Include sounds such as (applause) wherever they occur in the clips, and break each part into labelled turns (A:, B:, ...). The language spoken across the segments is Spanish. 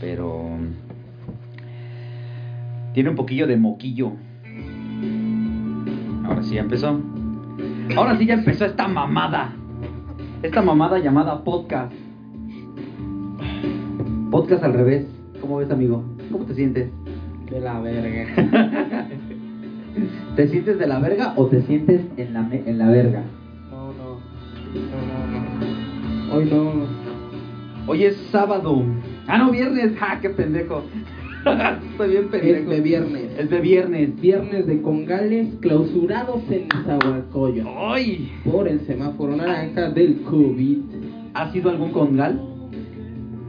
A: pero tiene un poquillo de moquillo. Ahora sí ya empezó. Ahora sí ya empezó esta mamada. Esta mamada llamada podcast. Podcast al revés. ¿Cómo ves, amigo? ¿Cómo te sientes?
B: De la verga.
A: ¿Te sientes de la verga o te sientes en la, me- en la verga?
B: No, no. No, no, no. Hoy no.
A: Hoy es sábado. Ah, no, viernes. ¡Ja, qué pendejo! (laughs) Estoy bien pendejo.
B: Es de viernes.
A: Es de viernes.
B: Viernes de congales clausurados en Zahualcoyo.
A: ¡Ay!
B: Por el semáforo naranja del COVID.
A: ¿Has ido a algún congal?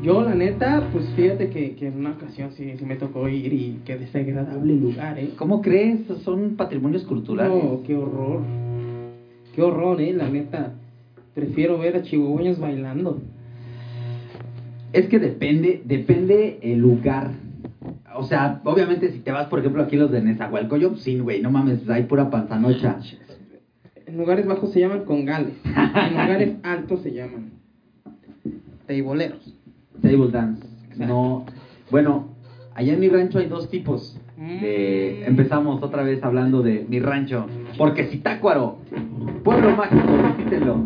B: Yo, la neta, pues fíjate que, que en una ocasión sí, sí me tocó ir y qué desagradable lugar, ¿eh?
A: ¿Cómo crees? Son patrimonios culturales.
B: No, qué horror. Qué horror, ¿eh? La neta. Prefiero ver a chihuahueños bailando.
A: Es que depende, depende el lugar. O sea, obviamente si te vas, por ejemplo, aquí los de Nezahualcóyotl, sí, güey, no mames, hay pura panzanocha.
B: En lugares bajos se llaman congales. En lugares
A: (laughs)
B: altos se llaman teiboleros.
A: Table dance.
B: Exacto.
A: No. Bueno, allá en mi rancho hay dos tipos. de-
B: Mm.
A: empezamos otra vez hablando de mi rancho. Porque Zitácuaro, pueblo mágico, visítenlo.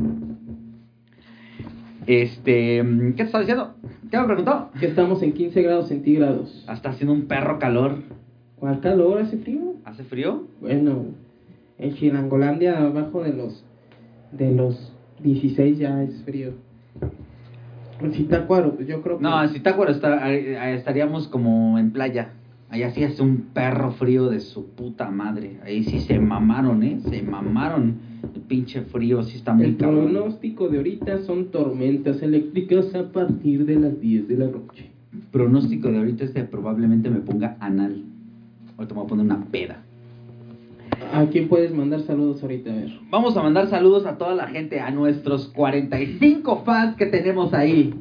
A: Este, ¿qué te estaba diciendo? ¿Qué me preguntó?
B: Que estamos en 15 grados centígrados.
A: Ah, Está haciendo un perro calor.
B: ¿Cuál calor hace frío?
A: ¿Hace frío?
B: Bueno, en Chilangolandia abajo de los de los 16 ya es frío. En Zitácuaro, pues yo creo que
A: No, en Zitácuaro está- eh, estaríamos como en playa. Allá sí hace un perro frío de su puta madre. Ahí sí se mamaron, ¿eh? Se mamaron. El pinche frío sí está muy
B: el
A: cabrón.
B: pronóstico de ahorita son tormentas eléctricas a partir de las 10 de la noche.
A: Pronóstico de ahorita es que probablemente me ponga anal. Ahorita me voy a poner una peda.
B: ¿A quién puedes mandar saludos ahorita? A ver.
A: Vamos a mandar saludos a toda la gente, a nuestros 45 fans que tenemos ahí.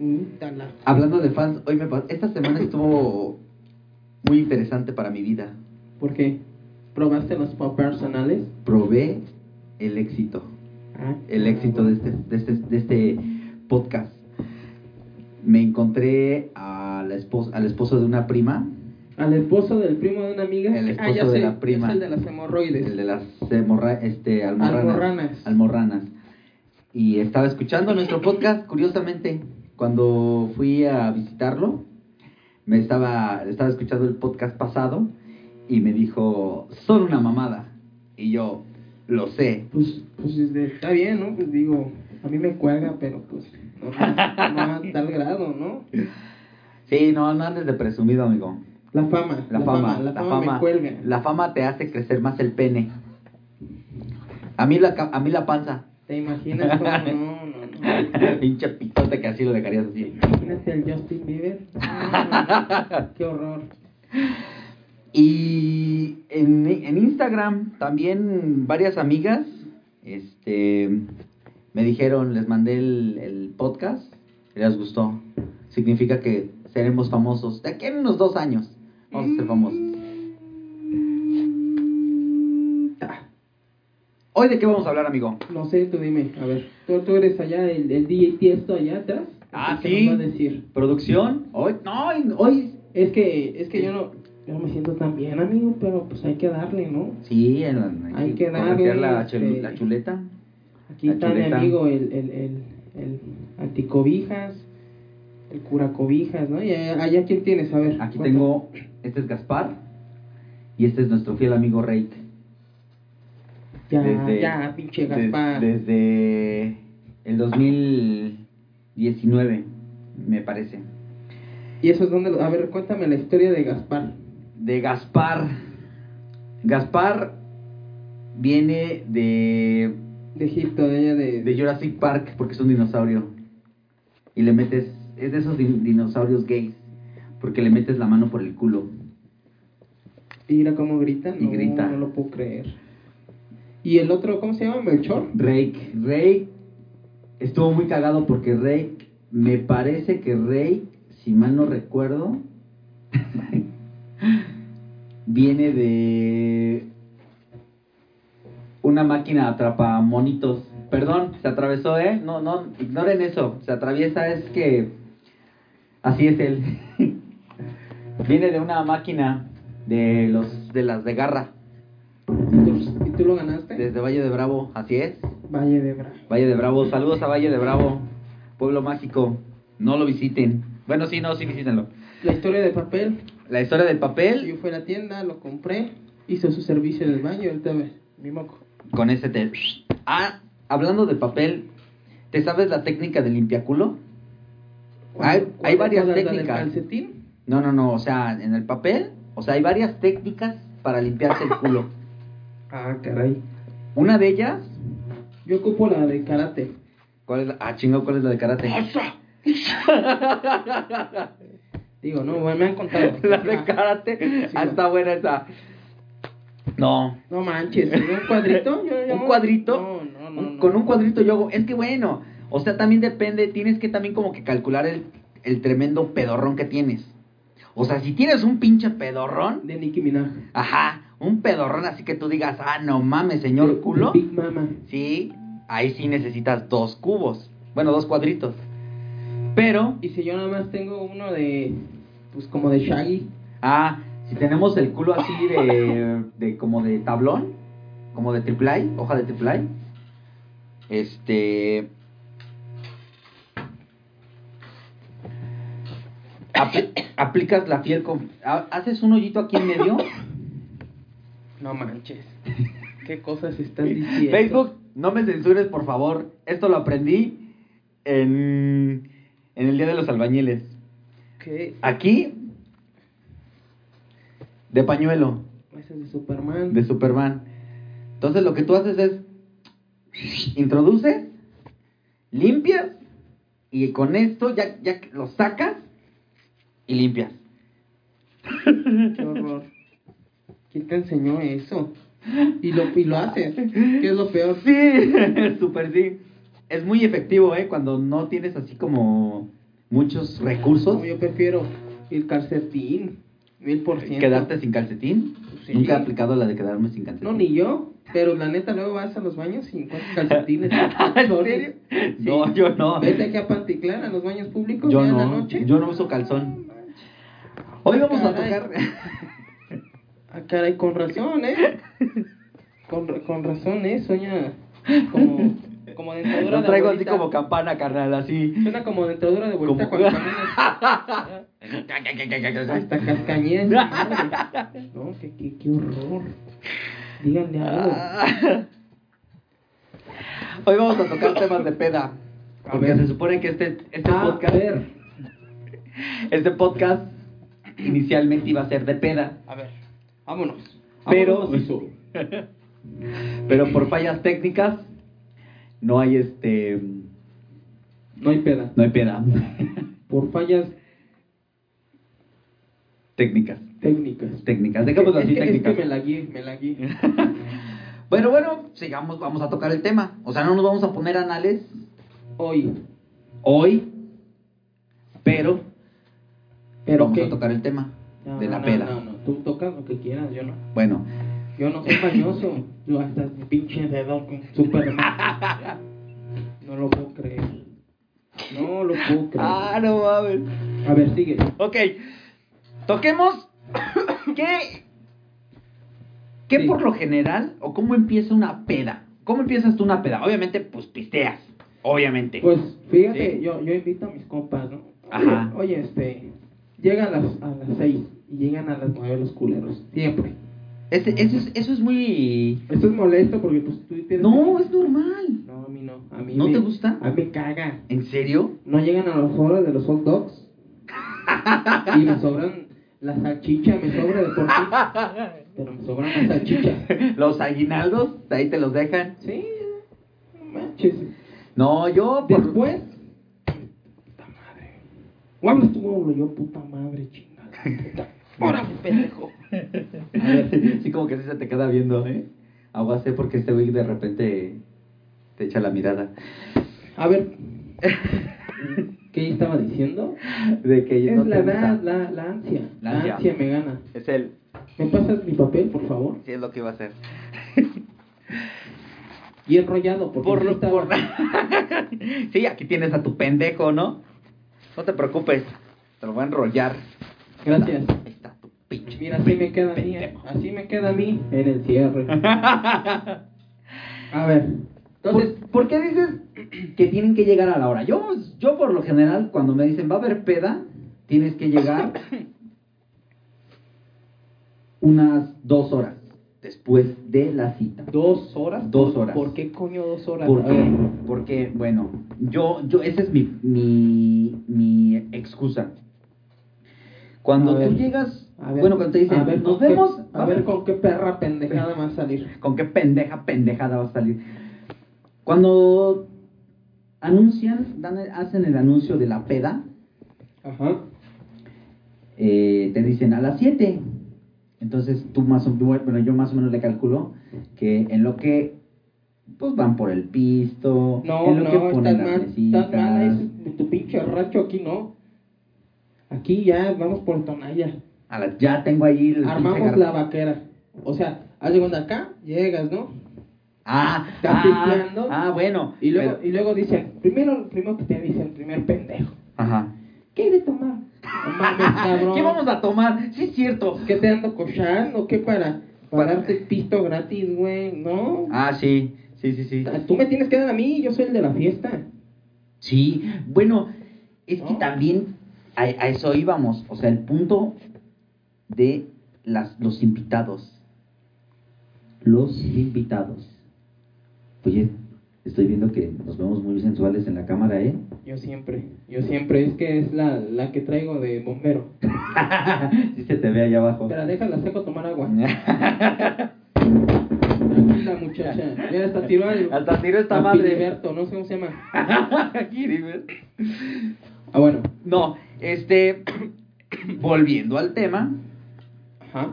B: Mm, tala.
A: Hablando de fans, hoy me pas- esta semana estuvo muy interesante para mi vida.
B: ¿Por qué? ¿Probaste los pop personales?
A: Probé el éxito. Ah, el éxito de este, de este, de este podcast. Me encontré a la esposa, al esposo de una prima,
B: Al esposo del primo de una amiga.
A: El
B: Ah,
A: esposo
B: ya
A: de
B: sé,
A: la
B: es
A: prima.
B: el de las hemorroides.
A: el de las hemorra- este, almorranas,
B: Almorranas.
A: almorranas. Y estaba escuchando nuestro podcast, curiosamente, cuando fui a visitarlo, me estaba, estaba escuchando el podcast pasado y me dijo, son una mamada. Y yo, lo sé.
B: Pues, pues este, está bien, ¿no? Pues digo, a mí me cuelga, pero pues no, no a tal grado, ¿no?
A: Sí, no, no andes de presumido, amigo.
B: La fama.
A: La, fama,
B: La fama, me cuelga.
A: La fama te hace crecer más el pene. A mí la, ca- a mí la
B: (laughs)
A: panza.
B: ¿Te imaginas cómo? No, no, no.
A: Pinche pitote que así lo dejarías así.
B: Imagínate el Justin
A: (laughs)
B: Bieber. No, no, no. Qué horror.
A: Y en, en Instagram también varias amigas este, me dijeron, les mandé el, el podcast y les gustó. Significa que seremos famosos. De aquí en unos dos años vamos a ser famosos. Ah. ¿Hoy de qué vamos a hablar, amigo?
B: No sé, tú dime, a ver. Tú, tú eres allá, el, el DJ Tiesto allá atrás.
A: Ah,
B: ¿Qué
A: sí.
B: nos va a decir?
A: ¿Producción? Hoy, no, hoy- hoy.
B: Es que, es que yo no, yo no me siento tan bien, amigo, pero pues hay que darle, ¿no?
A: Sí, en-
B: Hay que darle,
A: corretear la, chul-
B: este,
A: la chuleta.
B: Aquí
A: La
B: está mi
A: chuleta.
B: amigo, el, el, el, el anticobijas, el curacobijas, ¿no? Y allá, allá, quién tienes, a ver.
A: Aquí
B: cuenta.
A: tengo, este es Gaspar y este es nuestro fiel amigo Reik.
B: Ya,
A: desde-
B: ya, pinche
A: Des-
B: Gaspar.
A: desde el 2019, me parece.
B: Y eso es donde, lo- a ver, cuéntame la historia de Gaspar.
A: De Gaspar. Gaspar viene de,
B: De Egipto, de allá de...
A: de Jurassic Park porque es un dinosaurio. Y le metes, es de esos din- dinosaurios gays, porque le metes la mano por el culo.
B: Mira cómo grita.
A: Y
B: no,
A: grita.
B: No lo puedo creer. Y el otro, ¿cómo se llama? Melchor.
A: Rake. Rake estuvo muy cagado porque Rake, me parece que Rake, si mal no recuerdo, (laughs) viene de una máquina atrapa monitos. Perdón, se atravesó, ¿eh? No, no, ignoren eso. Se atraviesa es que Así es él. (laughs) Viene de una máquina de los de las de garra,
B: ¿Y tú, y tú lo ganaste?
A: desde Valle de Bravo, así es.
B: Valle de Bra.
A: Valle de Bravo, saludos a Valle de Bravo, pueblo mágico. No lo visiten. Bueno, sí, no, sí visítenlo.
B: La historia de papel.
A: La historia del
B: Yo
A: papel
B: fui a la tienda, lo compré, hizo su servicio en el baño, ahorita ve, mi moco.
A: con ese te Ah, hablando de papel, ¿te sabes la técnica del limpiaculo? Hay-
B: ¿Cuál-
A: hay
B: cuál-
A: varias
B: cuál es la del
A: técnicas.
B: calcetín?
A: No, no, no, o sea, en el papel, o sea, hay varias técnicas para limpiarse el culo.
B: Ah, caray.
A: Una de ellas,
B: Yo ocupo la de karate.
A: ¿cuál es la? Ah, chingo, ¿cuál es la de karate?
B: Digo, no, me han contado.
A: (laughs) (laughs) la de karate,
B: Sí,
A: ah,
B: va.
A: está buena esa. No,
B: No manches, ¿un
A: (laughs)
B: cuadrito? Yo- yo-
A: un cuadrito,
B: No, no, no,
A: un-
B: no.
A: con un cuadrito yo hago, es que bueno, o sea, también depende, tienes que también como que calcular el, el tremendo pedorrón que tienes. O sea, si tienes un pinche pedorrón,
B: De Nicki Minaj.
A: ajá, un pedorrón así que tú digas, ah, no mames, señor
B: De-
A: culo.
B: (laughs) de Big Mama.
A: Sí, ahí sí necesitas dos cubos. Bueno, dos cuadritos. Pero,
B: Y si yo nada más tengo uno de, pues como de Shaggy.
A: ah, si tenemos el culo así de, de como de tablón, como de triple I, hoja de triple I, este... apli- aplicas la fiel con... ha- Haces un hoyito aquí en medio. (laughs)
B: No manches. ¿Qué cosas estás diciendo?
A: Facebook, no me censures, por favor. Esto lo aprendí en, en el Día de los Albañiles.
B: ¿Qué?
A: Aquí, de pañuelo,
B: Ese es de Superman.
A: de Superman. Entonces lo que tú haces es, introduces, limpias, y con esto ya, ya lo sacas y limpias.
B: Qué horror. ¿Quién te enseñó eso? Y lo, y lo haces. ¿Qué es lo peor?
A: Sí, (laughs) súper sí. Es muy efectivo, ¿eh? Cuando no tienes así como
B: Ah,
A: muchos recursos.
B: No, yo prefiero el calcetín. Mil por ciento.
A: ¿Quedarte sin calcetín?
B: Sí.
A: Nunca he aplicado la de quedarme sin calcetín.
B: No, ni yo. Pero la neta, luego vas a los baños y
A: (laughs)
B: encuentras calcetines.
A: Ah, ¿En serio? No, yo no.
B: Vete aquí a Panticlán, a los baños públicos.
A: Yo
B: ya en la
A: no,
B: noche.
A: yo no uso calzón. Hoy vamos a
B: Caray.
A: (laughs) tocar.
B: Ah, caray, con razón, ¿eh? Con, ra- con razón, ¿eh? Sueña como, como dentadura
A: Lo
B: de
A: traigo así
B: abuelita.
A: como campana, carnal, así.
B: Suena como dentadura de
A: Como- (laughs)
B: vuelta cuando caminas. Hasta cascañez.
A: (laughs)
B: No, qué, qué, qué horror. Díganle algo.
A: Ah. Hoy vamos a tocar temas de peda.
B: A
A: Porque
B: ver. Ah,
A: se supone que este, este
B: A
A: podcast.
B: ver.
A: Este podcast inicialmente iba a ser de peda.
B: A ver, vámonos.
A: Pero-
B: Vámonos, Isu.
A: (laughs) Pero por fallas técnicas, no hay este.
B: No hay peda.
A: No hay peda. (laughs)
B: Por fallas
A: técnicas.
B: técnicas.
A: Técnicas. Dejémoslo
B: Es
A: así,
B: que-
A: técnicas.
B: Es que me la guié, me la guié.
A: (laughs) Bueno, bueno, sigamos, vamos a tocar el tema. O sea, no nos vamos a poner anales
B: Hoy.
A: hoy, pero,
B: Pero
A: vamos
B: qué?
A: a tocar el tema
B: No,
A: de la
B: no,
A: peda.
B: No, no, tú tocas lo que quieras, yo no.
A: Bueno,
B: Yo no soy mañoso. Yo hasta mi pinche dedo con Superman.
A: (laughs)
B: No lo puedo creer. No lo puedo creer.
A: ah, no mames.
B: A ver, sigue.
A: Ok, toquemos. (coughs) ¿Qué? ¿Qué
B: Sí.
A: por lo general o cómo empieza una peda? ¿Cómo empiezas tú una peda? Obviamente, pues pisteas. Obviamente.
B: Pues fíjate,
A: Sí.
B: yo, yo invito a mis compas, ¿no?
A: Ajá.
B: Oye, este. Llegan a las, a las 6 y llegan a las 9 los culeros. Siempre.
A: Ese- eso, es, eso es muy.
B: Esto es molesto porque pues tú tienes.
A: No, es normal.
B: No, a mí no. A mí
A: ¿No
B: me-
A: te gusta?
B: A mí me caga.
A: ¿En serio?
B: No llegan a los horas de los hot dogs.
A: (laughs)
B: y me sobran la salchicha, me sobra de por sí.
A: (laughs)
B: Pero me sobra la salchicha.
A: Los aguinaldos, ahí te los dejan.
B: Sí, no manches.
A: No, yo. por-
B: Después. Puta madre. Guau, estuvo uno, yo, puta madre, chingada. Puta. (laughs) Órale,
A: (laughs)
B: pendejo. A ver,
A: Sí, como que sí se te queda viendo, ¿eh? Aguacé porque este güey de repente te echa la
B: (laughs)
A: mirada.
B: a ver. ¿Qué estaba diciendo?
A: De que
B: Es
A: no
B: la
A: te gusta.
B: edad, la, la ansia.
A: La
B: La,
A: ansia.
B: ansia. me gana.
A: Es él.
B: ¿Me pasas mi papel, por favor?
A: Sí, es lo que iba a hacer.
B: Y enrollado, porque
A: Por
B: así
A: lo- (laughs)
B: estaba.
A: por- sí, aquí tienes a tu pendejo, ¿no? No te preocupes. Te lo voy a enrollar.
B: Gracias.
A: Ahí está tu pinche.
B: Mira, así me queda a mí, ¿eh? así me queda a mí en el (laughs) cierre. A ver,
A: Entonces, ¿por qué dices que tienen que llegar a la hora? Yo, yo por lo general, cuando me dicen va a haber peda, tienes que llegar unas dos horas después de la cita.
B: dos horas.
A: Dos horas.
B: ¿Por qué coño dos horas?
A: ¿Por
B: A
A: qué?
B: ver,
A: Porque, bueno, yo, yo, esa es mi, mi, mi excusa. Cuando
B: A
A: tú
B: ver.
A: llegas,
B: a ver,
A: bueno, cuando te dicen,
B: a ver,
A: nos
B: con qué-
A: vemos,
B: a ver con qué perra pendejada más salir.
A: con qué pendeja pendejada va a salir. Cuando anuncian, dan- hacen el anuncio de la peda,
B: Ajá.
A: eh, te dicen a las 7. Entonces tú más o bueno, yo más o menos le calculo que en lo que pues van por el pisto,
B: No,
A: en lo
B: no,
A: que
B: estás
A: ponen las
B: mal, estás mal,
A: mesitas,
B: es tu pinche racho aquí, ¿no? Aquí ya vamos por Tonaya.
A: a las- ya tengo ahí el pinche
B: Armamos
A: gar-
B: la vaquera. O sea, haz de cuenta acá, llegas, ¿no?
A: Ah,
B: Está
A: ah,
B: pisteando.
A: ah, bueno.
B: Y luego,
A: pero-
B: y luego dicen, primero, primero que te dice el primer pendejo.
A: ajá.
B: ¿Qué hay de tomar? No
A: (laughs)
B: mames, cabrón.
A: ¿Qué vamos a tomar? Sí es cierto.
B: ¿Qué te ando cochando? ¿Qué para?
A: Para-
B: Para darte pisto gratis, güey, ¿no?
A: Ah, sí. Sí, sí, sí.
B: Tú me tienes que dar a mí, yo soy el de la fiesta.
A: Sí, bueno, es que
B: ¿No?
A: también a, a eso íbamos, o sea, el punto de las, los invitados. Los invitados. Oye, estoy viendo que nos vemos muy sensuales en la cámara, ¿eh? (laughs)
B: Yo siempre, yo siempre, es que es la, la que traigo de bombero.
A: sí se te ve allá abajo. (laughs)
B: Espera, déjala seco tomar agua. Aquí la muchacha. Mira, hasta tiró al-
A: Hasta tiró esta
B: a
A: madre.
B: Filiberto, no sé cómo se llama.
A: Kiribet.
B: Ah, bueno.
A: no, este, (clears throat) volviendo al tema,
B: Ajá.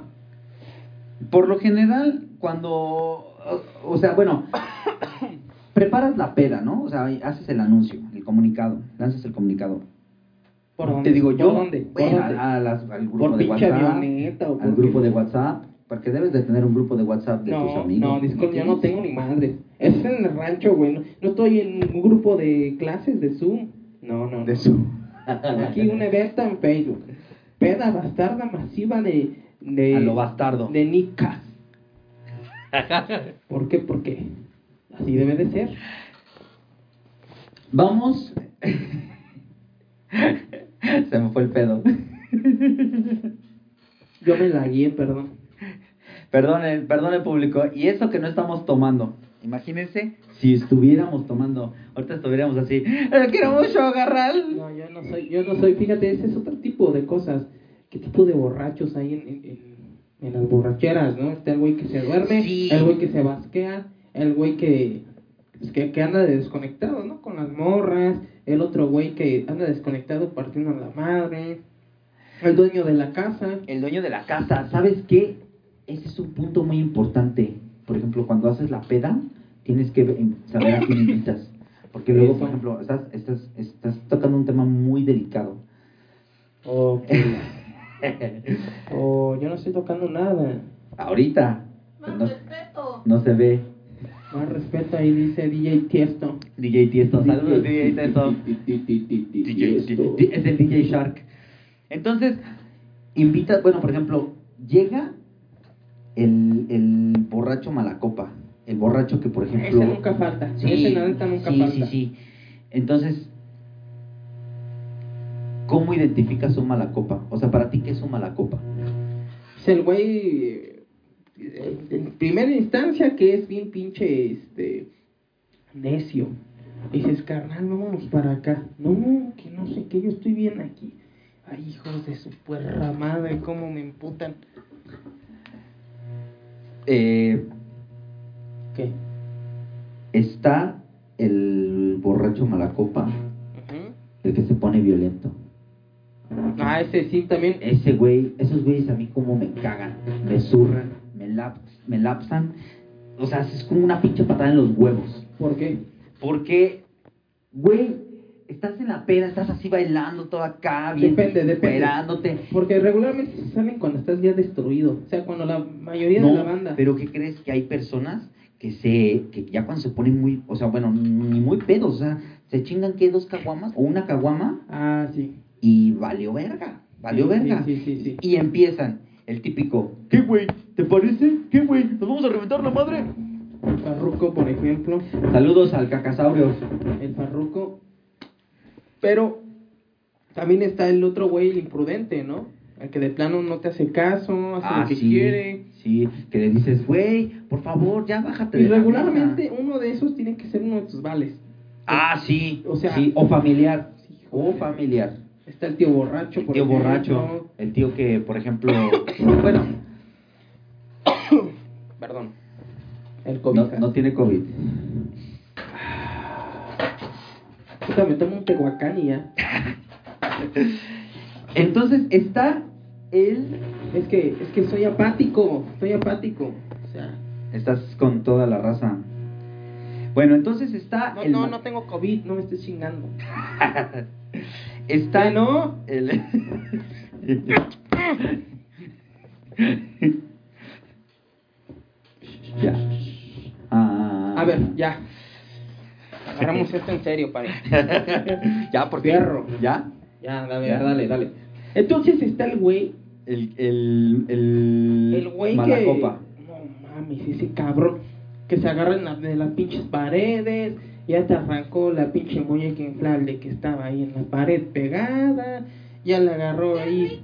A: Por lo general, cuando. O, o sea, bueno. (coughs) preparas la peda, ¿no? O sea, haces el anuncio, el comunicado. Lanzas el comunicado.
B: ¿Por dónde?
A: Te digo
B: ¿Por
A: yo.
B: dónde? ¿Por
A: bueno,
B: dónde?
A: a- a las- al grupo
B: ¿Por
A: de
B: pinche
A: WhatsApp.
B: avioneta o
A: Al
B: por
A: grupo
B: qué?
A: de WhatsApp. Porque debes de tener un grupo de WhatsApp de tus
B: No,
A: amigos.
B: no, disculpe, yo no
A: tienes?
B: tengo ni madre. Es en el rancho, güey. No, no estoy en un grupo de clases de Zoom. No, no. no.
A: De su.
B: Aquí un evento en Facebook. Peda bastarda masiva de. de
A: A lo bastardo.
B: De
A: (laughs)
B: Nicas. ¿Por qué? ¿Por qué? Así debe de ser.
A: (laughs) Vamos. (laughs) Se me fue el pedo.
B: Yo me la guié, perdón.
A: Perdón, el- perdón el público. Y eso que no estamos tomando. Imagínense si estuviéramos tomando. Ahorita estuviéramos así. "Eh, Quiero mucho agarrar.
B: No, yo no soy, yo no soy. Fíjate, ese es otro tipo de cosas. ¿Qué tipo de borrachos hay en, en, en- en las borracheras, no? Está el güey que se duerme,
A: Sí.
B: el güey que se basquea, el güey que, pues, que, que anda desconectado, ¿no? Con las morras, el otro güey que anda desconectado partiendo la madre, el dueño de la casa.
A: El dueño de la casa, ¿sabes qué? Ese es un punto muy importante. Por ejemplo, cuando haces la peda, tienes que ve- saber a quién invitas. Porque luego, por
B: Eso.
A: ejemplo, estás, estás, estás tocando un tema muy delicado. (laughs)
B: O, o Oh, yo no estoy tocando nada.
A: Ahorita. pues,
C: Más
A: no,
C: respeto.
A: no se ve.
B: Más respeto ahí dice DJ Tiesto.
A: DJ Tiesto. Saludos, DJ Tiesto.
B: DJ Tiesto.
A: DJ, es el DJ Shark. Entonces, invita, bueno, por ejemplo, llega el, el borracho malacopa, el borracho que, por ejemplo...
B: Ese nunca falta. ese la neta nunca
A: sí,
B: falta.
A: sí, sí. Entonces, ¿cómo identificas un malacopa? O sea, para ti, ¿qué es un malacopa?
B: Pues el güey, eh, en primera instancia, que es bien pinche, este, necio. Dices, carnal, no vamos para acá. No, que no sé qué, yo estoy bien aquí. Ay, hijos de su puerra madre, cómo me emputan.
A: Eh,
B: ¿Qué?
A: está el borracho malacopa, el que se pone violento.
B: Ah, ese sí también.
A: Ese güey, esos güeyes a mí como me cagan, me zurran, me, lap- me lapsan. O sea, es como una pinche patada en los huevos.
B: ¿Por qué?
A: Porque, güey, estás en la peda, estás así bailando todo acá, bien
B: Depende, depende.
A: esperándote.
B: Porque regularmente se salen cuando estás ya destruido. O sea, cuando la mayoría de la banda.
A: pero ¿qué crees? Que hay personas que se que ya cuando se ponen muy, o sea, bueno, ni muy pedos, o sea, se chingan que dos caguamas o una caguama
B: Ah, sí.
A: y valió verga, valió
B: Sí,
A: verga.
B: sí, sí, sí, sí.
A: Y empiezan el típico, ¿qué güey? ¿Te parece? ¿Qué güey? ¿Nos vamos a reventar la madre?
B: El Farruco, por ejemplo.
A: Saludos al cacasaurio.
B: El Farruco. Pero también está el otro güey, el imprudente, ¿no? El que de plano no te hace caso, hace lo que quiere.
A: Ah, sí, que le dices, güey, por favor, ya bájate.
B: Y
A: de la
B: regularmente
A: mesa".
B: uno de esos tiene que ser uno de tus vales.
A: Ah, sí.
B: O
A: O
B: sea-
A: sea, sí, o familiar.
B: Sí,
A: O
B: joder.
A: familiar.
B: Está el tío borracho,
A: El
B: por
A: tío
B: ejemplo.
A: borracho. El tío que, por ejemplo,
B: (laughs) Bueno. Perdón. El COVID.
A: no, no tiene COVID.
B: Puta, me tomo un tehuacán y ya.
A: Entonces está él.
B: Es que, es que soy apático, soy apático. O sea,
A: Estás con toda la raza. Bueno, entonces está
B: Ah, no,
A: el.
B: no,
A: ma-
B: no tengo COVID, no me estés chingando.
A: Está
B: ¿Qué no?
A: el- (laughs) ya. Ah.
B: A ver, ya. Agarramos esto en serio, pare.
A: (laughs) ya, por
B: Fierro.
A: Ya.
B: Ya, dale,
A: Ya.
B: dale, dale. Entonces está el güey,
A: El. El. El,
B: el güey que...
A: Malacopa.
B: No mames, ese cabrón que se agarra en la- de las pinches paredes, ya te arrancó la pinche muñeca inflable que estaba ahí en la pared pegada, ya la agarró ahí,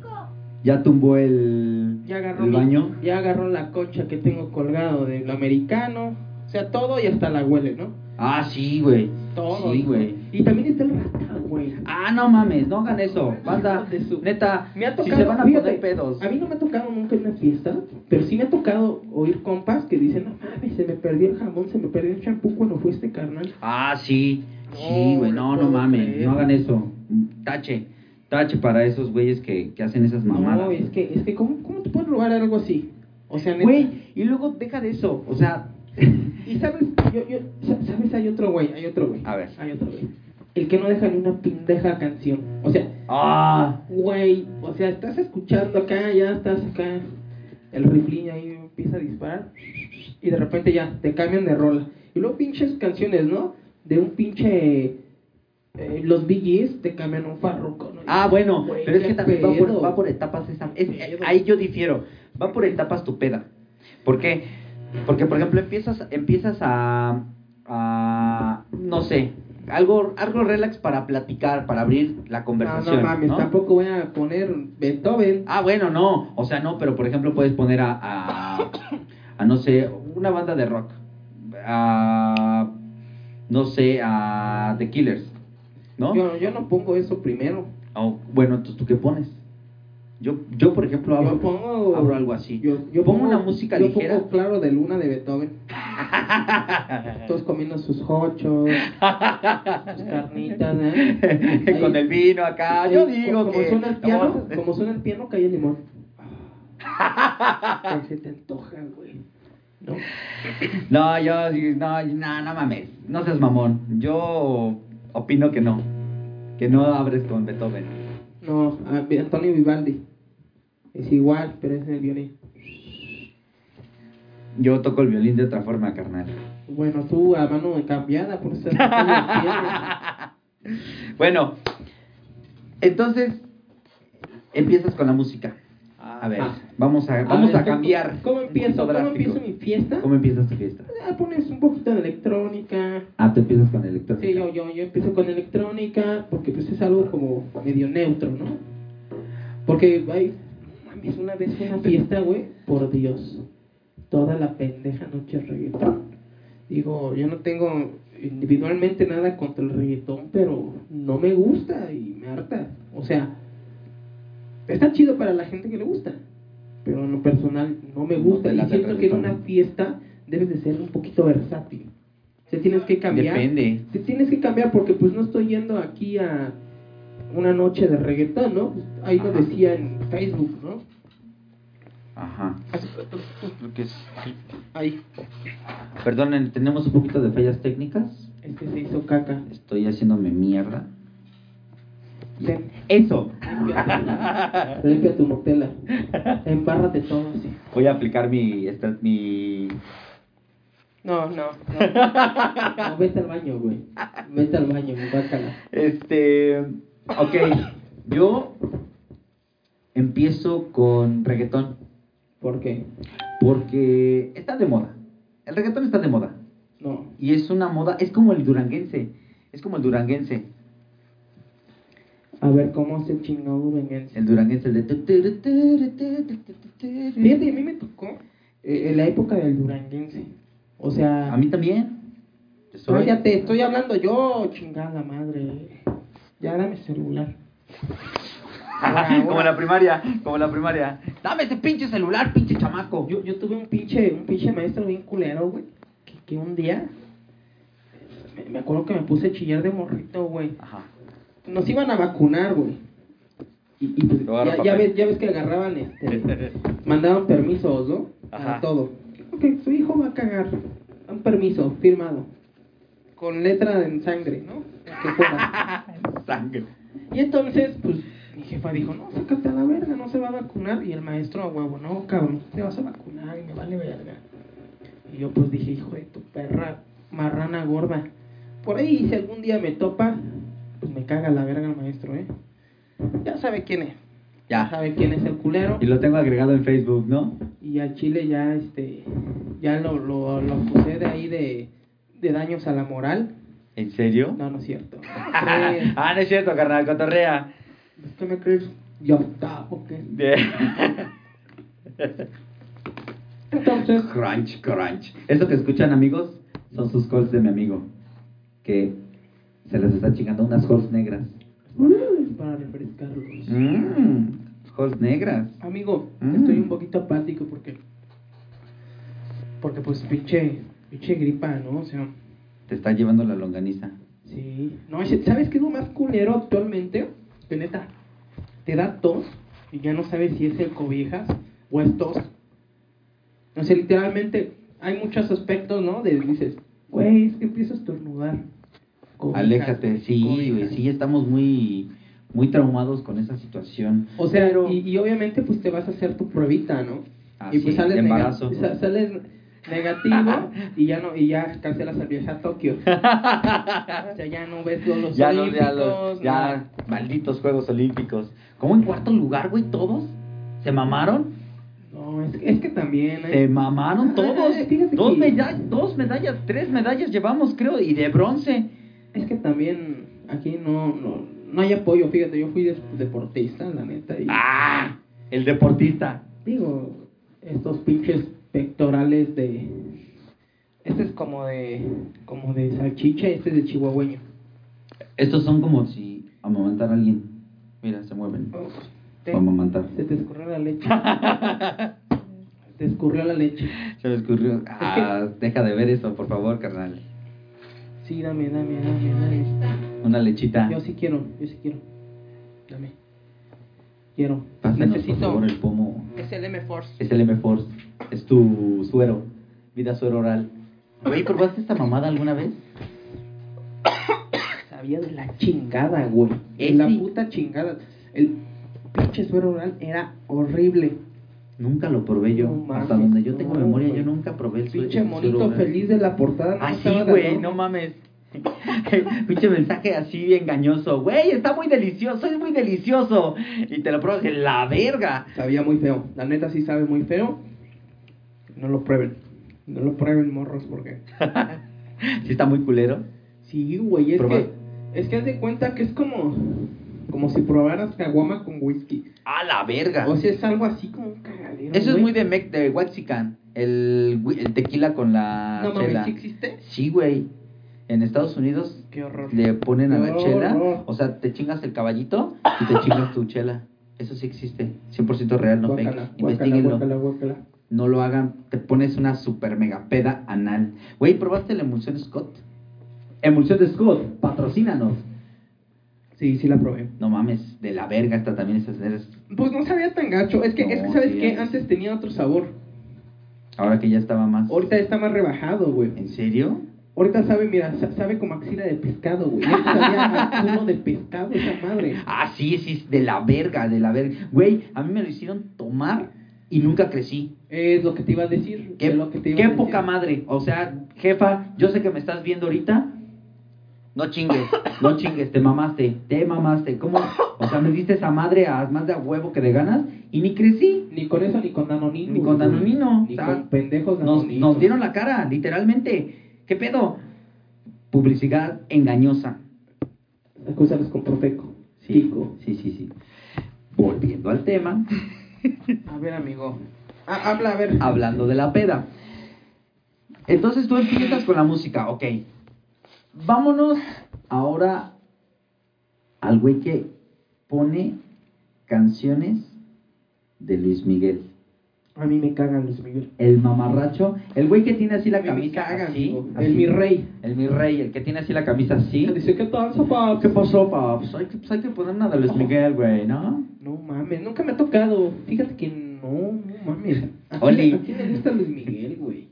A: Ya tumbó el.
B: ya agarró
A: el
B: mi-
A: baño.
B: ya agarró la concha que tengo colgado del americano, o sea, todo y hasta la huele, ¿no?
A: Ah, sí, güey.
B: Todo.
A: Sí,
B: hijo.
A: güey.
B: Y también está el rata, güey.
A: Ah, no mames, no hagan eso. Banda,
B: Hijo de su-
A: neta,
B: Me ha tocado,
A: si se van a
B: fíjate,
A: poner pedos.
B: A mí no me ha tocado nunca en una fiesta, pero sí me ha tocado oír compas que dicen, no mames, se me perdió el jamón, se me perdió el champú cuando fue este carnal.
A: Ah, sí.
B: No,
A: Sí, güey, no,
B: no
A: no
B: puedo
A: mames,
B: creer.
A: no hagan eso. Tache, tache para esos güeyes que, que hacen esas mamadas.
B: No, es que, es que ¿cómo, ¿cómo te pueden robar algo así? O sea, neta.
A: Güey, y luego deja de eso, o
B: (laughs)
A: sea,
B: Y sabes, yo, yo, sa- sabes, hay otro güey, hay otro güey.
A: A ver.
B: Hay otro güey. El que no deja ni una pendeja canción. O sea,
A: ah,
B: Güey, o sea, estás escuchando acá, ya estás acá. El riflín ahí empieza a disparar. Y de repente ya, te cambian de rola. Y luego pinches canciones, ¿no? De un pinche. eh, los BGs te cambian un farruco, ¿no?
A: ah, bueno,
B: Güey,
A: pero es
B: qué
A: que también va
B: pedo.
A: por, va por etapas esa, es- eh, ahí yo difiero, va por etapas tu peda. ¿Por qué? Porque por ejemplo empiezas, empiezas a, a no sé, algo, algo relax para platicar, para abrir la
B: Ah, No,
A: conversación.
B: no mames,
A: ¿no?
B: tampoco voy a poner Beethoven.
A: Ah, bueno, no. O sea, no, pero por ejemplo puedes poner a, a, a, no sé, una banda de rock. A, no sé, a The Killers. ¿No?
B: Yo, yo no pongo eso primero.
A: O, bueno, entonces tú qué pones. Yo, yo por ejemplo, abro,
B: Yo pongo.
A: abro algo así.
B: Yo, yo
A: pongo, una música
B: yo
A: ligera. (laughs)
B: pongo claro de luna de Beethoven. Todos comiendo sus hochos, sus carnitas, ¿eh?
A: (laughs)
B: Ahí.
A: Con el vino acá.
B: Sí,
A: yo
B: co-
A: digo
B: como
A: que.
B: Suena el
A: no,
B: piano, como suena el piano, cae
A: (laughs)
B: el limón. Ay, se te antoja, güey. ¿No?
A: No, yo sí, no, no, no mames, no seas mamón. Yo opino que no, que no abres con Beethoven.
B: No, a ver, Antonio Vivaldi. Es igual, pero es en el violín.
A: Yo toco el violín de otra forma,
B: (laughs)
A: carnal.
B: Bueno, tú a mano de cambiada, por eso estás tocando el piano.
A: Bueno, entonces empiezas con la música. A ver,
B: Ah.
A: vamos a vamos
B: ver,
A: a
B: ¿cómo-
A: cambiar.
B: ¿Cómo
A: un
B: empiezo?
A: poquito
B: ¿Cómo
A: drástico.
B: empiezo mi fiesta?
A: ¿Cómo empiezas tu fiesta?
B: Ah, pones un poquito de electrónica.
A: Ah, tú empiezas con electrónica.
B: Sí, yo, yo, yo empiezo con electrónica porque pues es algo como medio neutro, ¿no? Porque hay, mames, una vez fue una fiesta, güey, por Dios, toda la pendeja noche reggaetón. Digo, yo no tengo individualmente nada contra el reggaetón, pero no me gusta y me harta. O sea, está chido para la gente que le gusta, pero en lo personal no me
A: No
B: gusta.
A: te
B: y
A: late el
B: siento que en
A: reggaetón.
B: una fiesta debes de ser un poquito versátil. O sea, tienes que cambiar.
A: Depende.
B: Te tienes que cambiar porque pues no estoy yendo aquí a una noche de reggaetón, ¿no? Ahí lo
A: Ajá.
B: decía en Facebook, ¿no?
A: Ajá.
B: Ahí,
A: Perdonen, tenemos un poquito de fallas técnicas.
B: es que Este se hizo caca.
A: Estoy haciéndome mierda.
B: Ten,
A: Eso.
B: limpia, tu- limpia tu Nutella. Embárrate todo así.
A: Voy a aplicar mi esta- mi
B: No, no, no. No, vete al baño, güey. Vete al baño, guácala.
A: este ok. Yo empiezo con reggaetón.
B: ¿Por qué?
A: Porque está de moda. El reggaetón está de moda.
B: No.
A: Y es una moda, es como el duranguense. Es como el duranguense.
B: A ver cómo se chingó Duranguense.
A: El duranguense el
B: Fíjate, a
A: de...
B: mí me tocó eh, en la época del Duranguense. O sea,
A: A mí también. Yo soy-
B: cállate, estoy hablando yo, chingada madre. Ya dame celular.
A: (laughs) como la primaria, como la primaria. Dame ese pinche celular, pinche chamaco.
B: Yo, yo tuve un pinche, un pinche maestro bien culero, güey. Que, que un día. Me, me acuerdo que me puse a chillar de morrito, güey.
A: Ajá.
B: Nos iban a vacunar, güey. Y, y pues,
A: Te voy a dar
B: ya, ya
A: papel.
B: ves, ya ves que agarraban este.
A: (laughs)
B: mandaban permisos, ¿no?
A: Ajá.
B: A todo. Ok, su hijo va a cagar. Un permiso, firmado. Con letra en sangre, ¿no? Que
A: (laughs)
B: fuera.
A: Sangre.
B: Y entonces, pues, mi jefa dijo, no, sácate a la verga, no se va a vacunar. Y el maestro, a huevo, no, cabrón, te vas a vacunar y me vale verga. Y yo, pues, dije, hijo de tu perra, marrana gorda. Por ahí, si algún día me topa, pues me caga la verga el maestro, ¿eh? Ya sabe quién es. Ya
A: Ya.
B: sabe quién es el culero.
A: Y lo tengo agregado en Facebook, ¿no?
B: Y al Chile ya, este, ya lo, lo, lo acusé de ahí de, de daños a la moral.
A: ¿En serio?
B: No, no
A: (laughs)
B: es cierto. No (laughs) crees.
A: ah, no es cierto, carnal, cotorrea.
B: ¿Qué me crees? Ya está, ok. Entonces,
A: (laughs) crunch, crunch. Eso que escuchan, amigos, son sus calls de mi amigo. Que se les está chingando unas calls negras.
B: Mm. para refrescarlos.
A: Mmm, calls negras.
B: Amigo,
A: Mm.
B: estoy un poquito apático porque. Porque, pues, pinche, pinche gripa, ¿no? O sea,
A: Te está llevando la longaniza.
B: sí. No, es- ¿sabes qué es lo más culero actualmente? Que neta, te da tos y ya no sabes si es el cobijas o es tos. O sea, literalmente, hay muchos aspectos, ¿no? De dices, güey, es que empiezo a estornudar. Cobijas,
A: Aléjate, sí, güey,
B: cobijas.
A: sí, estamos muy, muy traumados con esa situación.
B: O sea,
A: Pero-
B: y, y obviamente pues te vas a hacer tu pruebita, ¿no?
A: Ah,
B: y pues
A: sí, de
B: nega-
A: embarazo.
B: (laughs) sa- sales negativo y ya no y ya cancelas el viaje
A: (laughs)
B: a Tokio. o sea, ya no ves los, los
A: ya los,
B: olímpicos.
A: ya los, ya, malditos Juegos Olímpicos. ¿Cómo en cuarto lugar, güey, todos? ¿Se mamaron?
B: No, no, es, que- es que también
A: Se
B: eh,
A: mamaron
B: Ah,
A: todos.
B: fíjate
A: Dos,
B: que-
A: medallas, dos medallas, tres medallas llevamos, creo, y de bronce.
B: es que también aquí no no, no hay apoyo, fíjate, yo fui des- deportista, la neta y
A: ¡Ah! El deportista.
B: digo, estos pinches pectorales de este es como de como de salchicha, este es de chihuahueño.
A: Estos son como si amamantar a alguien. Mira, se mueven.
B: Uf,
A: O amamantar.
B: Se te escurrió la leche. (laughs) te escurrió la leche.
A: Se me escurrió. Ah, deja de ver eso, por favor, carnal.
B: Sí, dame, dame, dame, dame.
A: Una lechita.
B: Yo sí quiero, yo sí quiero. Dame. Quiero.
A: Pásanos, por
B: Necesito.
A: favor, el pomo.
B: Es el M-Force.
A: Es el M-Force. Es tu suero. Vida suero oral. Güey, ¿probaste esta mamada alguna vez?
B: Sabía de la chingada, güey. De
A: Eh,
B: la
A: sí.
B: puta chingada. El pinche suero oral era horrible.
A: Nunca lo probé yo.
B: No
A: Hasta
B: mames,
A: donde yo tengo
B: no,
A: memoria,
B: güey.
A: yo nunca probé Pues, el sue-
B: Pinche
A: el suero
B: monito
A: oral.
B: feliz de la portada.
A: Ah, sí,
B: estaba de
A: güey,
B: adorno.
A: no mames. (laughs) Pinche mensaje así engañoso. Güey, está muy delicioso, es muy delicioso. Y te lo pruebas de la verga.
B: Sabía muy feo. La neta sí sabe muy feo. No lo prueben. No lo prueben, morros, porque.
A: Sí, está muy culero.
B: Sí, güey, es
A: Probar.
B: que es que haz de cuenta que es como como si probaras caguama con whisky.
A: A la verga.
B: O sea, es algo así como un cagadero.
A: Ah. Eso es
B: güey.
A: muy de Mec, de Waxican. El, wi- el tequila con la
B: No
A: chela.
B: mames, ¿sí existe?
A: Sí, güey. En Estados Unidos
B: Qué horror.
A: le ponen a la
B: No,
A: chela,
B: no.
A: o sea, te chingas el caballito y te chingas tu chela. Eso sí existe, 100% real, no
B: Guácala,
A: fake.
B: guácala,
A: Investíguenlo.
B: guácala, guácala.
A: No lo hagan, te pones una super mega peda anal. Güey, ¿probaste la emulsión Scott? Emulsión de Scott, patrocínanos.
B: Sí, sí la probé.
A: No mames, de la verga esta también esas esas-
B: Pues no sabía tan gacho, es que es que
A: No,
B: sabes
A: sí,
B: que
A: es-
B: antes tenía otro sabor.
A: Ahora que ya estaba más.
B: Ahorita está más rebajado, güey.
A: ¿En serio?
B: Ahorita sabe, mira, sa- sabe como axila de pescado, güey. Antes sabía a culo de pescado esa madre.
A: Ah, sí, sí, de la verga, de la verga. Güey, a mí me lo hicieron tomar y nunca crecí.
B: Es lo que te iba a decir.
A: Qué,
B: es lo que te iba
A: qué
B: a decir.
A: poca madre. O sea, jefa, yo sé que me estás viendo ahorita. No chingues, no chingues, te mamaste, te mamaste. ¿Cómo? O sea, me diste esa madre a más de a huevo que de ganas y ni crecí.
B: Ni con eso, ni con Danonino.
A: Ni con
B: güey.
A: Danonino,
B: Ni
A: o sea,
B: con pendejos
A: Nos,
B: Danonino.
A: nos dieron la cara, literalmente. ¿Qué pedo? Publicidad engañosa.
B: Acúsalos con Profeco. Tico.
A: sí, sí, sí. Volviendo al tema,
B: A ver, amigo. Ah, habla, a ver.
A: hablando de la peda. Entonces tú empiezas con la música, ok. Vámonos ahora al güey que pone canciones de Luis Miguel.
B: A mí me cagan Luis Miguel.
A: El mamarracho, el güey que tiene así la
B: A mí me
A: camisa
B: caga,
A: así,
B: amigo.
A: así.
B: El mi rey.
A: El mi rey, el que tiene así la camisa
B: (laughs)
A: así.
B: Dice que danza, pa.
A: ¿Qué pasó, pa? Pues hay que, pues hay que poner una de Luis Miguel, güey, ¿no?
B: No mames, nunca me ha tocado. Fíjate que no, no mames. ¿A quién-
A: Oli.
B: ¿A quién le gusta Luis Miguel, güey?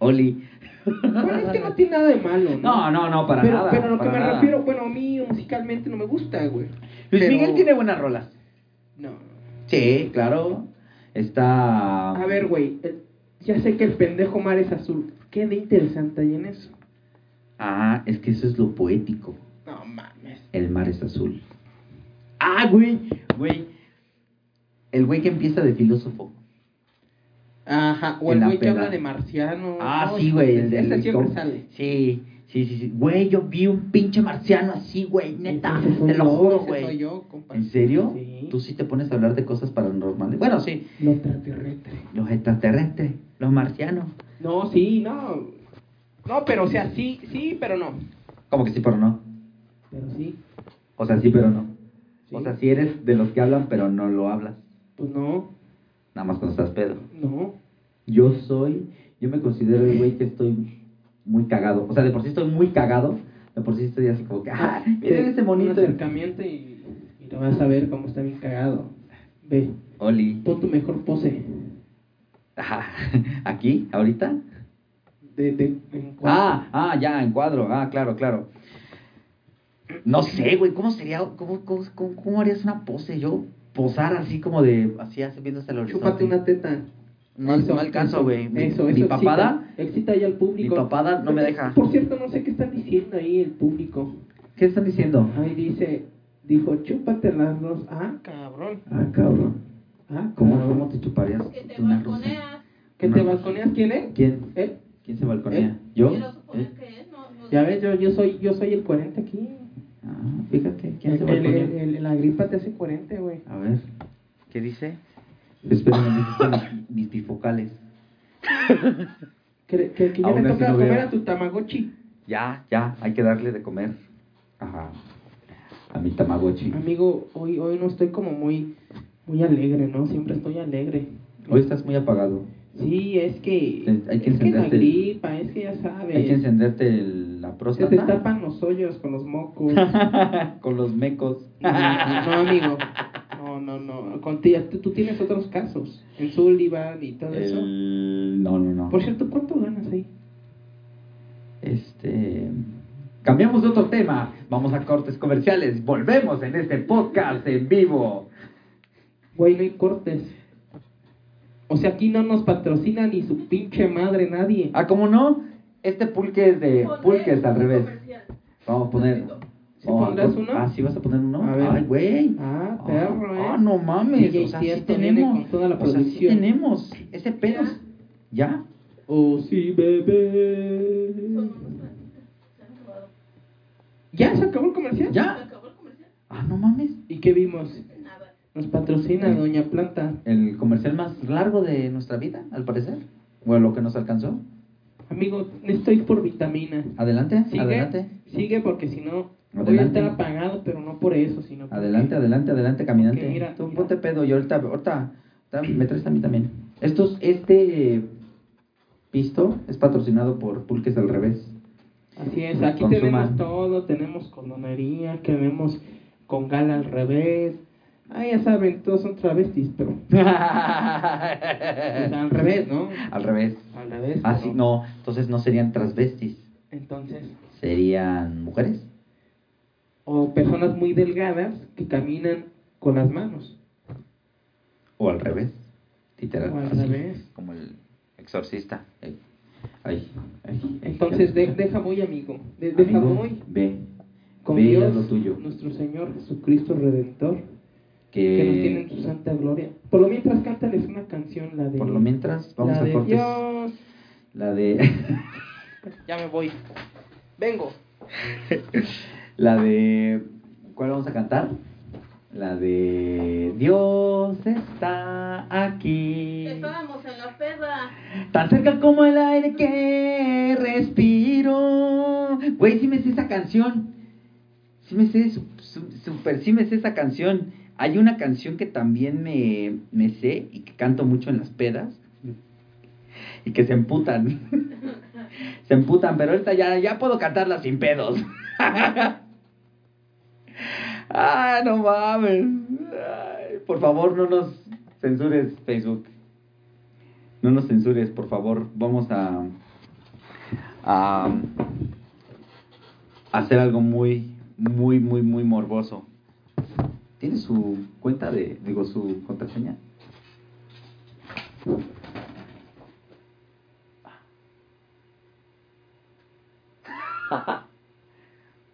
A: Oli.
B: Bueno, es
A: (laughs)
B: que no tiene nada de malo, ¿no?
A: No, no, no, para
B: pero,
A: nada.
B: Pero a lo que
A: para
B: me
A: nada.
B: refiero, bueno, a mí musicalmente no me gusta, güey.
A: Luis
B: Pero-
A: Miguel tiene buenas rolas.
B: No.
A: Sí, claro. Está.
B: A ver, güey. el- Ya sé que el pendejo mar es azul. ¿Qué de interesante hay en eso?
A: Ah, es que eso es lo poético.
B: No mames.
A: El mar es azul. Ah, güey, güey. El güey que empieza de filósofo.
B: Ajá, o
A: En
B: el
A: la
B: güey que
A: peda.
B: habla de marciano.
A: Ah,
B: No,
A: sí, güey. el
B: Ese
A: del-
B: siempre
A: con-
B: sale.
A: Sí, sí, sí, sí. Güey, yo vi un pinche marciano así, güey, neta.
B: Ese soy
A: Te lo
B: yo,
A: juro,
B: ese
A: güey.
B: soy yo, compa.
A: ¿En serio?
B: Sí.
A: Tú sí te pones a hablar de cosas paranormales. Bueno, sí.
B: Lo extraterrestre.
A: Los extraterrestres, los marcianos.
B: No, sí, no. No, pero o sea, sí, sí, pero no.
A: Como que sí, pero no.
B: Pero sí.
A: O sea, sí, pero no.
B: sí.
A: O sea, sí eres de los que hablan, pero no lo hablas.
B: Pues no,
A: Nada más cuando estás pedo.
B: no.
A: Yo soy, yo me considero el güey que estoy muy cagado. O sea, de por sí estoy muy cagado. De por sí estoy así como que, ah, miren este
B: Un
A: bonito.
B: acercamiento y, y lo vas a ver cómo está bien cagado. Ve,
A: Oli.
B: pon tu mejor pose.
A: Ajá. (laughs) ¿Aquí? ¿Ahorita?
B: De, de, en cuanto-
A: Ah, ah, ya, en cuadro. Ah, claro, claro. No sé, güey, ¿cómo sería? ¿Cómo, cómo, cómo, cómo harías una pose? Yo posar así como de, así, así viendo hasta el horizonte.
B: Chúpate una teta.
A: No,
B: Eso,
A: no alcanzo,
B: eso,
A: güey. Mi,
B: Eso,
A: mi
B: eso.
A: papada.
B: Excita, excita ya al público.
A: Mi papada no me deja.
B: Por cierto, no sé qué están diciendo ahí el público.
A: ¿Qué están diciendo?
B: Ahí dice, dijo, chúpate las dos. Ah, cabrón.
A: Ah, cabrón.
B: Ah,
A: ¿Cómo,
B: cabrón.
A: cómo te chuparías
C: Que te
A: una rosa?
C: balconeas.
B: ¿Que te
A: No.
B: balconeas quién es?
A: ¿Quién?
B: ¿Eh?
A: ¿Quién se balconea?
B: ¿Eh?
A: ¿Yo?
C: Quiero suponer
A: ¿Eh?
C: que es, no, no
B: Ya
C: sé.
B: ves, yo, yo soy yo soy el coherente aquí.
A: Ah, fíjate, ¿quién se
B: El, el,
A: balconea?
B: el- la gripa te hace coherente, güey.
A: A ver. Pues, ¿Qué dice? (laughs) Esperen, mis, mis bifocales.
B: Que, que, que ya
A: Aún
B: le
A: así
B: toca
A: no
B: comer
A: veo.
B: a tu Tamagotchi.
A: Ya, ya, hay que darle de comer. Ajá. A mi Tamagotchi.
B: Amigo, hoy hoy no estoy como muy muy alegre, ¿no? Siempre estoy alegre.
A: Hoy estás muy apagado.
B: Sí, es que
A: Te- hay que
B: es que la
A: encenderte.
B: gripa, es que ya sabes.
A: Hay que encenderte el- la
B: se te
A: próstata
B: tapan los hoyos con los mocos.
A: (laughs) con los mecos.
B: No, no, amigo. No, no, no. Contigo, tú, tú tienes otros casos. En Sullivan y todo eso.
A: El- No, no, no.
B: Por cierto, ¿cuánto ganas ahí?
A: Este. Cambiamos de otro tema. Vamos a cortes comerciales. Volvemos en este podcast en vivo.
B: Güey, no hay cortes. O sea, aquí no nos patrocina ni su pinche madre nadie.
A: Ah, ¿cómo no? Este pulque es de
C: Poner
A: pulques al
C: un
A: revés.
C: comercial.
A: Vamos a poner.
B: ¿Sí pondrás uno?
A: Ah, ¿sí vas a poner uno?
B: A ver.
A: Ay, güey.
B: Ah, perro, eh.
A: Ah, no mames.
B: DJ
A: o sea, sí
B: Tiesto viene
A: tenemos.
B: con toda la
A: o sea, sí
B: producción.
A: tenemos. Ese pedo.
C: Ya.
A: ¿Ya?
B: Oh, sí,
C: Son
B: bebé.
C: unos platitos, se han acabado.
B: ¿Ya se acabó el comercial?
C: ¿Se
A: ¿Ya?
C: acabó el comercial?
A: Ah, no mames.
B: ¿Y qué vimos?
C: Nada.
B: Nos patrocina
A: Sí.
B: Doña Planta.
A: El comercial más largo de nuestra vida, al parecer. Bueno, lo que nos alcanzó.
B: Amigo, estoy por vitamina.
A: Adelante,
B: ¿Sigue?
A: adelante.
B: Sigue porque si no, voy a
A: Adelante.
B: estar apagado, pero no por eso, sino porque-
A: Adelante, adelante, adelante, caminante.
B: Porque mira,
A: Tú
B: mira.
A: ponte pedo y ahorita, ahorita, ahorita me traes a mí también. Estos, este eh, pisto es patrocinado por Pulques al
B: (laughs)
A: revés.
B: Así es, aquí
A: Consuman.
B: tenemos todo, tenemos condonería, tenemos con gala al revés. Ah, ya saben, todos son travestis, pero pues, al
A: al
B: revés, ¿no?
A: Al revés.
B: Al revés.
A: Así,
B: pero-
A: Ah, no, entonces no serían transvestis,
B: Entonces,
A: serían mujeres.
B: o personas muy delgadas que caminan con las manos.
A: O al revés, literal.
B: O al
A: así,
B: revés.
A: Como el exorcista. eh. Ay, ay, ay,
B: Entonces de-
A: ya.
B: deja muy amigo, de- deja
A: Amigo,
B: muy
A: Ve,
B: con
A: ve y haz
B: Dios,
A: lo tuyo.
B: nuestro Señor Jesucristo Redentor,
A: que,
B: que nos tiene en su santa gloria. Por lo mientras cántales una canción, la de...
A: por lo mientras vamos
B: la
A: a
B: de
A: cortes.
B: Dios.
A: La de (laughs)
B: Ya me voy. Vengo.
A: la de ¿cuál vamos a cantar? La de Dios está aquí.
C: Estábamos en la perra.
A: Tan cerca como el aire que respiro. Güey, sí me sé esa canción. Sí me sé, su- su- super, sí me sé esa canción. Hay una canción que también me, me sé y que canto mucho en las pedas. Y que se emputan. (laughs) se emputan, pero ahorita ya, ya puedo cantarla sin pedos. (laughs) ah, no mames. Ay, por favor, no nos censures Facebook. No nos censures, por favor. Vamos a, a hacer algo muy, muy, muy, muy morboso. ¿Tiene su cuenta de, digo, su contraseña? (laughs)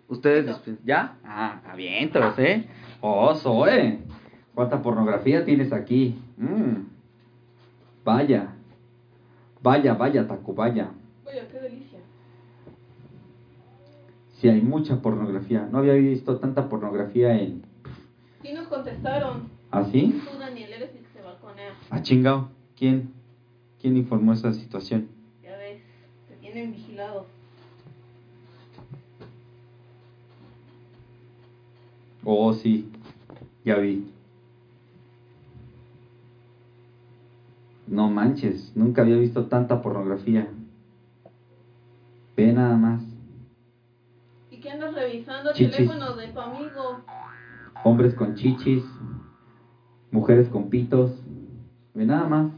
A: Ustedes después- ¿Ya? Ah, avientos, ¿eh? ¡Oh, Zoe! ¿Cuánta pornografía tienes aquí? Mm. Vaya. Vaya, vaya, Tacubaya.
C: Oye, qué delicia.
A: Sí, hay mucha pornografía. No había visto tanta pornografía en...
C: Sí nos contestaron.
A: ¿Así?
C: Tú, Daniel, eres el que se balconea.
A: Ah, chingado. ¿Quién? ¿Quién informó esa situación?
C: Ya ves, te tienen vigilado.
A: Oh, sí. Ya vi. No manches, nunca había visto tanta pornografía. Ve nada más.
C: ¿Y qué andas revisando?
A: Chichis.
C: Teléfonos de tu amigo.
A: Hombres con chichis, mujeres con pitos. Ve nada más.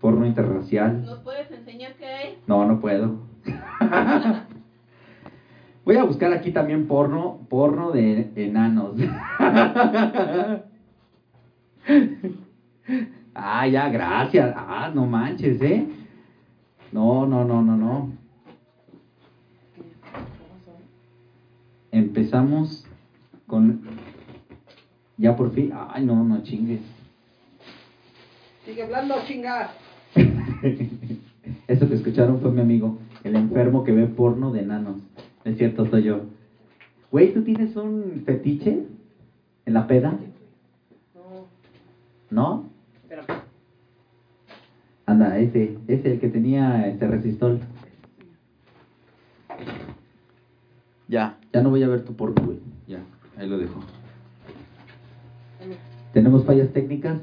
A: Porno interracial.
C: ¿Nos puedes enseñar qué hay?
A: No, no puedo. Voy a buscar aquí también porno, porno de enanos. ah, ya, gracias. Ah, no manches, ¿eh? No, no, no, no, no. Empezamos con... Ya por fin. Ay, no, no chingues.
B: Sigue hablando, chinga.
A: Eso que escucharon fue mi amigo, el enfermo que ve porno de enanos. No Es cierto, soy yo. Güey, ¿tú tienes un fetiche en la peda?
B: No,
A: ¿No?
B: espérame.
A: Anda, ese, ese el que tenía este resistol. Ya, ya no voy a ver tu porno, güey. Ya, ahí lo dejo. Tenemos fallas técnicas,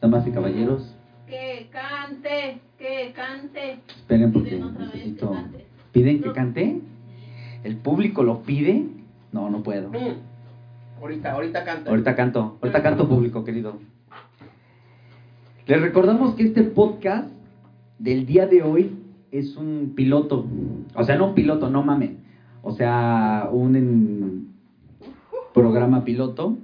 A: damas y caballeros.
C: Que cante, que cante.
A: Esperen porque
C: Piden otra vez que
A: necesito.
C: cante.
A: ¿Piden que
C: No.
A: cante? ¿El público lo pide? No, no puedo.
B: Mm. Ahorita, ahorita canta.
A: Ahorita canto, ahorita canto público, querido. Les recordamos que este podcast del día de hoy es un piloto. O sea, no un piloto, no mamen. O sea, un en- programa piloto.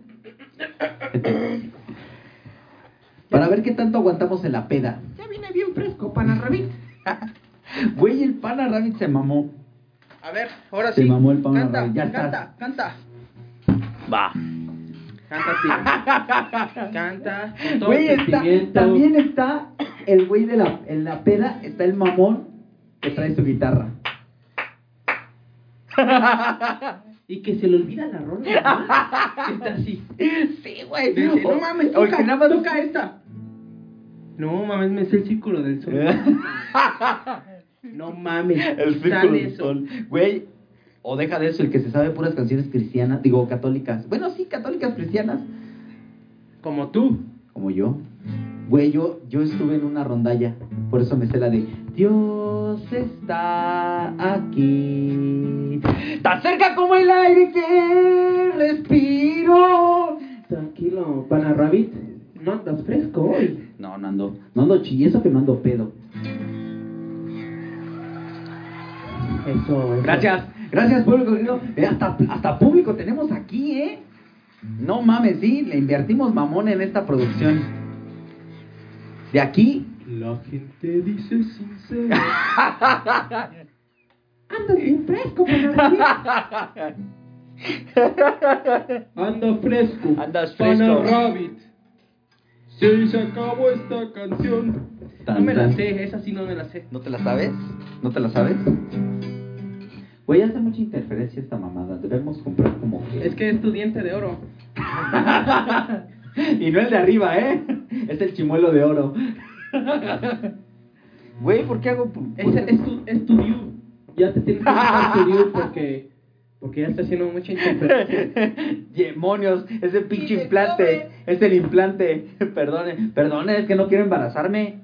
A: Para ver qué tanto aguantamos en la peda.
B: Ya viene bien fresco, pana Rabbit.
A: Güey, el pana Rabbit se mamó.
B: A ver, ahora
A: Se
B: sí.
A: mamó el pana
B: canta,
A: Rabbit, ya
B: canta,
A: estás.
B: canta.
A: Va.
B: Canta así. canta. con todo
A: Güey, está,
B: sentimiento.
A: también está el güey de la, en la peda, está el mamón que trae su guitarra.
B: Y que se le olvida la rola. ¿no?
A: (laughs)
B: Que está así.
A: Sí, güey.
B: Le dice, no mames, toca,
A: O el que nada más-
B: toca esta. No mames, me sé el círculo del sol. No mames.
A: Eh. (laughs) El círculo
B: sale
A: del
B: eso.
A: sol. Güey, o deja de eso, el que se sabe puras canciones cristianas, digo, católicas. Bueno, sí, católicas cristianas,
B: Como tú.
A: como yo. Güey, yo, yo estuve en una rondalla, por eso me sé la de Dios está aquí, tan cerca como el aire que respiro.
B: Tranquilo, pana Rabbit. No andas fresco hoy.
A: No, no ando, no ando chilleso que no ando pedo.
B: Eso, eso.
A: Gracias, gracias público querido. Eh, hasta, hasta público tenemos aquí, ¿eh? No mames, sí, le invertimos mamón en esta producción. De aquí
B: La gente dice sincero. (laughs) Ando bien fresco, Panamá. (laughs) Ando fresco.
A: Andas
B: Pana
A: fresco.
B: Rabbit. Sí, se acabó esta canción.
A: Tan,
B: no me la
A: tan.
B: sé, esa sí no me la sé.
A: ¿No te la sabes? ¿No te la sabes? Güey, hace mucha interferencia esta mamada. Debemos comprar como que...
B: Es que es tu diente de oro.
A: (laughs) Y no el de arriba, ¿eh? Es el chimuelo de
B: (laughs)
A: oro. Güey, ¿por qué hago... pu-
B: Es, es tu, es tu view. Ya te tienes que quitar tu view porque, porque ya está haciendo
A: (laughs)
B: mucha interferencia.
A: Demonios, ese pinche
C: Y se
A: implante.
C: cobre.
A: Es el implante. (laughs) Perdone, perdone, es que no quiero embarazarme.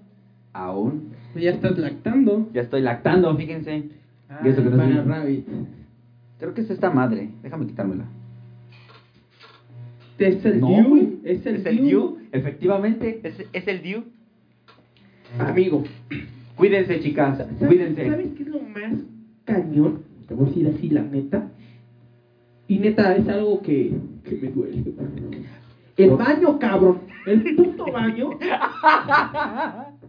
A: Aún.
B: Ya estás lactando.
A: Ya estoy lactando, fíjense.
B: Ah,
A: Y eso que no es
B: Pana
A: mío.
B: Rabbit.
A: Creo que es esta madre. Déjame quitármela.
B: Es el
A: No, güey.
B: view. Es el, view.
A: Efectivamente, es, es el Dew.
B: Amigo.
A: Cuídense, chicas.
B: ¿Sabes-
A: Cuídense.
B: ¿Sabes qué es lo más cañón? Te voy a decir así, la neta. Y neta, es algo que, que me duele. El baño, cabrón. El puto
A: (laughs)
B: baño.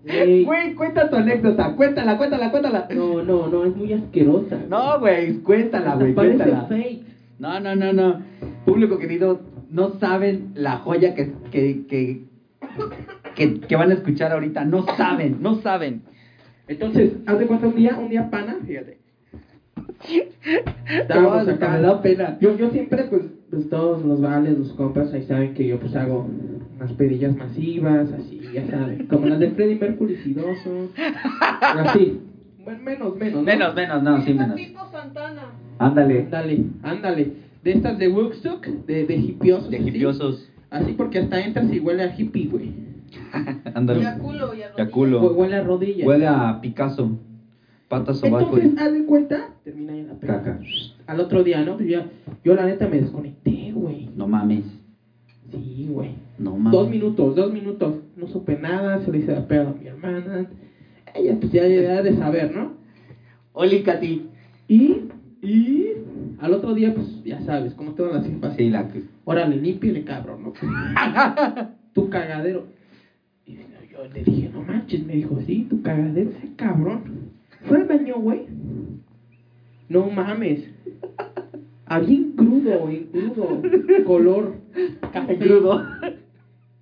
B: Güey,
A: Güey, cuenta tu anécdota. Cuéntala, cuéntala, cuéntala.
B: No, no, no, es muy asquerosa.
A: No, güey, cuéntala, güey,
B: Parece
A: cuéntala.
B: fake.
A: No, no, no, no. Público querido, no saben la joya que, que, que, que, que van a escuchar ahorita. No saben, no saben.
B: Entonces, haz de cuenta un día, un día pana,
A: (laughs)
B: fíjate. Estábamos
A: No,
B: acá.
A: me da pena.
B: Yo, yo siempre, pues, pues, todos los vales, los compas, ahí saben que yo pues hago unas pedillas masivas, así, ya saben. Como las de Freddy Mercury sidoso. Así. Bueno, menos, menos. ¿no?
A: Menos, menos, no, sí, menos.
C: tipo Santana.
A: Ándale.
B: Ándale, ándale. De estas de Woodstock, de, de hipiosos.
A: De
B: así.
A: hipiosos.
B: Así porque hasta entras y huele a hippie, güey.
C: Y
A: Ándale.
C: a culo y
A: Y
C: a
A: a
C: rodillas.
A: culo.
B: Hue- Huele a rodillas.
A: Huele a Picasso. Patas sobaco
B: Entonces,
A: y
B: haz de cuenta, termina ya la peda.
A: caca.
B: Al otro día, ¿no? Pues ya, yo la neta me desconecté, güey.
A: No mames.
B: Sí, güey.
A: No
B: Dos
A: mames.
B: minutos, dos minutos. No supe nada, se le hice la peda a mi hermana. Ella, pues ya ya de saber, ¿no?
A: Oli, Katy.
B: Y, y al otro día, pues ya sabes, como todas las cifras.
A: Sí, la
B: Órale, límpiale, cabrón, ¿no? (laughs) tu cagadero. Y yo, yo le dije, no manches, me dijo, sí, tu cagadero, ese cabrón. Fue al baño, güey. No mames. Había en crudo, güey, en crudo. Color. Café
A: crudo.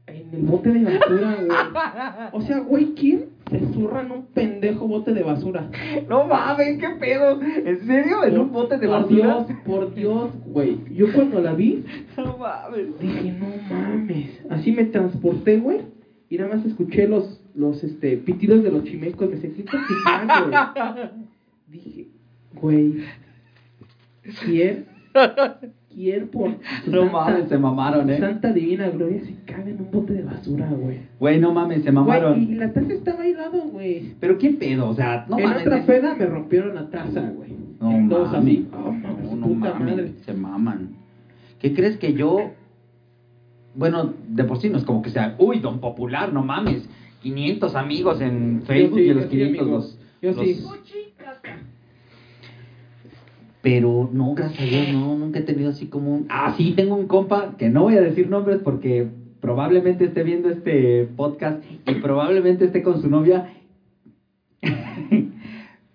B: En el bote de basura, güey. O sea, güey, ¿quién se zurra en un pendejo bote de basura?
A: No mames, (laughs) qué pedo. ¿En serio? ¿En un bote de
B: por
A: basura?
B: Dios, por Dios, güey. Yo cuando la vi,
A: No mames.
B: Dije, no mames. Así me transporté, güey. Y nada más escuché los, los este, pitidos de los chimecos. Me sentí toquitando, güey. Dije, güey. ¿Quién? ¿Quién por
A: (laughs)
B: su
A: No
B: santa-
A: mames, se mamaron, eh.
B: Santa divina gloria se caga en un bote de basura, güey.
A: Güey, no mames, se mamaron.
B: Güey, y la taza estaba ahí al lado, güey.
A: Pero qué pedo, o sea, no
B: en
A: mames.
B: otra
A: es-
B: peda me rompieron la taza, güey.
A: No
B: En dos,
A: mames.
B: así.
A: No,
B: mames,
A: no
B: puta
A: mames,
B: madre.
A: se maman. ¿Qué crees que yo? Bueno, de por sí no es como que sea, uy, don popular, no mames. 500 amigos en Facebook
B: sí,
A: y a los
B: yo sí,
A: 500
B: amigo.
A: los.
B: Yo
A: los-
B: sí.
C: Cuchi, caca.
A: Pero no, gracias a Dios, no, nunca he tenido así como un. Ah, sí, tengo un compa que no voy a decir nombres porque probablemente esté viendo este podcast y probablemente esté con su novia.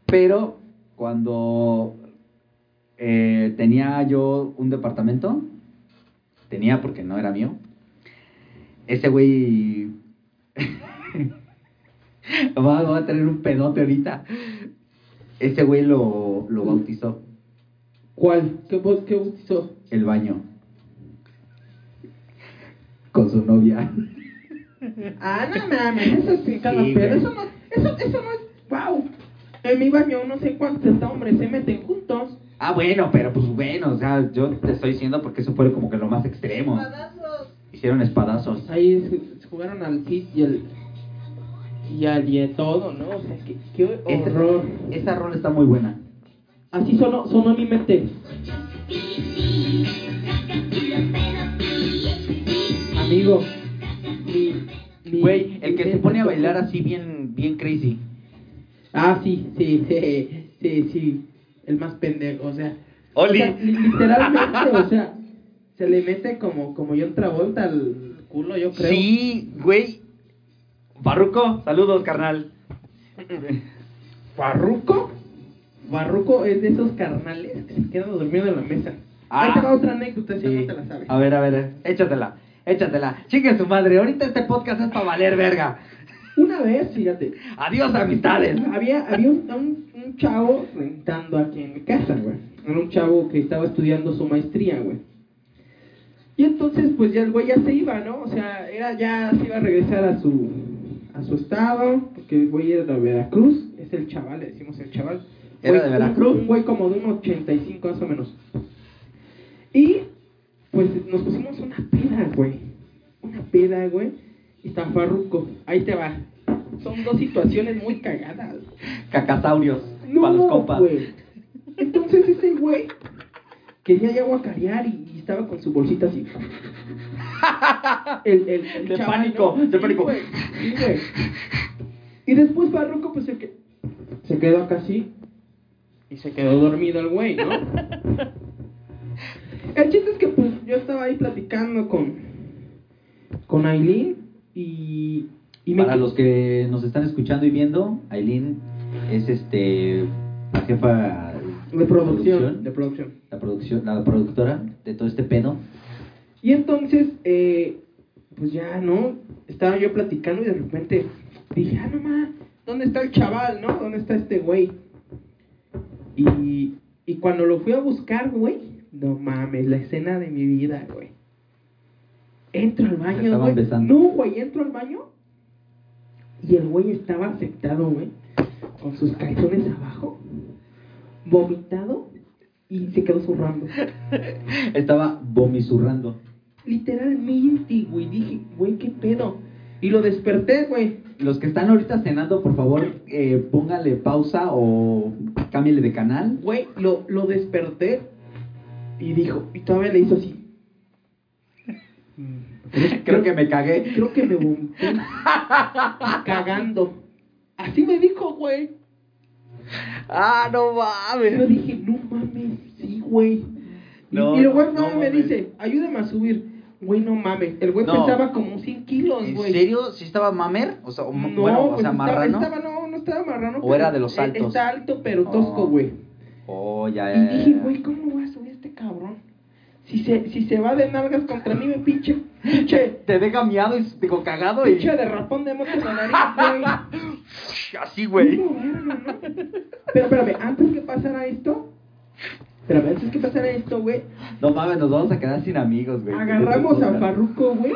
A: Pero cuando eh, tenía yo un departamento, tenía porque no era mío, ese güey. (laughs) va, va a tener un pedote ahorita. Ese güey lo, lo bautizó.
B: ¿Cuál? ¿Qué, vos- qué bautizó?
A: El baño. Con su novia.
B: Ah, no mames, eso sí, cada
A: Sí,
B: pedo.
A: güey.
B: Eso no, eso, eso no es. ¡Wow! En mi baño, no sé cuántos hombres se meten juntos.
A: Ah, bueno, pero pues bueno, o sea, yo te estoy diciendo porque eso fue como que lo más extremo.
C: Espadazos.
A: Hicieron espadazos.
B: Ahí se- se jugaron al hit y al. Y al y a todo, ¿no? O sea, qué, qué
A: Esa-
B: horror.
A: esa rola está muy buena.
B: Así sonó, sonó en mi mente. Amigo, mi. mi-
A: Güey, el que
B: mi
A: se pone a
B: mente-
A: bailar así bien, bien crazy.
B: Ah, sí, sí, (laughs) sí, sí, sí. El más pendejo, o sea.
A: Oli.
B: o sea, li- literalmente, o sea, se le mete como, como John Travolta al culo, yo creo.
A: Sí, güey. Barruco, saludos, carnal.
B: Barruco. Barruco es de esos carnales que se quedan durmiendo en la mesa.
A: Ah.
B: Ahí te va otra anécdota, esta
A: Sí.
B: no te la sabes.
A: A ver, a ver, échatela, échatela. Chingue su madre, ahorita este podcast es para valer verga.
B: Una vez, fíjate,
A: Adiós, amistades.
B: había, había un, un, un chavo rentando aquí en mi casa, güey. Era un chavo que estaba estudiando su maestría, güey. Y entonces, pues ya el güey ya se iba, ¿no? O sea, era ya se iba a regresar a su, a su estado, porque el güey era de Veracruz. Es el chaval, le decimos el chaval.
A: Era
B: Güey,
A: de
B: un-
A: Veracruz.
B: Un güey como de un 85 más o menos. Y pues nos pusimos una peda, güey. Una peda, güey. Y tan farruco. Ahí te va. Son dos situaciones muy cagadas.
A: Cacasaurios,
B: No,
A: para los compas.
B: güey. Entonces ese güey quería ya guacarear y, y estaba con su bolsita así. El, el, el
A: De
B: chaval,
A: pánico,
B: ¿no?
A: de
B: Sí,
A: pánico.
B: güey, sí, güey. Y después Barroco pues se, que- se quedó acá así. Y se quedó dormido el güey,
A: (laughs)
B: ¿no? El chiste es que pues yo estaba ahí platicando con, con Aileen y, y
A: Para
B: que-
A: los que nos están escuchando y viendo, Aileen es este la jefa
B: de producción. De producción.
A: la producción, la productora de todo este pedo.
B: Y entonces, eh, pues ya, ¿no? Estaba yo platicando y de repente dije, ah, no ma, ¿dónde está el chaval, no? ¿Dónde está este güey? Y, y cuando lo fui a buscar, güey, no mames, la escena de mi vida, güey. Entro al
A: Se
B: baño,
A: estaban
B: güey.
A: besando.
B: No, güey, entro al baño y el güey estaba sentado, güey, con sus calzones abajo, vomitado y se quedó zurrando.
A: Estaba vomizurrando.
B: Literalmente, güey. Dije, güey, qué pedo. Y lo desperté, güey.
A: Los que están ahorita cenando, por favor, eh, póngale pausa o cámbiale de canal.
B: Güey, lo, lo desperté. Y dijo, y todavía le hizo así.
A: (laughs) Creo que me cagué.
B: Creo que me
A: (laughs)
B: vomité. cagando. Así me dijo, güey.
A: Ah, no
B: Yo
A: mames.
B: dije, no mames, sí, güey. Y-
A: No,
B: y el güey
A: no
B: no, me
A: mames.
B: dice, ayúdame a subir. Güey, no mames. El güey
A: No.
B: pesaba como 100 kilos,
A: ¿En
B: güey.
A: serio? ¿Sí estaba mamer? O sea, o-
B: No,
A: bueno, o
B: pues
A: sea,
B: estaba-
A: marrano.
B: Estaba, no, no estaba marrano.
A: ¿O
B: pero
A: era de los
B: e-
A: altos?
B: Está alto, pero
A: Oh.
B: tosco, güey.
A: Oh, ya,
B: Y
A: ya, ya,
B: dije,
A: ya.
B: güey, ¿cómo voy a subir este cabrón? Si se, si se va de nalgas contra mí, me pinche, pinche,
A: Te deja miado y digo cagado y.
B: pinche de rapón de moto en la nariz, güey.
A: Así, (laughs) güey.
B: No, verga, ¿no? Pero espérame, antes que pasara esto, espérame, antes que pasara esto, güey,
A: No mames, nos vamos a quedar sin amigos, güey.
B: agarramos a
A: Farruko
B: Farruco,
A: (laughs)
B: güey,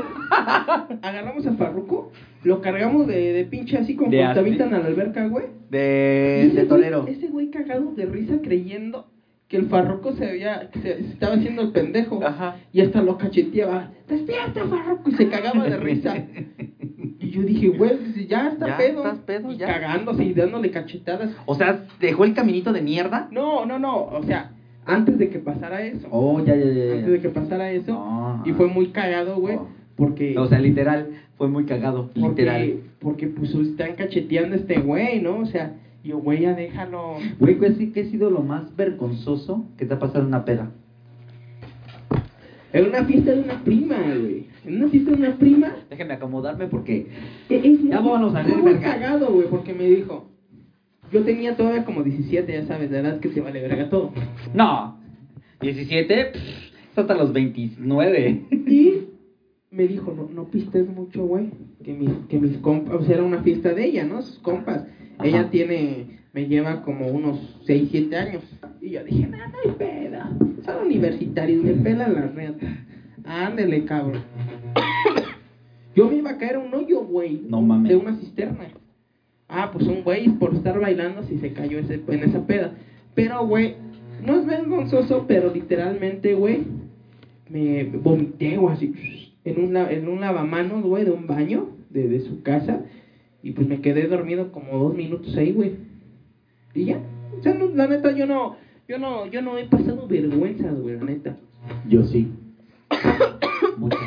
B: agarramos a Farruco, lo cargamos de, de pinche así como
A: De
B: cuando te
A: así.
B: avitan a la alberca, güey. Y
A: De,
B: ese
A: de
B: güey-
A: Torero.
B: Ese güey cagado de risa creyendo que el farroco se había, que se, se estaba haciendo el pendejo.
A: Ajá.
B: Y hasta lo cacheteaba. ¡Despierta, farroco! Y se cagaba de
A: (laughs)
B: risa. Y yo dije, güey, pues, ya está
A: Ya
B: pedo.
A: estás pedo,
B: y
A: ya.
B: cagándose y dándole cachetadas.
A: O sea, dejó el caminito de mierda.
B: No, no, no. O sea, antes de que pasara eso.
A: Oh, ya, ya, ya. ya.
B: Antes de que pasara eso.
A: Ah.
B: Y fue muy cagado, güey.
A: Oh.
B: Porque.
A: O sea, literal, fue muy cagado.
B: porque,
A: Literal.
B: Porque, pues, están cacheteando a este güey, ¿no? O sea, y yo, güey, ya déjalo.
A: Güey, ¿qué, ha si- qué ha sido lo más vergonzoso que te ha pasado en una peda?
B: En una fiesta de una prima, güey. En una fiesta de una prima.
A: Déjenme acomodarme porque.
B: e- Es muy-
A: Ya vámonos a
B: fue
A: ver,
B: muy
A: verga.
B: cagado, güey, porque me dijo. Yo tenía todavía como 17, ya sabes, la edad que te vale verga todo.
A: No. 17, pff, hasta los 29.
B: Y me dijo, no, no pistes mucho, güey. Que mis, que mis compas, o sea, era una fiesta de ella, ¿no? Sus compas.
A: Ajá.
B: Ella tiene, me lleva como unos 6, 7 años. Y yo dije, no, no hay peda. Son universitarios, me pelan la red. Ándele, cabrón. yo me iba a caer a un hoyo, güey.
A: No mames.
B: De una cisterna. Ah, pues un güey por estar bailando si se cayó ese, en esa peda. Pero, güey, no es vergonzoso, pero literalmente, güey, me vomité, güey, así, en un, la- en un lavamanos, güey, de un baño de, de su casa. Y pues me quedé dormido como dos minutos ahí, güey. Y ya. O sea, no, la neta, yo no, yo no, yo no he pasado vergüenzas, güey, la neta.
A: Yo sí. Muchas.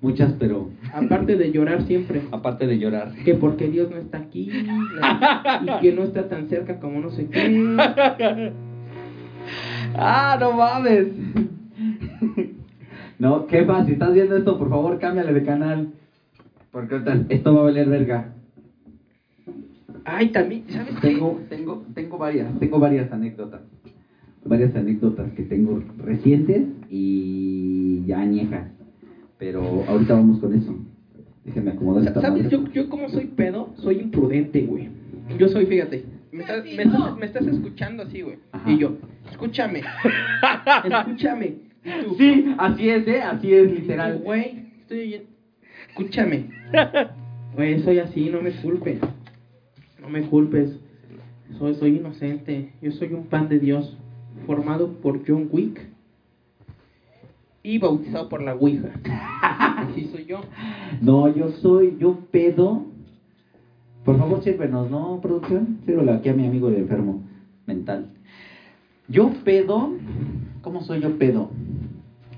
A: Muchas, pero.
B: Aparte de llorar siempre.
A: (laughs) Aparte de llorar.
B: Que porque Dios no está aquí. la- y que no está tan cerca como no sé qué.
A: Ah, no mames. No, jefa, si estás viendo esto, por favor, cámbiale de canal.
D: Porque ahorita esto va a valer verga.
B: Ay, también, ¿sabes qué?
D: Tengo, tengo, tengo varias, tengo varias anécdotas. Varias anécdotas que tengo recientes y ya añejas. Pero ahorita vamos con eso. Déjenme acomodar esta
B: ¿Sabes?
D: madre.
B: Yo, yo como soy pedo, soy imprudente, güey. Yo soy, fíjate. Me
C: Pero
B: estás,
C: si
B: me estás-
C: no.
B: me estás escuchando así, güey.
D: Ajá.
B: Y yo,
D: (laughs)
B: escúchame. escúchame. Y tú,
D: Sí, así es, ¿eh? Así es,
B: y tú,
D: literal.
B: Güey, estoy oyendo.
D: (laughs)
B: Escúchame. Güey, soy así, no me culpes. No me culpes. Soy, soy inocente. Yo soy un pan de Dios. Formado por John Wick. Y bautizado por la Ouija. (laughs) Así soy yo.
D: No, yo soy, yo pedo. Por favor, sírvenos, ¿no, producción? Sírvela aquí a mi amigo el enfermo mental. Yo pedo. ¿Cómo soy yo pedo?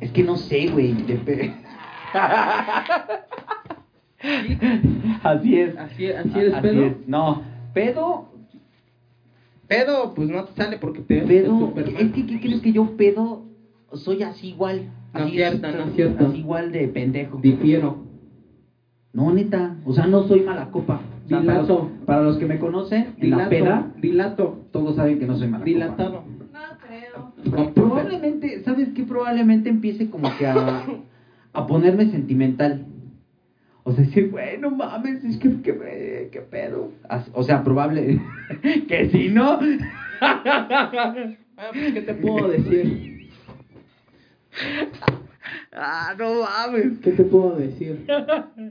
D: Es que no sé, güey. de pe-
B: (laughs)
D: así es.
B: Así, así eres
D: A-
B: pedo.
D: es. No, pedo.
B: Pedo, pues no te sale porque te ves
D: Pedo.
B: Superman.
D: Es que, ¿qué crees que yo pedo? Soy así igual.
B: No es
D: así
B: cierto, no es cierto.
D: Así igual de pendejo.
B: Difiero.
D: No, neta. O sea, no soy mala copa. O sea, para,
B: Dilato.
D: para los que me conocen, en la
B: Dilato.
D: peda,
B: dilato.
D: todos saben que no soy mala copa.
B: Dilatado.
C: No creo.
D: Probablemente, ¿sabes qué? Probablemente empiece como que a, a ponerme sentimental. O sea, decir, güey, no mames, es que, que, que pedo. As- O sea, probable. (laughs) que si no.
B: Ah, pues, ¿Qué te puedo decir?
D: Ah, no mames. (laughs)
B: ¿Qué te puedo decir?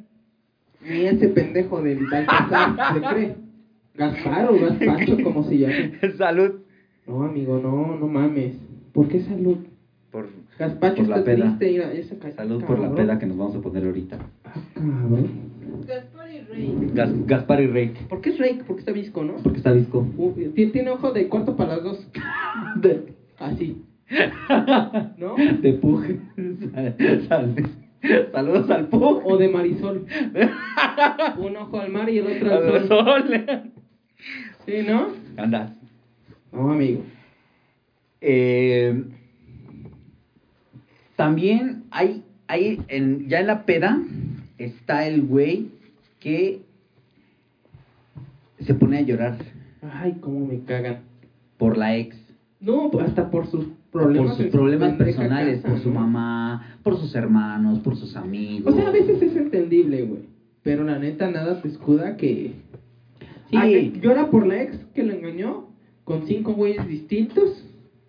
B: (laughs) Ni ese pendejo del Baltasar se cree. Gaspar o Gaspacho, como se llame.
A: Salud.
B: No, amigo, no, no mames. ¿Por qué salud?
A: Por...
B: Gaspacho
D: Por la
B: está
D: peda.
B: triste. Mira, ese ca-
D: Salud por la
B: cabrón.
D: peda que nos vamos a poner ahorita.
B: Ah, Cabrón.
C: Gaspar y Rey.
D: Gas- Gaspar y Rey.
B: ¿Por qué es Rake? ¿Por qué está visco, no?
D: Porque está disco.
B: Uh, tiene, tiene ojo de cuarto para las (laughs) dos. Así. ¿No?
D: De Pug.
A: (laughs)
D: Sal- Saludos al Pug.
B: O de
D: (laughs)
B: Marisol. Un ojo al mar y el otro al sol. ¿Sí, no?
A: Anda.
B: No, amigo.
A: Eh, también hay, hay en, ya en la peda está el güey que se pone a llorar
B: Ay, cómo me cagan.
A: por la ex,
B: No, hasta por sus problemas.
A: por sus
B: en
A: problemas
B: pendeja
A: personales,
B: casa,
A: por su
B: ¿no?
A: mamá, por sus hermanos, por sus
B: O
A: amigos.
B: sea, a veces es entendible, güey. Pero la neta, nada te escuda que.
A: Sí.
B: Ah, que llora por la ex que lo engañó con cinco güeyes distintos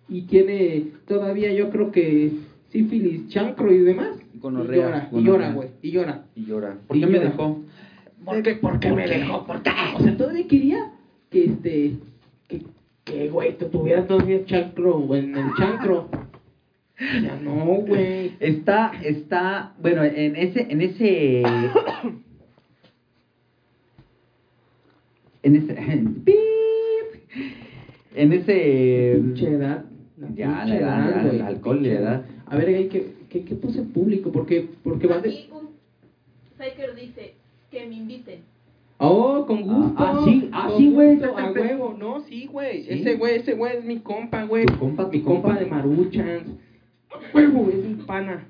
B: y tiene todavía, yo creo que sífilis, chancro y demás.
A: Gonorrea,
B: Y llora, y llora,
A: gonorrea.
B: güey. Y llora.
A: y llora.
B: Y llora.
D: ¿Por qué, por qué me dejó? ¿Por qué?
B: O sea, todavía quería que este. Que, que güey, te tuviera todavía chancro, güey, en el chancro. Ya no, güey.
A: Está, está, bueno, en ese, en
B: (coughs)
A: ese. en ese. (laughs) ¡Pip! En ese.
B: Pinche edad.
A: Ya, la
B: pinche
A: edad, ya,
B: güey,
A: el alcohol,
B: pinche
A: la edad.
B: A ver, güey, ¿qué, qué, qué puse en público? Porque, porque va de...
C: Aquí un Psyker dice que me inviten.
B: Oh, con gusto.
A: Ah, ah, sí, ah,
B: con
A: sí, güey,
B: gusto,
A: te-
B: A
A: te-
B: huevo, no, sí, güey.
A: ¿Sí?
B: este Ese güey, ese güey es mi compa, güey.
A: Tu compa, tu
B: mi compa,
A: compa.
B: de Maruchans. Huevo, es mi pana.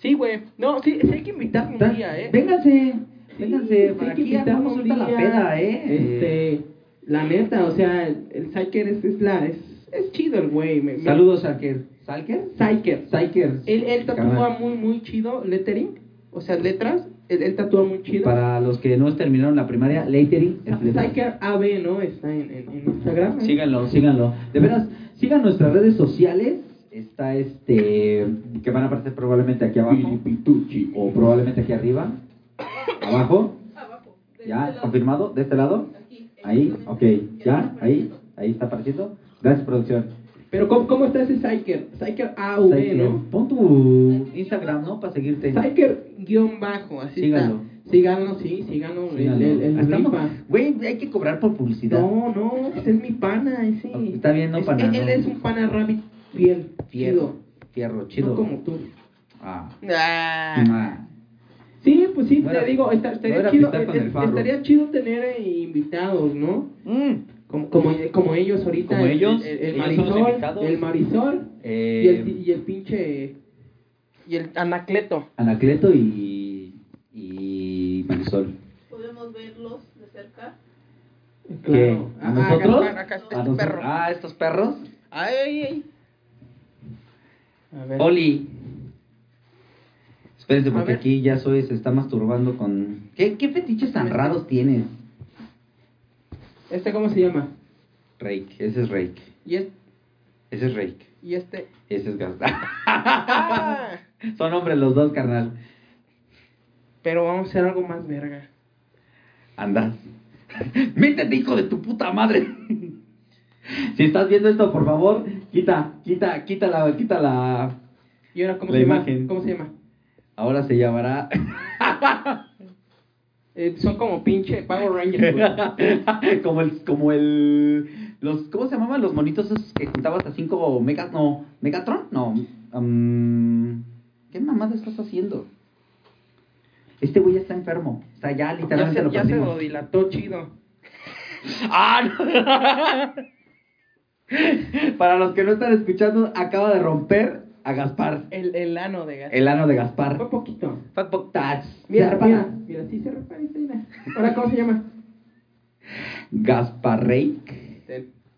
B: Sí, güey. No, sí, sí hay que invitarlo un día, eh.
A: Vénganse, vénganse,
B: Sí,
A: para
B: sí,
A: aquí
B: que
A: andamos
B: invitamos
A: ahorita la
B: día.
A: peda, ¿eh?
B: Este, la neta, o sea, el, el Psyker es, es la, es, es chido el güey. me- me-
A: Saludos, Salker. ¿Salker?
B: Psyker.
A: Salker.
B: Él, él tatúa
A: Cámara.
B: muy, muy chido lettering, o sea, letras. Él, él tatúa muy chido. Ah,
A: Para los que no terminaron la primaria, Leiteri. es letra.
B: Psyker AB, ¿no? Está en, en, en Instagram. ¿eh?
A: Síganlo, síganlo. De veras, sigan nuestras redes sociales. Está este. que van a aparecer probablemente aquí abajo. O probablemente aquí arriba. Abajo.
C: Abajo. de este
D: ¿Ya?
C: lado.
D: ¿Confirmado? ¿De este lado?
C: Aquí,
D: Ahí, ok.
C: exactamente.
D: ¿Ya?
C: está
D: Ahí,
C: apareciendo.
D: ahí está apareciendo. Gracias, producción.
B: Pero ¿cómo, cómo está ese Psyker? Psyker AV, ¿no?
D: eh, Pon tu Instagram, ¿no? Para seguirte.
B: Psyker guión bajo, así
D: Síganlo.
B: está. Síganlo, sí, síganlo. el-
D: Síganlo.
B: El, el
D: Estamos-
B: rifa.
D: Güey, hay que cobrar por publicidad.
B: No, no, pues es mi pana, ese.
D: Está bien, no
B: Es-
D: pana,
B: Él,
D: no.
B: él es un pana rabbit fiel.
D: Fierro.
B: chido,
D: Fierro,
B: No
D: chido.
B: como tú.
D: Ah. Ah.
B: Sí, pues sí,
D: No
B: te
D: era-
B: digo, esta-
D: no
B: estaría,
D: era
B: chido,
D: pisar con
B: es-
D: el farro.
B: estaría chido tener eh, invitados, ¿no? Como, como, como ellos ahorita.
A: Como
B: el-
A: ellos,
B: el, el
A: ellos son los
B: Marisol,
A: invitados.
B: el Marisol
A: Eh,
B: y, el, y el pinche. Y el Anacleto.
A: Anacleto y. y
D: Marisol.
C: Podemos verlos de cerca.
B: Claro. Ah,
D: ¿A nosotros?
B: Acá, acá está
D: ¿A
B: este
D: nos-
B: perro.
A: Ah, estos perros.
B: Ay, ay, ay. A ver.
A: Oli. Espérense,
B: A
A: porque
B: ver.
A: aquí ya soy, se está masturbando con. ¿Qué, qué fetiches tan raros tienes?
B: ¿Este cómo se llama?
A: Rake, ese es Rake.
B: Y, es-
A: Ese es Rake.
B: y este.
A: Ese es Gasta.
B: (laughs) Ah,
A: Son hombres los dos, carnal.
B: pero vamos a hacer algo más verga.
A: Andas. (laughs) Métete, hijo de tu puta madre. si estás viendo esto, por favor, quita, quita, quita la, quita la.
B: ¿Y ahora cómo
A: La
B: se
A: imagen.
B: llama? ¿Cómo se llama?
A: Ahora se llamará.
B: Eh, son como pinche Power Rangers,
A: (laughs)
B: güey.
A: como el, como el, los, ¿cómo se llamaban los monitos esos que juntabas a 5 megas? No, Megatron, no. am, ¿Qué mamada estás haciendo? Este güey ya está enfermo. O sea, ya
B: Ya
A: literalmente
B: se,
A: lo
B: ya se lo
A: perdimos.
B: dilató chido.
A: ¡Ah! no! (laughs) Para los que no están escuchando, acaba de romper a Gaspar.
B: El, el ano de gato.
A: El ano de
B: Fue
A: Gaspar.
B: poquito.
A: Fuckbook Touch.
B: Mira,
A: Zarpa.
B: mira, mira, sí se repara y se mira. Ahora, ¿cómo se llama?
A: Gasparrey.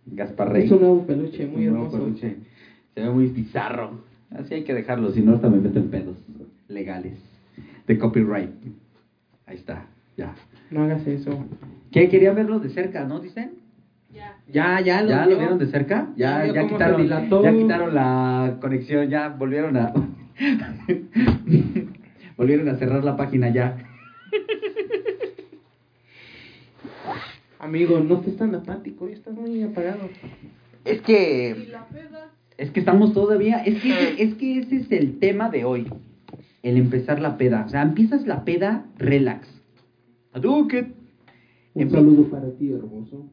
A: Gasparrey.
B: Es un nuevo peluche muy
A: Un nuevo
B: hermoso.
A: peluche. pues, Se ve muy bizarro. Así hay que dejarlo, si no, hasta me meten pedos legales de copyright. Ahí está, ya.
B: No hagas eso.
A: ¿Qué? Quería verlo de cerca, ¿no? Dicen.
C: Ya.
B: Ya, ya lo
A: ¿Ya
B: vio.
A: lo vieron de cerca? Ya,
B: Ya vio
A: ya,
B: cómo se
A: quitaron,
B: dilató.
A: ya quitaron la conexión, ya volvieron a. (laughs) volvieron a cerrar la página ya.
B: Amigo, no estés tan apático, hoy estás muy apagado.
A: Es
B: Eh.
C: Y
A: que.
C: la pega.
A: Es que estamos todavía. Es que, es que ese es el tema de hoy. El empezar la peda. O sea, empiezas la peda relax. ¿Tú qué
B: Un
A: Em-
B: saludo para ti, hermoso.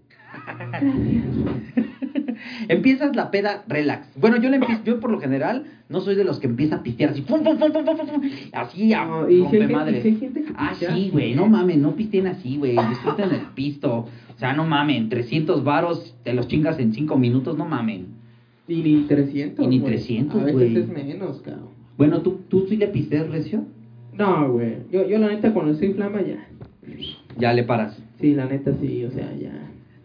A: Empiezas la peda relax. Bueno, yo, la empie- yo por lo general no soy de los que empieza a pistear así, pum, pum, pum, pum, pum, pum, pum, así a
B: No, Ah, y si hay
A: rompe
B: gente- y si hay
A: madres.
B: gente que
A: Ah,
B: pistea.
A: sí, güey, no mames, no pisteen así, güey, disfruten el pisto. O sea, no mamen, 300 varos te los chingas en 5 minutos, no mamen.
B: Y ni 300.
A: Y ni
B: güey.
A: 300,
B: A veces
A: güey.
B: es menos, cabrón.
A: Bueno, ¿tú, tú sí le pisteas recio?
B: No, güey. Yo, yo la neta cuando estoy flama ya.
A: Ya le paras.
B: Sí, la neta sí, o sea, ya.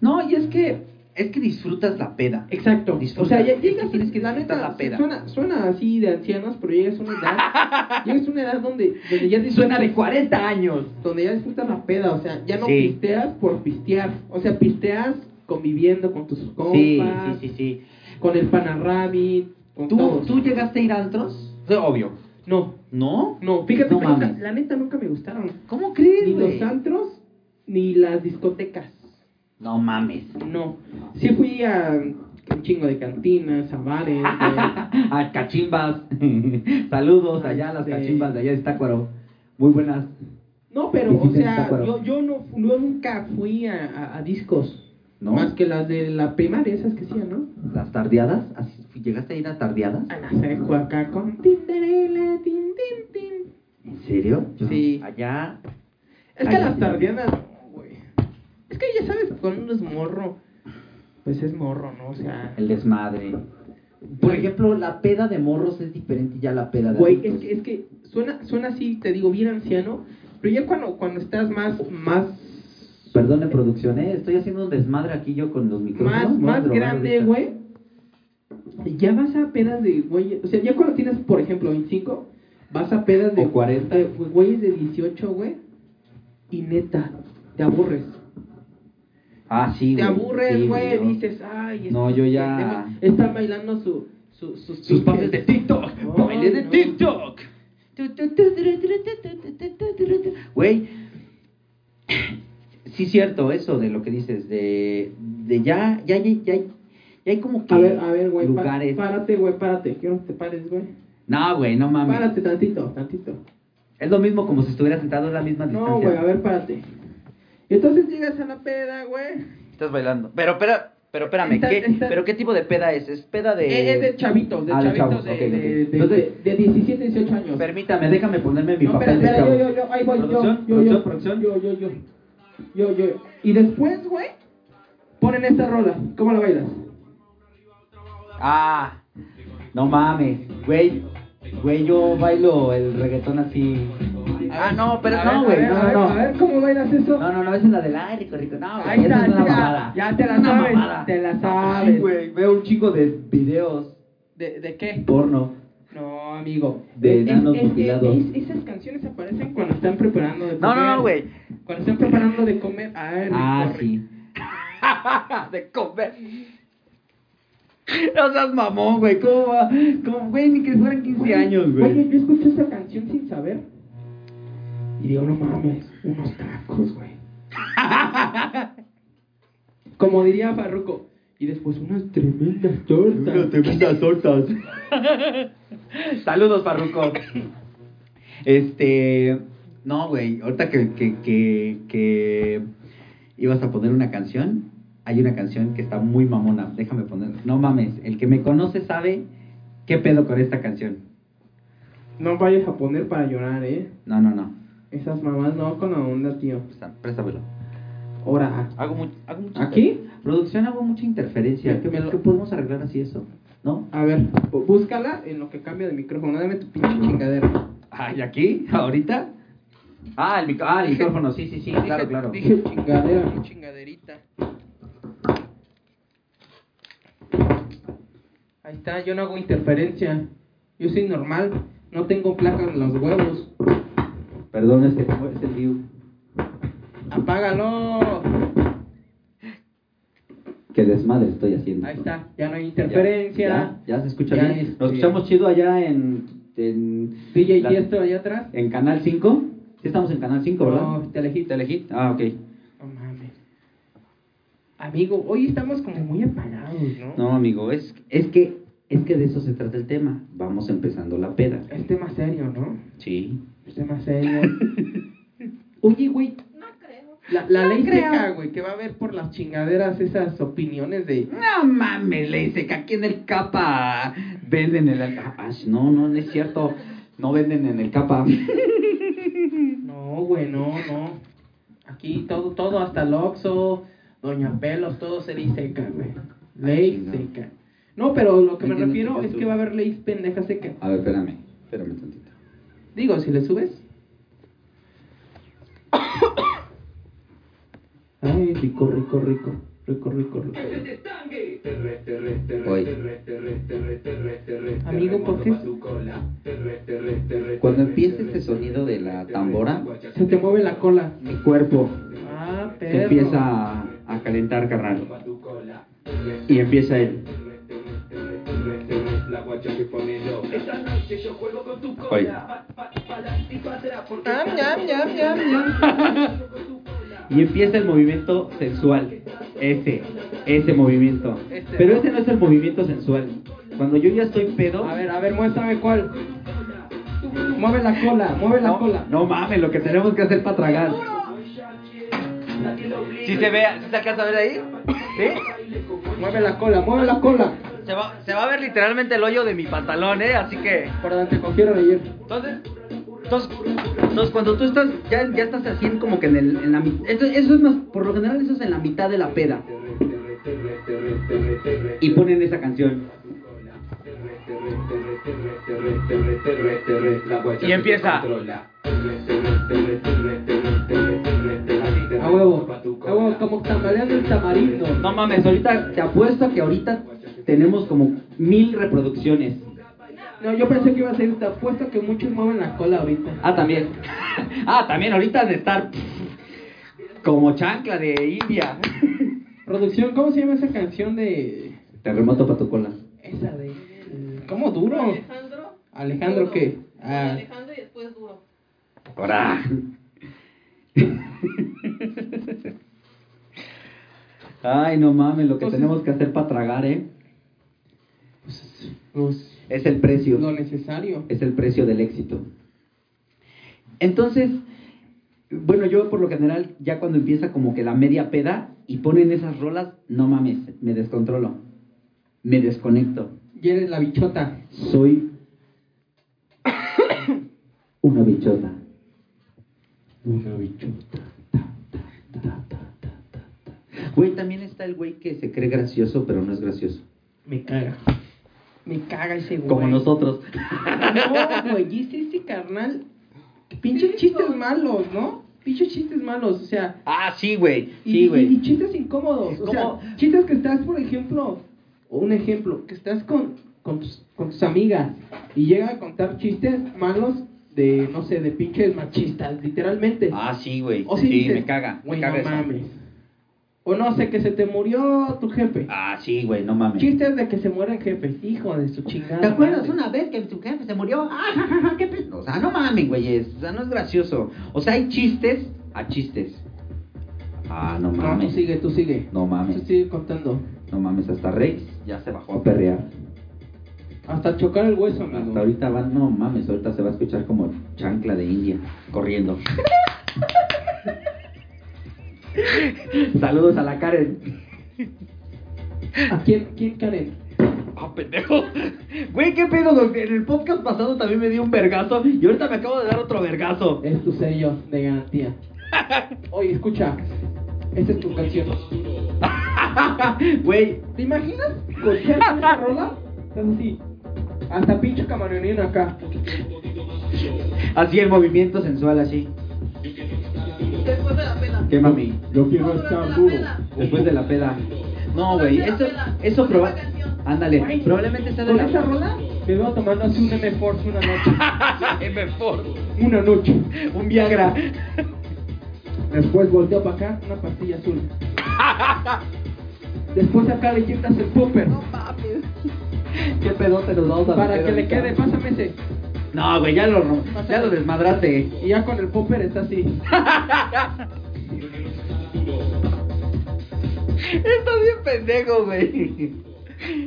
A: No, y es que, es que disfrutas la peda.
B: Exacto.
A: Disfruta.
B: O sea, ya
A: Es que
B: llegas
A: tienes que
B: la
A: disfrutar
B: neta
A: la peda.
B: Suena, suena así de ancianos, pero llegas a una
A: (laughs)
B: edad. llegas a una edad donde, donde ya disfrutas-
A: Suena de 40 años.
B: Donde ya disfrutas la peda, o sea, ya no
A: Sí.
B: pisteas por pistear. O sea, pisteas conviviendo con tus compas,
A: Sí, sí, sí, sí.
B: con el panarrabbit, con
A: ¿Tú,
B: todos.
A: ¿Tú llegaste a ir a antros? Sí, Obvio.
B: No,
A: ¿No?
B: no, fíjate,
A: No
B: pero
A: mames.
B: la neta nunca me gustaron.
A: ¿Cómo crees,
B: Ni
A: güey?
B: los antros, ni las discotecas.
A: No (laughs) mames.
B: No. Sí fui a un chingo de cantinas,
A: (laughs)
B: a bares. güey.
A: a cachimbas. (laughs) Saludos allá a las
B: Sí.
A: cachimbas de allá de Tácuaro. Muy buenas.
B: No, pero, o
A: Sí, sí, de
B: sea,
A: acuerdo.
B: yo, yo, no, yo nunca fui a, a- a discos.
A: ¿No?
B: Más que las de la primaria, esas que hacían, ¿no?
A: ¿Las tardeadas? ¿Así- ¿Llegaste a ir a tardeadas?
B: A la secu acá con tinderela, tin, tin, tin.
A: ¿En serio?
B: Sí.
A: Allá.
B: Es
A: Ay,
B: que las
A: sí.
B: tardeadas, no, güey. Es que ya sabes, cuando uno es morro, pues es morro, ¿no? O sea,
A: El desmadre. Por ejemplo, la peda de morros es diferente ya a la peda de
B: Güey, es
A: adultos.
B: que, es que suena, suena así, te digo, bien anciano, pero ya cuando, cuando estás más, más,
A: Perdón, en producción, ¿eh? Estoy haciendo un desmadre aquí yo con los micrófonos. Me
B: más,
A: voy a
B: más
A: drogar
B: grande,
A: ahorita.
B: güey, ya vas a pedas de, güey, o sea, ya cuando tienes, por ejemplo, 25, vas a pedas de
A: O 40.
B: de güeyes de 18, güey, y neta, te aburres.
A: Ah, sí,
B: Te
A: güey. Sí,
B: aburres, güey,
A: yo-
B: dices, ay,
A: No,
B: estos
A: yo ya-
B: pendejos Están bailando su, su- sus,
A: Sus
B: pinches-
A: pases de TikTok,
B: Ay,
A: baile de
B: (laughs) no.
A: TikTok. Güey, sí cierto eso de lo que dices, de, de ya, ya, ya, ya, hay- ya hay como que
B: A ver, a ver, güey, pa-
A: lugares.
B: párate, güey, párate, quiero que te pares, güey.
A: No, güey, no mames.
B: Párate tantito, tantito.
A: Es lo mismo como si estuviera sentado a la misma distancia.
B: No, güey, a ver, párate. Y entonces llegas a la peda, güey.
A: Estás bailando. Pero, pero, pero espérame,
B: Está-
A: ¿qué,
B: está-
A: ¿pero qué tipo de peda es? ¿Es peda
B: Eh,
A: de...?
B: es de chavitos, de
A: Ah, de chavos,
B: chavitos de,
A: ok, ok.
B: de- de-
A: Entonces-
B: de 17, 18 años.
A: Permítame, déjame ponerme mi
B: no, espera,
A: papel
B: espera,
A: de
B: yo,
A: chavo.
B: yo, yo, ahí voy, yo,
A: Producción,
B: yo, yo,
A: producción,
B: yo, yo, yo, yo, yo. Y después, güey, ponen esta rola. ¿Cómo la bailas?
A: Ah, no mames, güey. Güey, yo bailo el reggaetón así.
B: A
A: Ah, no, pero
D: A
A: no,
D: ver,
A: güey.
D: a
A: No,
D: ver,
A: no,
D: a
A: no.
D: ver,
B: ¿cómo bailas eso?
D: No, no, no, esa es la del ay, rico, rico. No, güey,
B: Ahí
D: esa
B: está,
D: es una
B: mira,
D: mamada.
B: ya te la
D: Una
B: sabes,
D: mamada.
B: te la
D: Sí,
B: sabes.
D: güey, veo un chingo de videos
B: ¿De, de qué?
D: porno.
B: No, amigo.
D: De enanos
B: que
D: mutilados.
B: es- esas canciones aparecen cuando están preparando de comer.
A: No, no, no, güey.
B: Cuando están preparando de comer. Ah,
D: Ah,
B: corre.
D: sí.
A: (laughs) de comer. No seas mamón, güey. ¿Cómo va? ¿Cómo, güey? Ni que fueran 15 años,
B: Oye,
A: güey.
B: yo escuché esta canción sin saber. Y digo, no mames, unos
A: (laughs)
B: tacos, güey. Como diría Farruko. Y después unas tremendas tortas.
A: tremendas tortas. (laughs) Saludos, Parruco. Este. No, güey. Ahorita que, que, que, que ibas a poner una canción, hay una canción que está muy mamona. Déjame poner. No mames. El que me conoce sabe qué pedo con esta canción.
B: No vayas a poner para llorar, eh.
A: No, no, no.
B: Esas mamás no con la onda, tío.
A: Presta- Préstamelo.
B: Ahora,
A: Hago, mucho hago mucha
B: ¿Aquí?
A: Producción hago mucha interferencia.
B: Ya que me lo-
D: ¿Qué podemos arreglar así eso? ¿No?
B: a ver, bú- búscala en lo que cambia de micrófono. Dame tu pinche chingadera.
D: Ah,
A: Ay, aquí, ahorita. Ah, el, micro- ah, el micrófono, sí, sí, sí, claro,
B: Dije-
A: claro.
B: Dije chingadera, no chingaderita. Ahí está, yo no hago interferencia. Yo soy normal, no tengo placas en los huevos.
D: Perdón, es que tengo- es el view.
B: ¡Apágalo!
D: Que desmadre estoy haciendo.
B: Ahí está, ya no hay
D: Ya,
B: interferencia.
D: Ya, ya se escucha
B: Ya,
D: bien.
B: este-
D: Nos escuchamos chido allá en. en
B: DJ
D: la-
B: Tiesto allá atrás.
D: ¿En Canal 5? Sí, estamos en Canal 5, ¿verdad?
B: No, Telehit.
D: Telehit. Ah, ok.
B: No mames. Amigo, hoy estamos como muy apagados, ¿no?
D: No, amigo, es, es que es que de eso se trata el tema. Vamos empezando la peda.
B: Es tema serio, ¿no?
A: (laughs)
D: Sí.
B: Es tema serio. (laughs) Oye, güey,
C: No creo.
B: la, la
C: No
B: ley
C: creo.
B: seca, güey, que va a haber por las chingaderas esas opiniones de...
A: No mames, le dice que aquí en el capa venden el alca-
D: Ah, no, no, no es cierto. No venden en el capa.
B: No, güey, no, no. Aquí todo, todo, hasta el Oxxo, Doña Pelos, todo se ley seca, güey. Ley
D: Ah, chingado.
B: seca. No, pero lo que me
D: Entiendo
B: refiero
D: que
B: es
D: tú-
B: que va a haber ley pendeja seca.
D: A ver, espérame. Espérame tantito.
B: Digo, si le subes. Ay, rico, rico, rico. Rico, rico, rico.
D: Voy.
B: Amigo, ¿por qué
D: Cuando empiece este sonido de la tambora,
B: se te mueve la cola?
D: mi cuerpo
B: Ah,
D: se
B: pero.
D: empieza a, a calentar, carnal. Y empieza el. Oye.
B: Am, Ah, ñam, ñam, ñam, ñam.
D: Y empieza el movimiento sensual. Ese, ese movimiento.
B: Este.
D: Pero ese no es el movimiento sensual. Cuando yo ya estoy pedo.
B: A ver, a ver, muéstrame cuál. Mueve la cola, mueve Pues la
D: no,
B: cola.
D: no mames, lo que tenemos que hacer para tragar.
A: Si se ve, si se alcanza a ver ahí, ¿sí?
B: Mueve la cola, mueve la cola.
A: Se va, se va a ver literalmente el hoyo de mi pantalón, ¿eh? Así que,
B: Por donde te cogieron ayer.
A: entonces, entonces, entonces, cuando tú estás, ya, ya estás así en como que en, el, en la mitad, eso, eso es más, por lo general eso es en la mitad de la peda.
D: Y ponen esa canción.
A: Y empieza.
B: A huevo, a huevo, como tambaleando el tamarindo.
D: No mames, ahorita te apuesto a que ahorita tenemos como mil reproducciones.
B: No, yo pensé que iba a ser, te apuesto que muchos mueven la cola ahorita.
D: Ah, también. (laughs) ah, también ahorita de estar como chancla de India.
B: Producción, ¿cómo se llama esa canción de.
D: Terremoto para tu cola.
B: Esa de. ¿Cómo duro?
C: Alejandro.
B: Alejandro,
C: Duro.
B: ¿qué? Ah.
C: Alejandro y después duro.
D: Ahora. Ay, no mames, lo que
B: Entonces-
D: tenemos que hacer para tragar, ¿eh?
B: Pues,
D: Es el precio.
B: lo necesario.
D: Es el precio del éxito. Entonces, bueno, yo por lo general, ya cuando empieza como que la media peda y ponen esas rolas, no mames, me descontrolo. Me desconecto.
B: Y eres la bichota.
D: Soy una bichota. Una bichota. Ta, ta, ta, ta, ta, ta, ta. Güey, también está el güey que se cree gracioso, pero no es gracioso.
B: Me caga. Me caga ese güey.
D: Como nosotros.
B: No, güey, y ese, ese este carnal Pinches chistes malos, ¿no? Pinches chistes malos, o sea,
A: (laughs) Ah, sí, güey.
B: Y,
A: Sí,
B: y- y
A: güey.
B: chistes incómodos. O
A: ¿Cómo?
B: sea, chistes que estás, por ejemplo, o un ejemplo, que estás con, con, tus, con tus amigas y llega a contar chistes malos de, no sé, de pinches machistas, literalmente.
A: Ah, sí, güey.
B: o si
A: sí,
B: dices,
A: me caga. Me
B: "Güey,
A: caga
B: no
A: eso.
B: mames. O no sé, que se te murió tu jefe.
A: Ah, sí, güey, no mames.
B: Chistes de que se mueren jefes, hijo de su chingada.
D: ¿Te acuerdas
B: madre.
D: una vez que tu jefe se murió? ¡Ah, ja, ja, ja, qué pe- O sea, no mames, güeyes. O sea, no es gracioso.
A: O sea, hay chistes a chistes. Ah, no
B: No, tú
A: mames.
B: sigue, tú sigue.
A: No
B: Tú
A: mames.
B: sigue contando.
A: No mames, hasta Rex ya se bajó a perrear.
B: Hasta chocar el hueso, amigo.
A: Hasta ahorita va, no mames, ahorita se va a escuchar como chancla de India (laughs) corriendo. Saludos a la Karen.
B: ¿A quién, quién Karen?
A: Ah, pendejo. Güey, qué pedo. güey? En el podcast pasado también me dio un vergazo y ahorita me acabo de dar otro vergazo.
B: Es tu sello de garantía. Oye, escucha. Esta es tu canción.
A: Güey,
B: ¿Te imaginas? Cochear con esa rola. Estás así. Hasta pinche camaronero acá.
A: así el movimiento sensual así.
C: Después de la pena.
A: ¿Qué mami?
B: Yo
C: quiero estar duro.
A: Después de la peda. No,
C: Después
A: güey,
C: de la
A: eso,
C: peda.
A: eso
C: Con esa
A: proba-
C: canción.
A: Ándale,
B: Güey,
A: probablemente sea de
B: Con
A: la
B: esa rola me veo tomando así un M-Force una noche. Una noche.
A: Un Viagra.
B: Después volteo para acá, una pastilla azul. Después acá le quitas el popper.
C: No mames.
A: ¿Qué pedote nos vamos a
B: Para
A: meter
B: que le
A: ahorita?
B: quede, pásame ese.
A: No, güey, ya lo, rom-
B: Pásale.
A: ya lo desmadraste.
B: Y ya con el popper está así.
A: Estás bien pendejo, güey.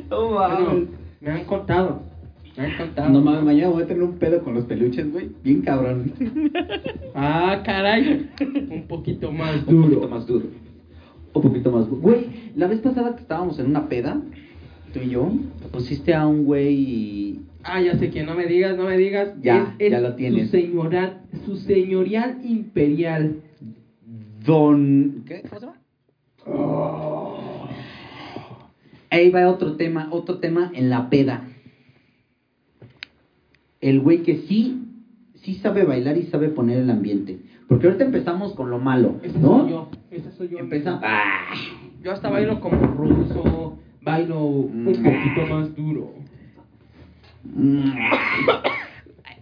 A: No
B: Bueno, me han contado. Me han contado.
D: No mames, mañana voy a tener un pedo con los peluches, güey.
B: (laughs)
D: Bien cabrón.
B: Ah, caray. (laughs) Un poquito más
A: Un
B: duro.
A: poquito más duro. Un poquito más duro. Güey, la vez pasada que estábamos en una peda, tú y yo, pusiste a un güey y...
B: Ah, ya sé que no me digas, no me digas.
A: Ya, ya lo tienes.
B: Su señorial, su señorial imperial.
A: Don... ¿Qué? ¿Cómo se llama? Ahí va otro tema, otro tema en la peda. El güey que sí, sí sabe bailar y sabe poner el ambiente. Porque ahorita empezamos con lo malo,
B: Ese soy
A: ¿no?
B: yo. Ese soy yo.
A: Empezamos... ¡ah!
B: Yo hasta bailo como ruso. Bailo
A: Mm.
B: un poquito más duro.
A: Mm.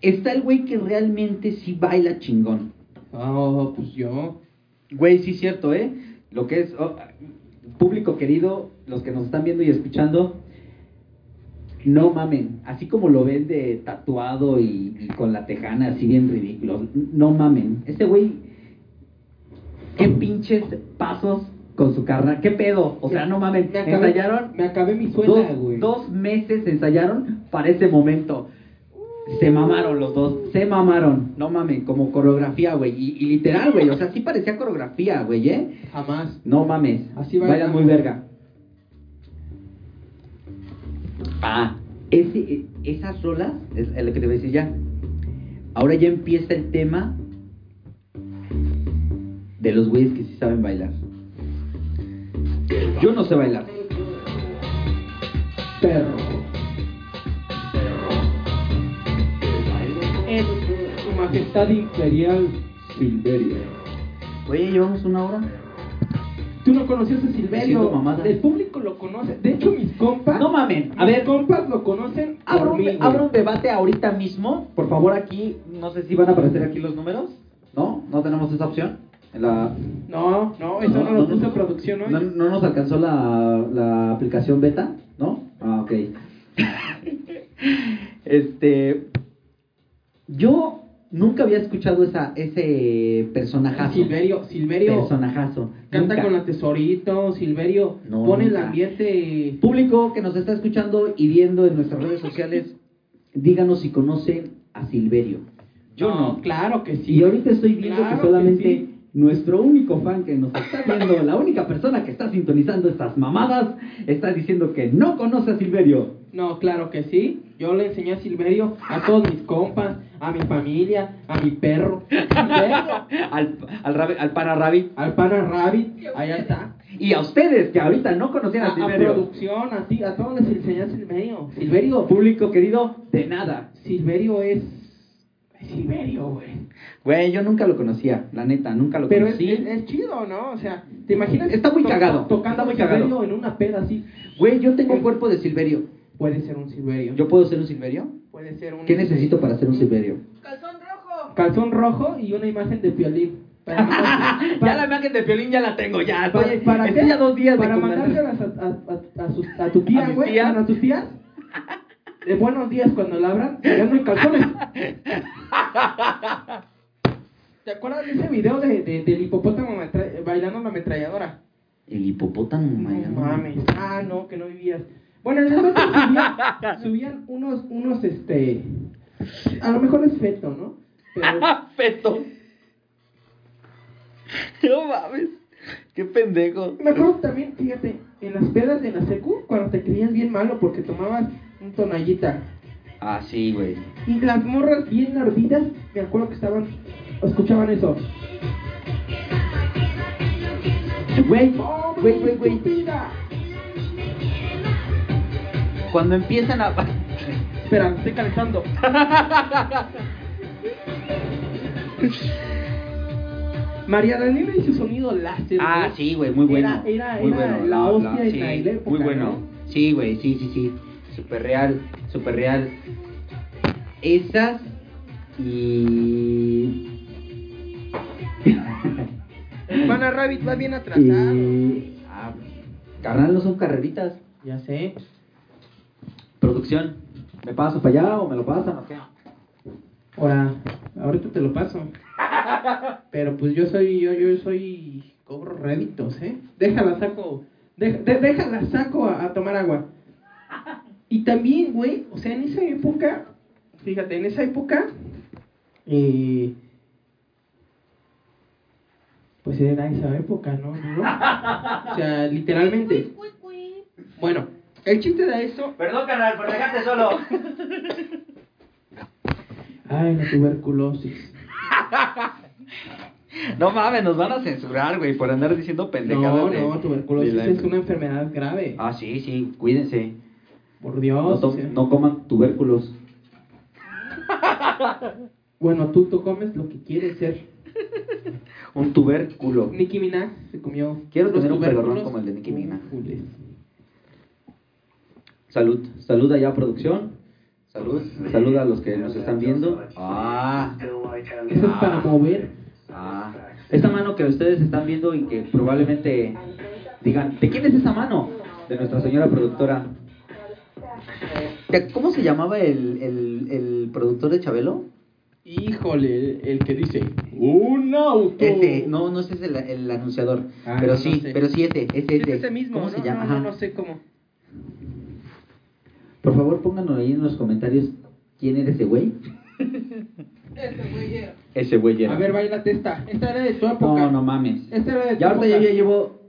A: Está el güey que realmente sí baila chingón.
B: Ah,
A: Oh,
B: pues yo.
A: Güey, sí cierto, ¿eh? Lo que es... oh, público querido, los que nos están viendo y escuchando, no mamen. Así como lo ven de tatuado y, y con la tejana así bien ridículo. No mamen. Ese güey... Qué pinches pasos con su carnal. ¿Qué pedo? O sea, no mamen.
B: Me acabé,
A: Ensayaron
B: me acabé mi suela, güey.
A: dos, dos meses ensayaron para ese momento. Se mamaron los dos, se mamaron. No mames, como coreografía, güey. Y, y literal, güey. O sea, sí parecía coreografía, güey, ¿eh?
B: Jamás.
A: No mames.
B: Así
A: bailan.
B: bailan.
A: muy verga. Ah, ese, e- esas rolas, es lo que te voy a decir ya. Ahora ya empieza el tema de los güeyes que sí saben bailar. Yo no sé bailar.
B: Perro. Es su majestad imperial Silverio.
A: Oye, llevamos una hora.
B: Tú no conocías a
A: Me siento
B: Silverio.
A: mamada.
B: El público lo conoce. De hecho, mis compas.
A: No mamen, a
B: mis
A: ver.
B: compas lo conocen.
A: Abro
B: por
A: un,
B: mí, güey.
A: abro un debate ahorita mismo. Por favor, aquí, no sé si van a aparecer aquí los números. No, no tenemos esa opción. La-
B: No, no, eso no, lo puso producción hoy.
A: no- no nos alcanzó la, la aplicación beta, ¿no? Ah, ok. (laughs) este. Yo nunca había escuchado esa, ese personajazo.
B: Silverio, Silverio
A: Personajazo.
B: canta
A: Nunca.
B: con la tesorito. Silverio
A: No,
B: pone el
A: nunca.
B: ambiente.
A: Público que nos está escuchando y viendo en nuestras redes sociales, díganos si conocen a Silverio. Yo no.
B: Claro que sí.
A: Y ahorita estoy viendo
B: Claro
A: que solamente
B: sí.
A: nuestro único fan que nos está viendo, la única persona que está sintonizando estas mamadas, está diciendo que no conoce a Silverio.
B: No, claro que sí. Yo le enseñé a Silverio, a todos mis compas, a mi familia, a mi perro,
A: (laughs)
B: Silverio,
A: Al, al, rabi- al pararrabi.
B: al pana Rabbit, allá está.
A: Y a ustedes que ahorita no
B: A,
A: conocían a
B: a
A: Silverio.
B: producción, a ti, a todos les enseñé a Silverio. Silverio,
A: Público querido, de nada.
B: Silverio es, Silverio, güey.
A: Güey, yo nunca lo conocía, la neta, nunca lo
B: Pero es,
A: conocí.
B: es- es chido, ¿no? O sea, ¿te imaginas?
A: Está muy
B: to-
A: cagado,
B: Tocando
A: está muy
B: un Silverio
A: cagado.
B: en una peda así.
A: Güey, yo tengo cuerpo de Silverio.
B: Puede ser un Silverio.
A: ¿Yo puedo ser un Silverio?
B: Puede ser un.
A: ¿Qué necesito para ser un Silverio?
C: Calzón rojo.
B: Calzón rojo y una imagen de violín.
A: (laughs)
B: Para,
A: Ya la imagen de Piolín ya la tengo, ya.
B: para-
A: Estoy,
B: para
A: estoy
B: qué?
A: a dos días
B: Para
A: de cumplir-
B: mandárselas a, a, a, a sus- a tu
A: ¿A
B: tía,
A: mis
B: güey.
A: tías?
B: Bueno, a tus tías. De buenos días cuando la abran, ya no
A: (laughs)
B: hay calzones. ¿Te acuerdas de ese video de, de- del hipopótamo metra- bailando la ametralladora?
A: El hipopótamo,
B: No
A: Miami. (laughs)
B: mames. Ah, no, que no vivías. Bueno, en el momento subían, subían unos, unos, este. A lo mejor es feto, ¿no? Pero
A: (laughs) Feto. No mames. Qué pendejo.
B: me acuerdo también, fíjate, en las pedas de la secu, cuando te creías bien malo porque tomabas un tonallita.
A: Ah, sí, güey.
B: Y las morras bien ardidas, me acuerdo que estaban. Escuchaban eso.
A: Güey,
B: ¡Oh,
A: güey, güey, güey.
B: estúpida!
A: Cuando empiezan a.
B: Espera, me estoy calentando. María Daniela y su sonido láser.
A: Ah,
B: güey.
A: sí, güey, muy bueno.
B: Era- era-
A: muy
B: era
A: bueno.
B: la hostia en la
A: sí,
B: época,
A: Muy bueno. Sí, güey, sí, sí, sí. Super real, super real. Esas y.
B: Pana Rabbit va bien atrasado.
A: y- Ah, carnal, no son carreritas.
B: Ya sé.
A: Producción.
D: ¿Me paso para allá o me lo pasan o qué?
B: Ahora, ahorita te lo (laughs) paso. Pero pues yo soy, yo, yo soy, cobro réditos, ¿eh? Déjala, saco, de- de- déjala, saco a, a tomar (laughs) agua. Y también, güey, o sea, en esa época, fíjate, en esa época, eh, pues era esa época, ¿no? ¿No? O sea, literalmente.
C: Cuic, cuic, cuic.
B: Bueno, el chiste de eso
A: Perdón, carnal, por dejarte solo.
B: Ay, la tuberculosis.
A: (laughs) No mames, nos van a censurar, güey, por andar diciendo pendejadas.
B: No,
A: de-
B: no,
A: de
B: tuberculosis
A: la-
B: es una enfermedad grave.
A: Ah, sí, sí, cuídense.
B: Por Dios.
A: No, to-
B: o sea.
A: no coman tubérculos.
B: Bueno, tú, tú comes lo que quieres ser.
A: Un tubérculo.
B: Nicki Minaj se comió.
A: Quiero
B: los
A: tener un
B: tubérculos.
A: pelorrón como el de Nicki Minaj.
B: Jules.
A: Salud, salud allá producción. Salud, salud a los que nos están viendo. Ah,
B: Eso es para mover.
A: ah. Esta mano que ustedes están viendo y que probablemente digan, ¿de quién es esa mano? De nuestra señora productora. ¿De- ¿Cómo se llamaba el, el, el productor de Chabelo?
B: Híjole, el, el que dice un auto.
A: Ese, Este, no, no ese es el, el anunciador.
B: Ah,
A: pero
B: no
A: sí,
B: sé.
A: pero sí ese, ese,
B: Sí,
A: ese.
B: es ese mismo,
A: ¿Cómo
B: ¿no?
A: se llama?
B: No, no,
A: Ajá.
B: no sé cómo.
A: Por favor, pónganlo ahí en los comentarios quién era ese güey.
C: Este güey era.
A: Ese güey
B: A ver, bailate esta. Esta era de tu época.
A: No, no mames.
B: Esta era de tu
A: Ya ahorita yo
B: época.
A: ya llevo.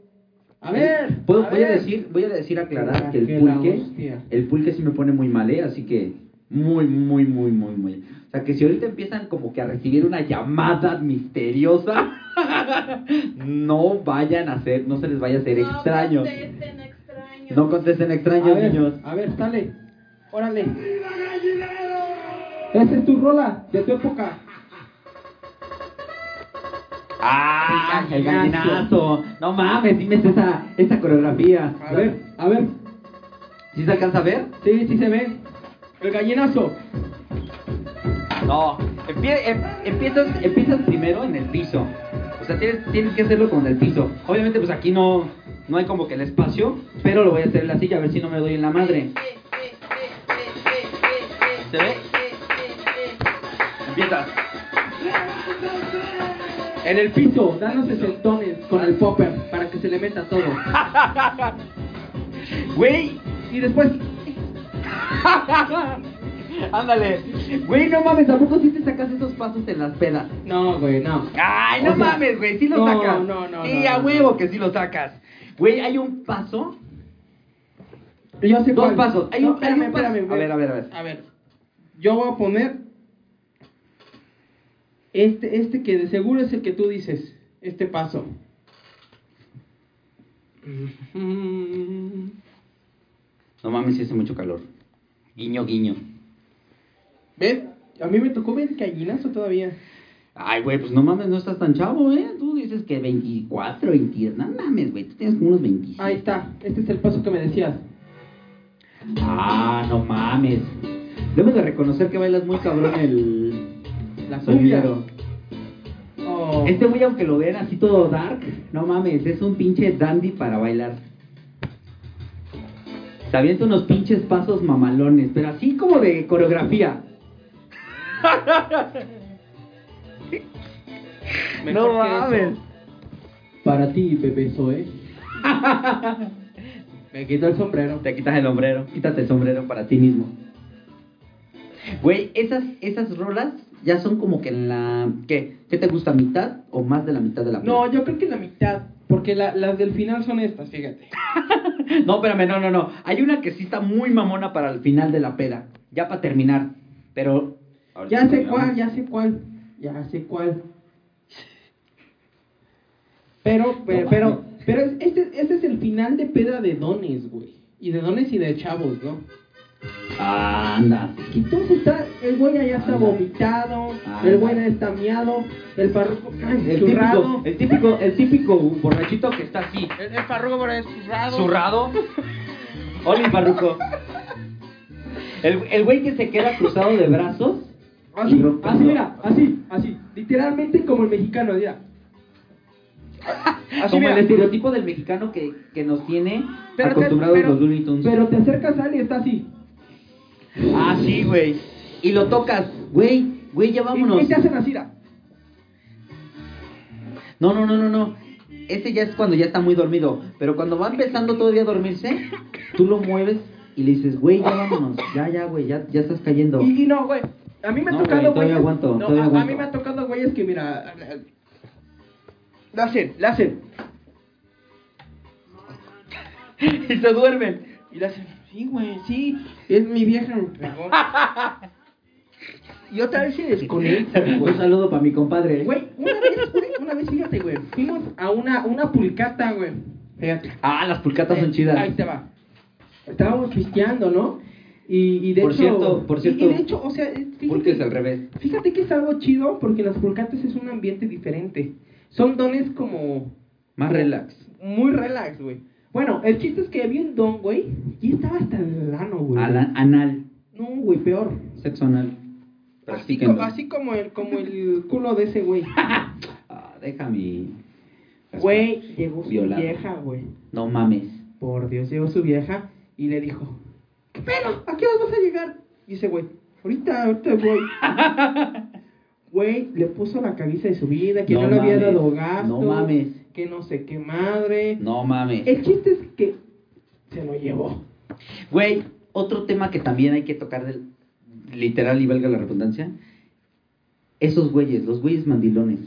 B: A ver.
A: Eh, Puedo-
B: a
A: voy a
B: ver.
A: decir, voy a decir aclarar
B: Claro,
A: que el
B: que la
A: pulque,
B: hostia.
A: el pulque sí me pone muy mal, ¿eh? Así que muy, muy, muy, muy, muy. O sea que si ahorita empiezan como que a recibir una llamada misteriosa, (laughs) no vayan a hacer, no se les vaya a hacer extraño.
C: No contesten extraños.
A: No contesten extraños,
B: a ver,
A: niños.
B: A ver, sale. Órale. Esa es tu rola de tu época.
A: Ah, el
B: El gallinazo.
A: gallinazo. No mames, dime esa, esa coreografía.
B: A ver, a ver.
A: ¿Sí se alcanza a ver?
B: Sí, sí se ve. El gallinazo.
A: No, empie- em- empiezas, empiezas primero en el piso. O sea, tienes, tienes que hacerlo con el piso. Obviamente, pues aquí no, no hay como que el espacio, pero lo voy a hacer en la silla, a ver si no me doy en la madre.
C: Eh, eh, eh, eh, eh, eh, eh,
A: ¿Se ve?
C: eh, eh, eh,
A: Empiezas.
B: En el piso, danos sentones con el popper para que se le meta todo.
A: Güey,
B: Y después,
A: (laughs) ándale. Güey, no mames, tampoco si te sacas esos pasos en las pedas.
B: no, güey, no.
A: Ay, no
B: O sea,
A: mames, güey, sí lo
B: no,
A: sacas.
B: no, no,
A: Sí,
B: no,
A: a
B: no.
A: huevo que sí lo sacas. Güey, hay un paso.
B: Yo sé
A: Dos
B: cuál.
A: pasos. Hay
B: No,
A: un- hay un
B: espérame,
A: paso.
B: espérame,
A: A ver, a ver, a ver.
B: A ver. Yo voy a poner este, este que de seguro es el que tú dices. Este paso.
A: No mames, sí hace mucho calor. Guiño, guiño.
B: ¿Ven? A mí me tocó ver gallinazo todavía.
A: Ay, güey, pues no mames, no estás tan chavo, ¿eh? Tú dices que 24, 22. No mames, güey, tú tienes como unos 27.
B: Ahí está. Este es el paso que me decías.
A: Ah, no mames. Debes de reconocer que bailas muy cabrón el.
B: La
A: sonidero.
B: cumbia. Oh.
A: Este güey, aunque lo vean así todo dark, no mames, es un pinche dandy para bailar. Se avienta unos pinches pasos mamalones, pero así como de coreografía.
B: Mejor
A: no
B: que eso.
A: mames.
B: Para ti, bebé (laughs) Zoe. me quito el sombrero.
A: Te quitas el sombrero, quítate el sombrero para ti mismo. Güey, esas, esas rolas ya son como que en la... ¿Qué? ¿Qué te gusta? ¿Mitad o más de la mitad de la
B: No, yo creo que la mitad. Porque la- las del final son estas, fíjate.
A: No, espérame, no, no, no. Hay una que sí está muy mamona para el final de la peda. Ya para terminar. Pero.
B: Ya sé cuál, ya sé cuál. Ya sé cuál. Pero, pero,
A: No
B: pero,
A: mames.
B: pero es- este, este es el final de peda de dones, güey. Y de dones y de chavos, ¿no?
A: Ah, anda.
B: Entonces está, el güey ya está
A: Ándale.
B: vomitado,
A: Ándale.
B: el güey ya está miado, el párroco
A: El
B: churrado.
A: típico, el típico, el típico borrachito que está así.
B: El, el párroco por ahí zurrado.
A: Zurrado. Oli, parruco. El, el güey que se queda cruzado de brazos.
B: Así,
A: y rompe-
B: así, mira, así, así. Literalmente como el
A: (laughs)
B: mexicano, mira. Así,
A: como
B: mira.
A: el estereotipo del mexicano que, que nos tiene
B: Pero te,
A: acostumbrados
B: pero-
A: los Looney Tunes.
B: pero te acercas a él y está así.
A: ah, sí, güey. Y lo tocas. Güey, güey, ya vámonos.
B: Y, y te hacen así, mira.
A: No, no, no, no, no. Ese ya es cuando ya está muy dormido. Pero cuando va empezando todavía a dormirse, tú lo mueves y le dices, güey, ya vámonos. Ya, ya, güey, ya, ya estás cayendo.
B: Y, y no, güey. A mí me ha
A: No,
B: tocado,
A: güey,
B: güey.
A: todavía aguanto,
B: no,
A: todavía
B: a, a
A: aguanto.
B: mí me ha tocado, güey, es que mira. La hacen, la hacen. (laughs)
A: Y se duermen.
B: Y la hacen. Sí, güey, sí. Es
A: (laughs)
B: mi vieja. y otra vez se desconecta,
A: (laughs)
B: güey.
A: Un saludo para mi compadre.
B: Güey, una vez, güey, una vez, fíjate, güey. Fuimos a una, una pulcata, güey. Fíjate.
A: Ah, las pulcatas son
B: Eh,
A: chidas.
B: Ahí te va. Estábamos pisteando, ¿no? Y, y de
A: Por
B: hecho.
A: cierto, por
B: y-
A: cierto.
B: Y, de hecho, o sea, es- fíjate,
A: Porque es al revés.
B: fíjate que es algo chido porque las pulcatas es un ambiente diferente. Son dones como.
A: Más relax.
B: Muy relax, güey. Bueno, el chiste es que había un don, güey. Y estaba hasta el ano, güey.
A: Ala- anal,
B: No, güey, peor.
A: sexo anal.
B: Así,
A: Practíquenlo.
B: co- así como, el, como el culo de ese güey.
A: (laughs) Ah, deja mi...
B: Güey, llegó su
A: Violado.
B: vieja, güey.
A: No mames.
B: Por Dios, llegó su vieja y le dijo, ¿qué pedo? ¿A qué hora vas a llegar? Y ese güey, ahorita,
A: (laughs)
B: ahorita voy. Güey, le puso la camisa de su vida, que
A: No
B: no, le había
A: mames,
B: dado gasto.
A: no mames.
B: Que no sé qué madre.
A: No mames.
B: El chiste es que se lo llevó.
A: Güey, otro tema que también hay que tocar del literal y valga la redundancia. Esos güeyes, los güeyes mandilones.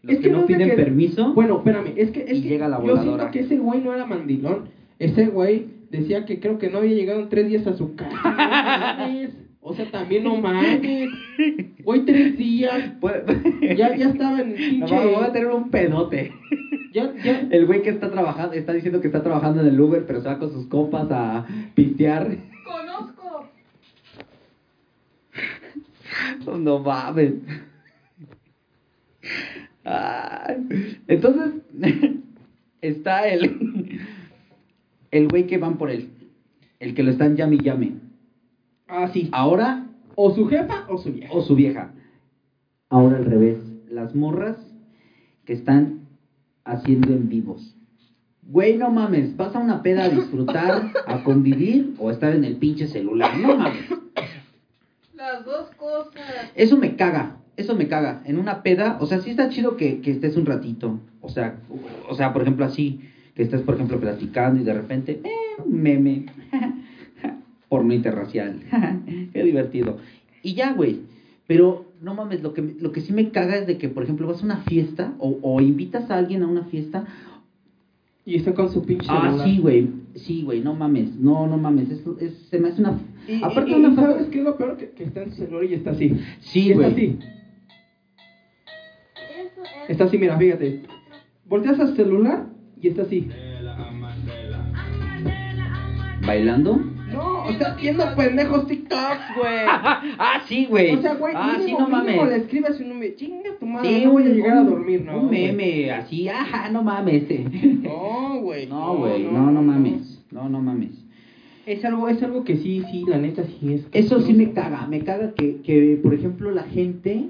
A: Los
B: Es
A: que, no
B: es de
A: piden
B: que-
A: permiso.
B: Bueno, espérame, es que, es
A: y
B: que
A: llega la
B: yo
A: voladora.
B: siento que ese güey no era mandilón. Ese güey decía que creo que no había llegado en tres días a su casa. No mames. O sea, también no mames. Güey, tres días.
A: Pues- (laughs)
B: Ya, ya estaba en el
A: No
B: pinche.
A: mames, voy a tener un pedote.
B: Ya, ya.
A: El güey que está trabajando, está diciendo que está trabajando en el Uber, pero se va con sus compas a pistear. (laughs)
C: Conozco.
A: No mames. Ay. Entonces, (laughs) está el. El güey que van por él. El que lo están llame y llame.
B: Ah, sí.
A: Ahora,
B: O su jefa o su vieja.
A: o su vieja. Ahora al revés. Las morras que están haciendo en vivos. Güey, no mames. Vas a una peda a disfrutar, a convivir o a estar en el pinche celular. No mames.
C: Las dos cosas.
A: Eso me caga, eso me caga. En una peda, o sea, sí está chido que, que estés un ratito. O sea, o sea, por ejemplo, así, que estés, por ejemplo, platicando y de repente, eh, un meme. (laughs) Porno interracial. (laughs) Qué divertido. Y ya, güey. Pero, no mames, lo que, lo que sí me caga es de que, por ejemplo, vas a una fiesta o, o invitas a alguien a una fiesta.
B: Y está con su pinche.
A: Ah,
B: celular.
A: sí, güey. Sí, güey, no mames. No, no mames. Es, es- se me hace una...
B: Y,
A: aparte
B: y-
A: una
B: y
A: falta-
B: ¿sabes qué es lo peor? Que, que está en su celular y está así.
A: Sí,
B: Y está
A: güey.
B: así.
C: Eso es.
B: Está así, mira, fíjate. Volteas al celular y está así.
A: ¿Bailando?
B: No, no, estás viendo pendejos
A: (laughs)
B: TikToks, güey.
E: ah, sí, güey.
B: O sea, güey,
E: ah, sí,
B: mínimo,
E: no
B: mínimo le
E: mames.
B: escribes un meme. Chinga tu madre,
E: Sí,
B: no voy a
E: un-
B: llegar a
E: un-
B: dormir, ¿no?
E: Un
B: güey?
E: meme así, ajá,
A: (laughs)
E: no mames.
B: No, güey.
E: No, güey, no, no mames. No, no mames.
B: Es algo, es algo que sí, sí, la neta sí es.
A: Eso sí me caga, me caga que, que por ejemplo, la gente,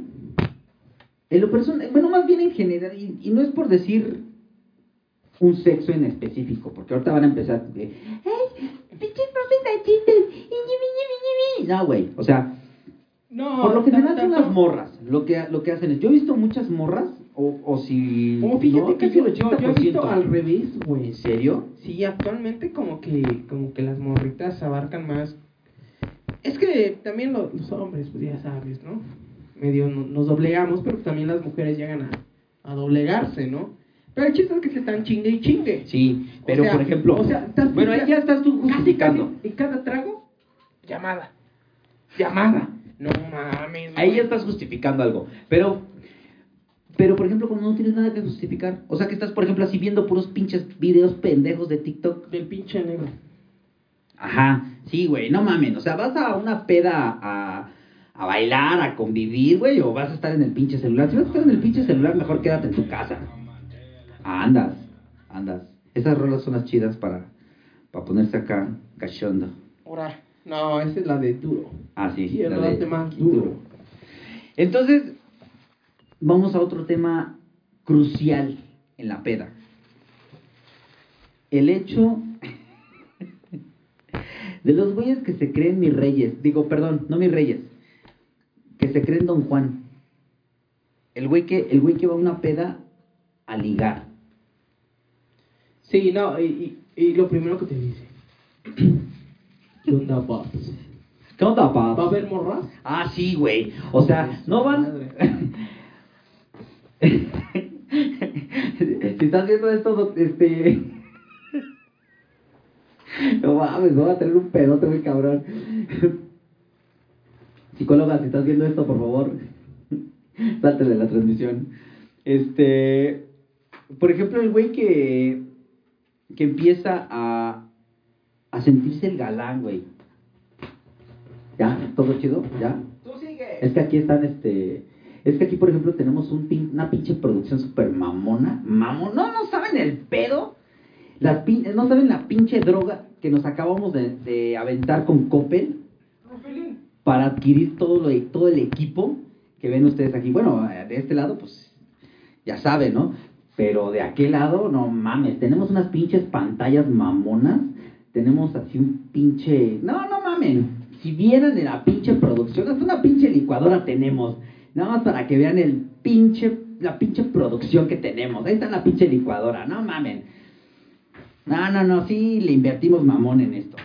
A: en lo personal, bueno, más bien en general, y, y no es por decir un sexo en específico, porque ahorita van a empezar, de, ¡ay, pinches profes machistas! y ñi, ñi, ñi, ñi, ñi". No, güey, o sea,
B: No,
A: por lo
B: tan-
A: general son
B: tanto-
A: las morras, lo que, lo que hacen es, yo he visto muchas morras, o, o si...
B: Oh, fíjate
A: no,
B: que
A: casi el
B: yo, yo, yo he
A: 80%.
B: visto al revés, güey.
A: ¿En serio?
B: Sí, actualmente como que, como que las morritas abarcan más. Es que también lo- los hombres, pues ya sabes, ¿no? Medio no- nos doblegamos, pero también las mujeres llegan a, a doblegarse, ¿no? Pero el chiste es que se están chingue y chingue.
E: Sí,
B: O
E: pero
B: sea,
E: por ejemplo.
B: o sea, estás-
E: bueno, ahí ya estás tú
B: Casi,
E: justificando.
B: casi, y cada trago, llamada. Llamada. No mames.
E: Ahí
B: güey.
E: ya estás justificando algo. Pero,
A: Pero, por ejemplo, como no tienes nada que justificar, o sea que estás, por ejemplo, así viendo puros pinches videos pendejos de TikTok.
B: Del pinche negro.
A: Ajá, sí, güey, no mamen. O sea, vas a una peda a, a bailar, a convivir, güey, o vas a estar en el pinche celular. Si vas a estar en el pinche celular, mejor quédate en tu casa. Ah, andas, andas. Esas rolas son las chidas para, para ponerse acá cachondo.
B: Orar. No, esa es la de duro.
A: Ah, sí.
B: Y el
A: la de-
B: date más duro.
A: Entonces, vamos a otro tema crucial en la peda. El hecho (laughs) de los güeyes que se creen mis reyes. Digo, perdón, no mis reyes. Que se creen Don Juan. El güey que, el güey que va a una peda a ligar.
B: Sí, no, y, y, y lo primero que te dice. ¿Qué onda, paps?
A: ¿Qué onda,
B: ¿Va a haber morras?
A: Ah, sí, güey. O sea, no van. (laughs) si estás viendo esto, no- este. (laughs) No mames, no va a tener un pedote muy cabrón. Psicóloga, si estás viendo esto, por favor, (laughs) salte de la transmisión. Este. Por ejemplo, el güey que. que empieza a. a sentirse el galán, güey. ¿Ya? ¿Todo chido? ¿Ya?
B: Tú sigue.
A: Es que aquí están, este... Es que aquí, por ejemplo, tenemos un pin- una pinche producción super mamona. Mamona, no, no saben el pedo. Las pin- no saben la pinche droga que nos acabamos de, de aventar con Coppel para adquirir todo, lo, todo el equipo que ven ustedes aquí. Bueno, eh, de este lado, pues, ya saben, ¿no? Pero de aquel lado, no mames, tenemos unas pinches pantallas mamonas, tenemos así un pinche... No, no mamen, si vieran de la pinche producción, hasta una pinche licuadora tenemos, nada más para que vean el pinche, la pinche producción que tenemos. Ahí está la pinche licuadora, no mamen. No, no, no, sí le invertimos mamón en esto.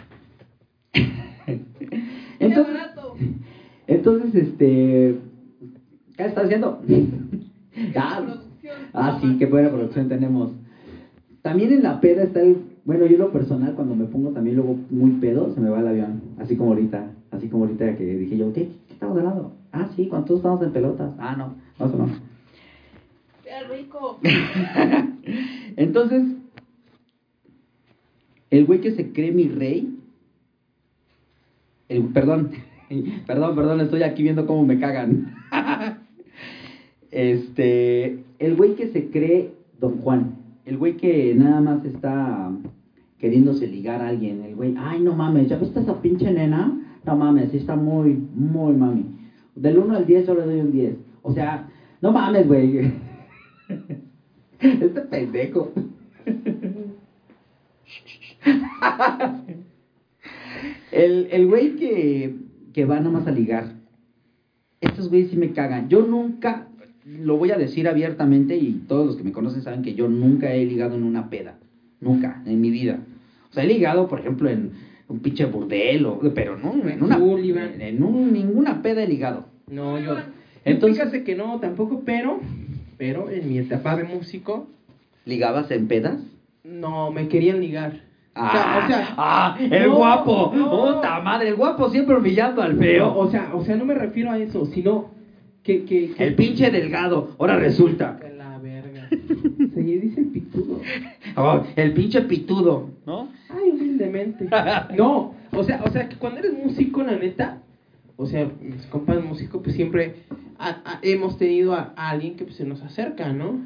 A: (laughs)
C: Entonces, barato.
A: Entonces, este. ¿Qué estás haciendo? (laughs) ah,
C: Producción.
A: ah, sí, qué buena producción tenemos. También en la peda está el. Bueno, yo en lo personal, cuando me pongo también luego muy pedo, se me va el avión. Así como ahorita. Así como ahorita que dije yo, ¿qué? ¿Qué estamos ganando? Ah, sí, cuando todos estamos en pelotas. Ah, no, no, eso no.
C: Sea rico.
A: (laughs) Entonces, el güey que se cree mi rey, el, perdón, (laughs) perdón, perdón, estoy aquí viendo cómo me cagan. (laughs) Este, el güey que se cree Don Juan, el güey que nada más está queriéndose ligar a alguien, el güey, ay, no mames, ¿ya viste esa pinche nena? No mames, sí está muy, muy mami. Del 1 al 10 yo le doy un 10. O sea, no mames, güey. (laughs) Este pendejo. El, el güey que, que va nomás a ligar. Estos güeyes sí me cagan. Yo nunca, lo voy a decir abiertamente y todos los que me conocen saben que yo nunca he ligado en una peda. Nunca, en mi vida. O sea, he ligado, por ejemplo, en un pinche burdel, o, pero no, en una...
B: Sullivan.
A: En un- ninguna peda he ligado.
B: No, yo.
A: Entonces-
B: Entonces, fíjate que no, tampoco, pero. Pero en mi etapa de músico,
A: ¿Ligabas en pedas?
B: no, me querían ligar. O sea, o sea,
A: ah, el
B: no,
A: guapo,
B: no.
A: puta madre, el guapo siempre humillando al
B: pero,
A: feo.
B: o sea, o sea, no me refiero a eso, sino que. que, que
A: El pinche delgado, ahora resulta.
B: Que la verga. Se le dice el pitudo.
A: Oh, el pinche pitudo, ¿no?
B: Ay, humildemente. No, O sea, o sea, que cuando eres músico, la neta, o sea, mis compas músicos, pues siempre a- a- hemos tenido a, a alguien que pues, se nos acerca, ¿no?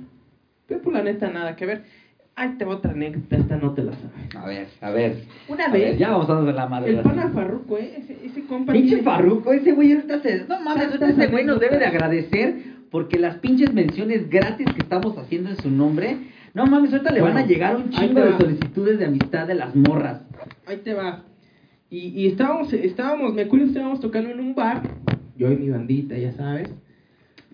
B: Pero pues la neta, nada que ver. Ahí te va otra anécdota, esta no te la sabes.
A: A ver, a ver.
B: Una
A: A
B: vez,
A: ver, ya vamos a darle la madre.
B: el pana Farruco, ¿eh? Ese, ese compa.
A: Pinche
B: tiene-
A: farruco, ese güey ahorita se... No mames, ahorita ese güey nos debe de agradecer porque las pinches menciones gratis que estamos haciendo en su nombre... No mames, ahorita le van a
B: Bueno,
A: llegar un
B: ahí
A: chingo
B: te
A: de
B: va.
A: solicitudes de amistad de las morras.
B: Ahí te va. Y, y estábamos, estábamos, me acuerdo, estábamos tocando en un bar. Yo y mi bandita, ya sabes.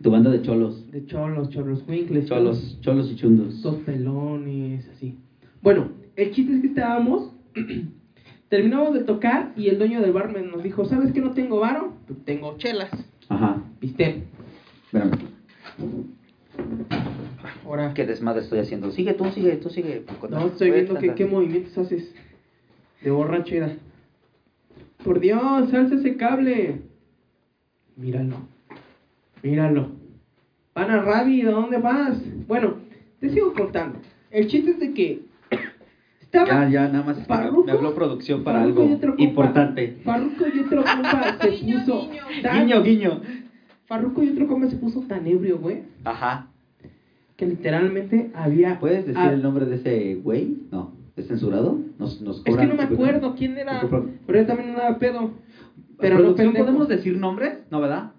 A: Tu banda de cholos.
B: De cholos, cholos winkles.
A: Cholos, cholos y chundos.
B: Dos pelones, así. Bueno, el chiste es que estábamos, (clears throat) terminamos de tocar y el dueño del bar me- nos dijo, ¿sabes qué no tengo varo? Pues Tengo chelas.
A: Ajá,
B: ¿Viste?
A: espérame.
B: Ahora,
A: ¿Qué desmadre estoy haciendo? Sigue tú, sigue, tú sigue.
B: no, estoy viendo que, qué movimientos haces de borrachera. Por Dios, alza ese cable. Míralo, míralo. Van a Rabi, ¿a dónde vas? Bueno, te sigo contando. El chiste es de que (coughs) estaba...
A: Ya, ya, nada más.
B: Farruko-
A: me habló producción para
B: Farruko y
A: algo
B: otro compa.
A: importante.
B: Farruko y
A: (laughs)
B: otro compa se
C: Guiño,
B: puso.
C: guiño.
B: tan-
A: Guiño, guiño.
B: Farruko y otro compa se puso tan ebrio, güey,
A: Ajá.
B: que literalmente había.
A: ¿Puedes decir
B: ah,
A: el nombre de ese güey? No. ¿Es censurado? Nos, nos
B: Es que
A: cobran-
B: no me acuerdo quién era.
A: Cobran-
B: Pero yo también andaba pedo.
A: Pero
B: Pero
A: Ah,
B: no
A: ¿Producción
B: pendejo.
A: podemos decir nombres? ¿No, verdad?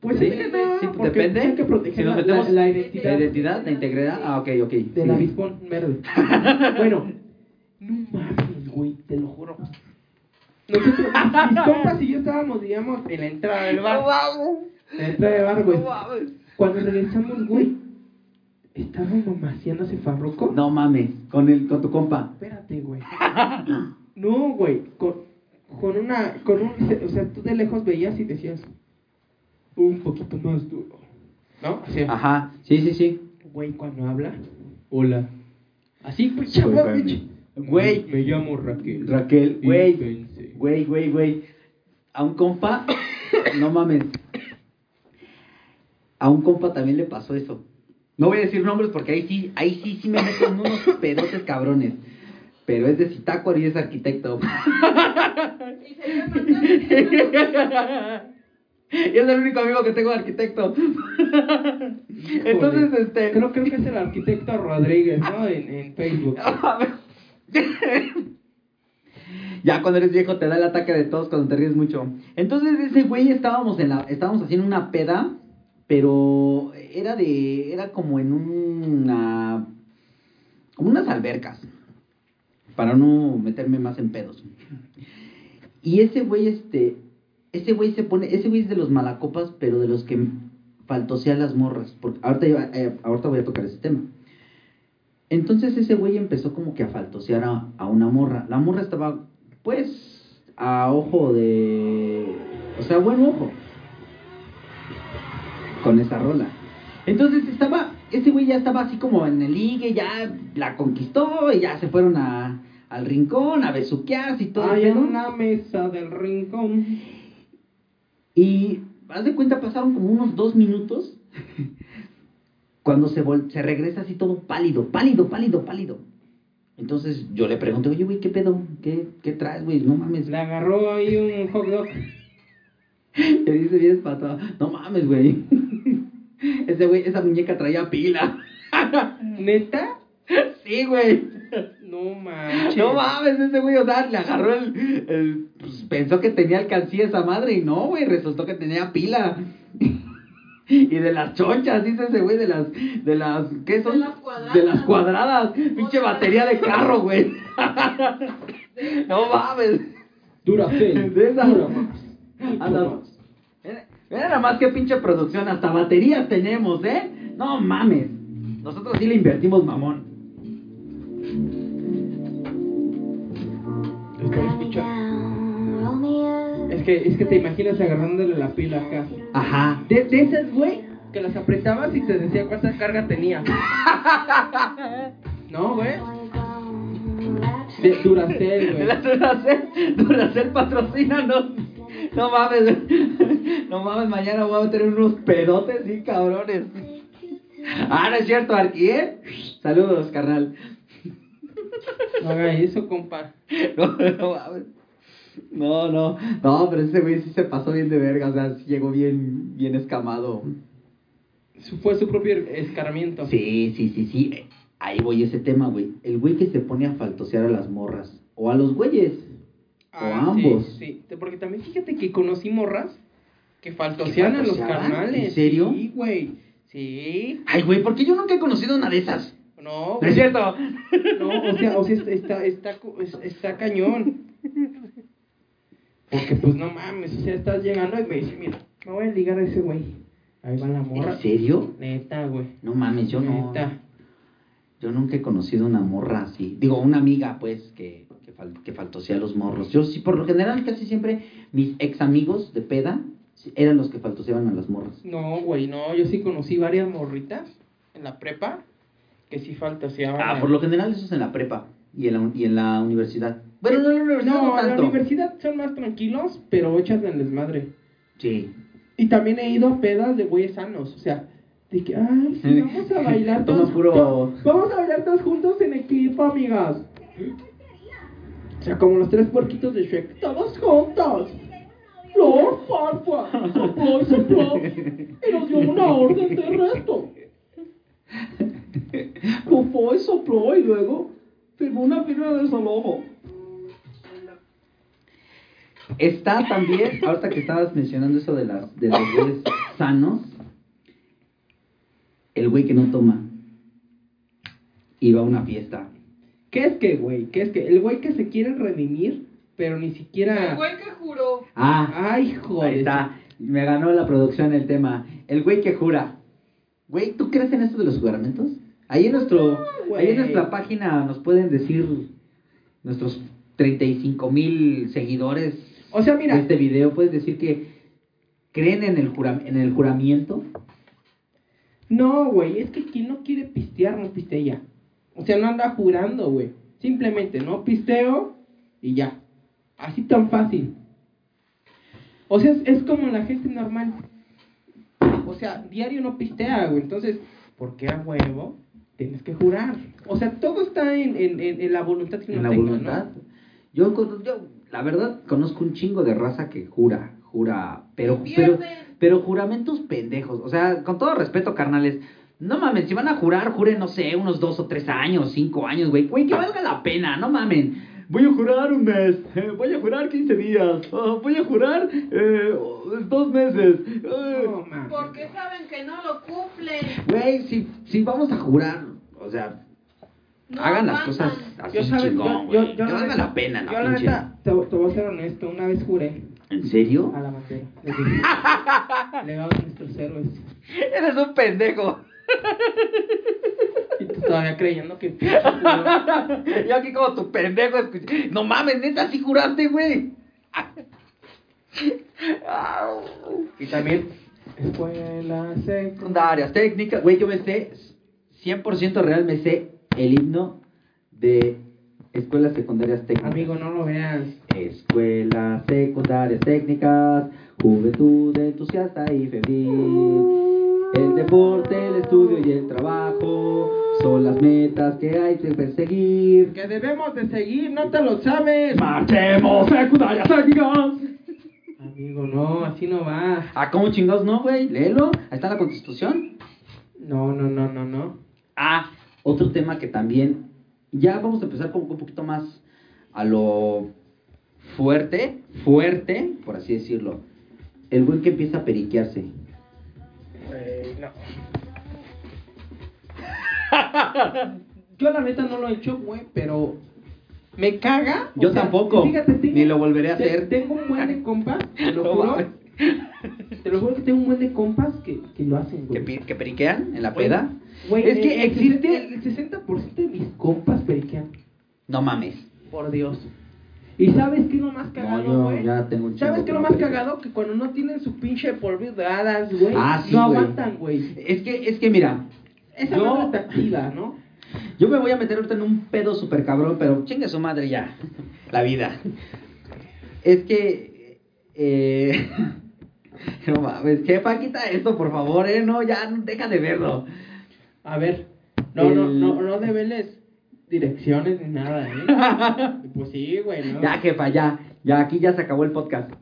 B: Pues
A: sí,
B: sí, no,
A: sí,
B: porque
A: depende.
B: Hay que proteger
A: Si nos
B: la-
A: metemos-
B: la, la identidad.
A: ¿La identidad? ¿La integridad? Ah, ok, ok.
B: Del avispón verde. (laughs) bueno, no mames, güey, te lo juro. Nosotros, mis- mis compas y yo estábamos, digamos, en la entrada del bar. En la entrada del bar, güey.
A: (laughs)
B: Cuando regresamos, güey, estaba mamaciándose Farroco.
A: No mames, con, el, con tu compa.
B: Espérate, güey. (laughs) No, güey. Con, con una. Con un, o sea, tú de lejos veías y decías. Un poquito más duro. ¿No? Así.
A: Ajá, sí, sí, sí.
B: Güey, cuando habla. Hola. Así, pues,
A: Soy
B: chaval,
A: Fermi.
B: pinche.
A: Güey.
B: Me llamo Raquel.
A: Raquel,
B: Y
A: güey.
B: pensé.
A: Güey, güey, güey. A un compa, (coughs) no mames. A un compa también le pasó eso. No voy a decir nombres porque ahí sí, ahí sí, sí me meto en unos pedotes cabrones. Pero es de Zitácuaro y es arquitecto. (laughs)
C: Y se iba matando.
A: y es el único amigo que tengo de arquitecto. (laughs) Entonces, este.
B: Creo, creo que es el arquitecto Rodríguez, ¿no? En, en Facebook.
A: Ah, (laughs) Ya cuando eres viejo te da el ataque de todos cuando te ríes mucho. Entonces ese güey estábamos en la estábamos haciendo una peda, pero era de era como en una como unas albercas para no meterme más en pedos. Y ese güey este ese güey se pone ese güey es de los malacopas, pero de los que faltosean las morras, porque ahorita yo- eh, ahorita voy a tocar ese tema. Entonces ese güey empezó como que a faltosear a, a una morra. La morra estaba, pues, a ojo de... O sea, buen ojo. Con esa rola. Entonces estaba, ese güey ya estaba así como en el ligue, ya la conquistó y ya se fueron a, al rincón a besuquearse y todo. el
B: Hay en
A: pedo.
B: una mesa del rincón.
A: Y haz de cuenta, pasaron como unos dos minutos. (laughs) cuando se, vol- se regresa así todo pálido, pálido, pálido, pálido. Entonces yo le pregunto, oye, güey, ¿qué pedo? ¿Qué, qué traes, güey? No mames. (laughs)
B: Le agarró ahí un hot dog.
A: Le dice bien espantado, no mames, güey. (laughs) Ese güey, esa muñeca traía pila. (laughs)
B: ¿Neta?
A: sí, güey.
B: No manches.
A: No mames, ese güey, o sea, le agarró el, el- pues, pensó que tenía alcancía esa madre y no, güey, resultó que tenía pila. (laughs) y de las chonchas, dice ese güey, de las, de las, ¿qué son?
C: De las cuadradas.
A: De las cuadradas, pinche batería de carro, güey.
C: (laughs)
A: no mames.
B: Duracell.
A: De esas.
B: Duramax.
A: Anda- Mira mira nada más que pinche producción, hasta baterías tenemos, ¿eh? No mames. Nosotros sí le invertimos mamón.
B: Es que, escucha, es que, es que te imaginas agarrándole la pila acá.
A: Ajá.
B: De, de esas, güey, que las apretabas y te decía cuánta carga tenía. No, güey. De Duracell, güey.
A: La Duracell, Duracell patrocínanos. No mames, no mames, mañana voy a tener unos pedotes y cabrones. Ah, no es cierto, Arqui, ¿eh? Saludos, carnal.
B: No haga eso, compa.
A: No, no mames. No, no, no, pero ese güey sí se pasó bien de verga, o sea, sí llegó bien, bien escamado.
B: Su- Fue su propio escarmiento.
D: Sí, sí, sí, sí. eh, Ahí voy ese tema, güey. El güey que se pone a faltosear a las morras. O a los güeyes.
B: Ah,
D: o
B: sí,
D: ambos.
B: Sí, Te- porque también fíjate que conocí morras que faltosean a los
D: faltoseaban?
B: carnales.
D: ¿En serio?
B: Sí, güey. Sí.
D: Ay, güey, ¿por qué yo nunca he conocido una de esas?
B: No,
D: No es
B: güey.
D: cierto.
B: No, o sea, o sea, está, está, está, co- es- está cañón. Porque pues no mames, o sea, estás llegando y me dice, mira, me voy a ligar a ese güey. Ahí va la morra.
D: ¿En serio?
B: Neta, güey.
D: No mames, yo no.
B: Neta.
D: Yo nunca he conocido una morra así. Digo, una amiga, pues, que, que, fal- que faltosea a los morros. Yo sí, por lo general, casi siempre mis ex amigos de peda sí, eran los que faltoseaban a las morras.
B: No, güey, no, yo sí conocí varias morritas en la prepa que sí faltoseaban.
D: Ah,
B: a-
D: por lo general eso es en la prepa y en la, un- y en la universidad. Bueno, no en la universidad no,
B: No, en la
D: tanto.
B: universidad son más tranquilos, pero echas en desmadre.
D: Sí.
B: Y también he ido a pedas de güeyes sanos, o sea, de que, ay, sí, vamos a (laughs) bailar
D: Toma
B: todos
D: puro-
B: to- Vamos a bailar todos juntos en equipo, amigas. O sea, como los tres puerquitos de Shrek, todos juntos. Flor, farfa, sopló y sopló, y nos dio una orden de resto. Sopló y sopló, y luego firmó una firma de desalojo.
A: Está también, ahorita que estabas mencionando eso de, las, de los güeyes sanos, el güey que no toma y va a una fiesta.
B: ¿Qué es que, güey? ¿Qué es que? El güey que se quiere redimir, pero ni siquiera...
C: El güey que juró.
A: Ah,
B: Ay, joder.
A: ahí está, me ganó la producción el tema. El güey que jura. Güey, ¿tú crees en esto de los juramentos? Ahí en, nuestro,
B: No,
A: ahí en
B: güey.
A: nuestra página nos pueden decir nuestros 35 mil seguidores
B: O sea, mira,
A: de este video puedes decir que creen en el jura- en el juramento
B: no, güey, es que quien no quiere pistear no pistea. O sea, no anda jurando, güey. Simplemente no pisteo y ya. Así tan fácil. O sea, es, es como la gente normal. O sea, diario no pistea, güey. Entonces, ¿por qué a huevo tienes que jurar? O sea, todo está en, en, en, en la voluntad que
A: en
B: uno
A: la
B: tenga,
A: voluntad.
B: ¿no?
A: Yo, con- yo, la verdad, conozco un chingo de raza que jura, jura, pero,
C: Y
A: pero,
C: pierden.
A: pero juramentos pendejos. O sea, con todo respeto, carnales, no mames, si van a jurar, juren, no sé, unos dos o tres años, cinco años, güey. Güey, que valga la pena, no mamen. Voy a jurar un mes, eh, voy a jurar 15 días, ah, voy a jurar eh, dos meses. eh,
B: No, mames.
C: Porque saben que no lo cumplen.
A: Güey, si, si vamos a jurar, o sea,
C: No
A: hagan las
C: aguantan.
A: cosas así
B: Yo sabes,
A: chingón,
B: yo, yo,
A: güey.
B: yo
A: Que
B: la
A: valga
B: neta-
A: la pena, la
B: Yo la
A: pinche-
B: neta, te, te voy a ser honesto, una vez juré
A: ¿En serio?
B: a la bandera. Le dije, Legado de nuestros héroes.
A: Eres un pendejo.
B: Y tú todavía creyendo que pinche juró.
A: Yo aquí como tu pendejo escuché. No mames, neta, sí juraste, güey. Au.
B: Y también, escuela secundaria.
A: Secundarias, técnicas. Güey, yo me sé, 100% real, me sé el himno de escuelas secundarias técnicas.
B: Amigo, no lo veas.
A: Escuelas secundarias técnicas, juventud entusiasta y febril. El deporte, el estudio y el trabajo son las metas que hay que perseguir.
B: Que debemos de seguir, no te lo sabes.
A: ¡Marchemos secundarias técnicas!
B: Amigo, no, así no va.
A: Ah, ¿cómo chingados no, güey? Léelo. Ahí está la constitución.
B: No, no, no, no, no.
A: Ah, otro tema que también. Ya vamos a empezar como que un poquito más a lo fuerte, fuerte, por así decirlo. El güey que empieza a periquearse.
B: Güey, no. Yo la neta no lo he hecho, güey, pero me caga. o
A: Yo
B: sea,
A: tampoco,
B: Fíjate, tengo-
A: ni lo volveré a
B: te-
A: hacer.
B: Tengo un buen de compas, te lo (laughs)
A: No
B: juro.
A: mames.
B: Te lo juro que tengo un buen de compas que, que lo hacen,
A: ¿Que,
B: güey.
A: pi- que periquean en la peda?
B: Güey,
A: es
B: el-
A: que
B: el
A: existe...
B: sesen- El 60% de mis compas periquean,
A: No mames.
B: por Dios. ¿Y sabes qué es lo más
A: yo
B: cagado, güey?
A: ya tengo un chingo
B: ¿Sabes qué
A: que
B: es lo
A: no
B: más
A: periqueo.
B: cagado? Que cuando no tienen su pinche por vida, hadas, güey,
A: Ah, sí,
B: no
A: güey.
B: aguantan, güey.
A: Es que, es que mira,
B: Esa
A: Yo-
B: madre está activa, ¿no?
A: yo me voy a meter ahorita en un pedo super cabrón, pero chingue su madre ya. La vida. Es que... Eh... (laughs) No mames, jefa, quita esto, por favor, eh. No, ya, deja de verlo.
B: A ver, no, no,
A: El-
B: no, no
A: (laughs)
B: debeles direcciones ni nada, ¿eh? pues sí, güey, ¿no?
A: Ya, jefa, ya. Ya, aquí ya se acabó el podcast.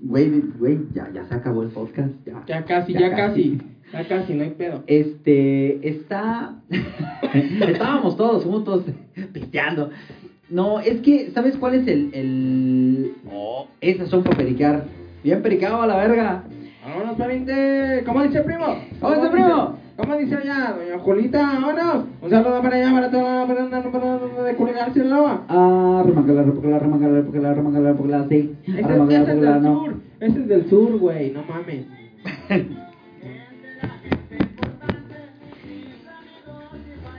A: Güey, güey, ya, ya se acabó el podcast. Ya,
B: Ya casi, ya, casi. Ya casi, no hay pedo.
A: Este, está. (laughs) Estábamos todos juntos (laughs) pisteando. No, es que, ¿sabes cuál es el. el... Oh, esas son para periquear. Bien pericado a la verga.
B: Vámonos, pariente. ¿Cómo dice el primo?
A: ¿Cómo dice el primo?
B: ¿Cómo dice allá, doña Julita? Vámonos. Un saludo para allá, para toda la para, para, para, de Culiacán, Sinaloa.
A: Ah, remangala, remangala, remangala, remangala, remangala, remangala, sí.
B: Ese,
A: Remangala,
B: ese es
A: remangala,
B: del
A: no.
B: sur. Ese es del sur, güey. No mames.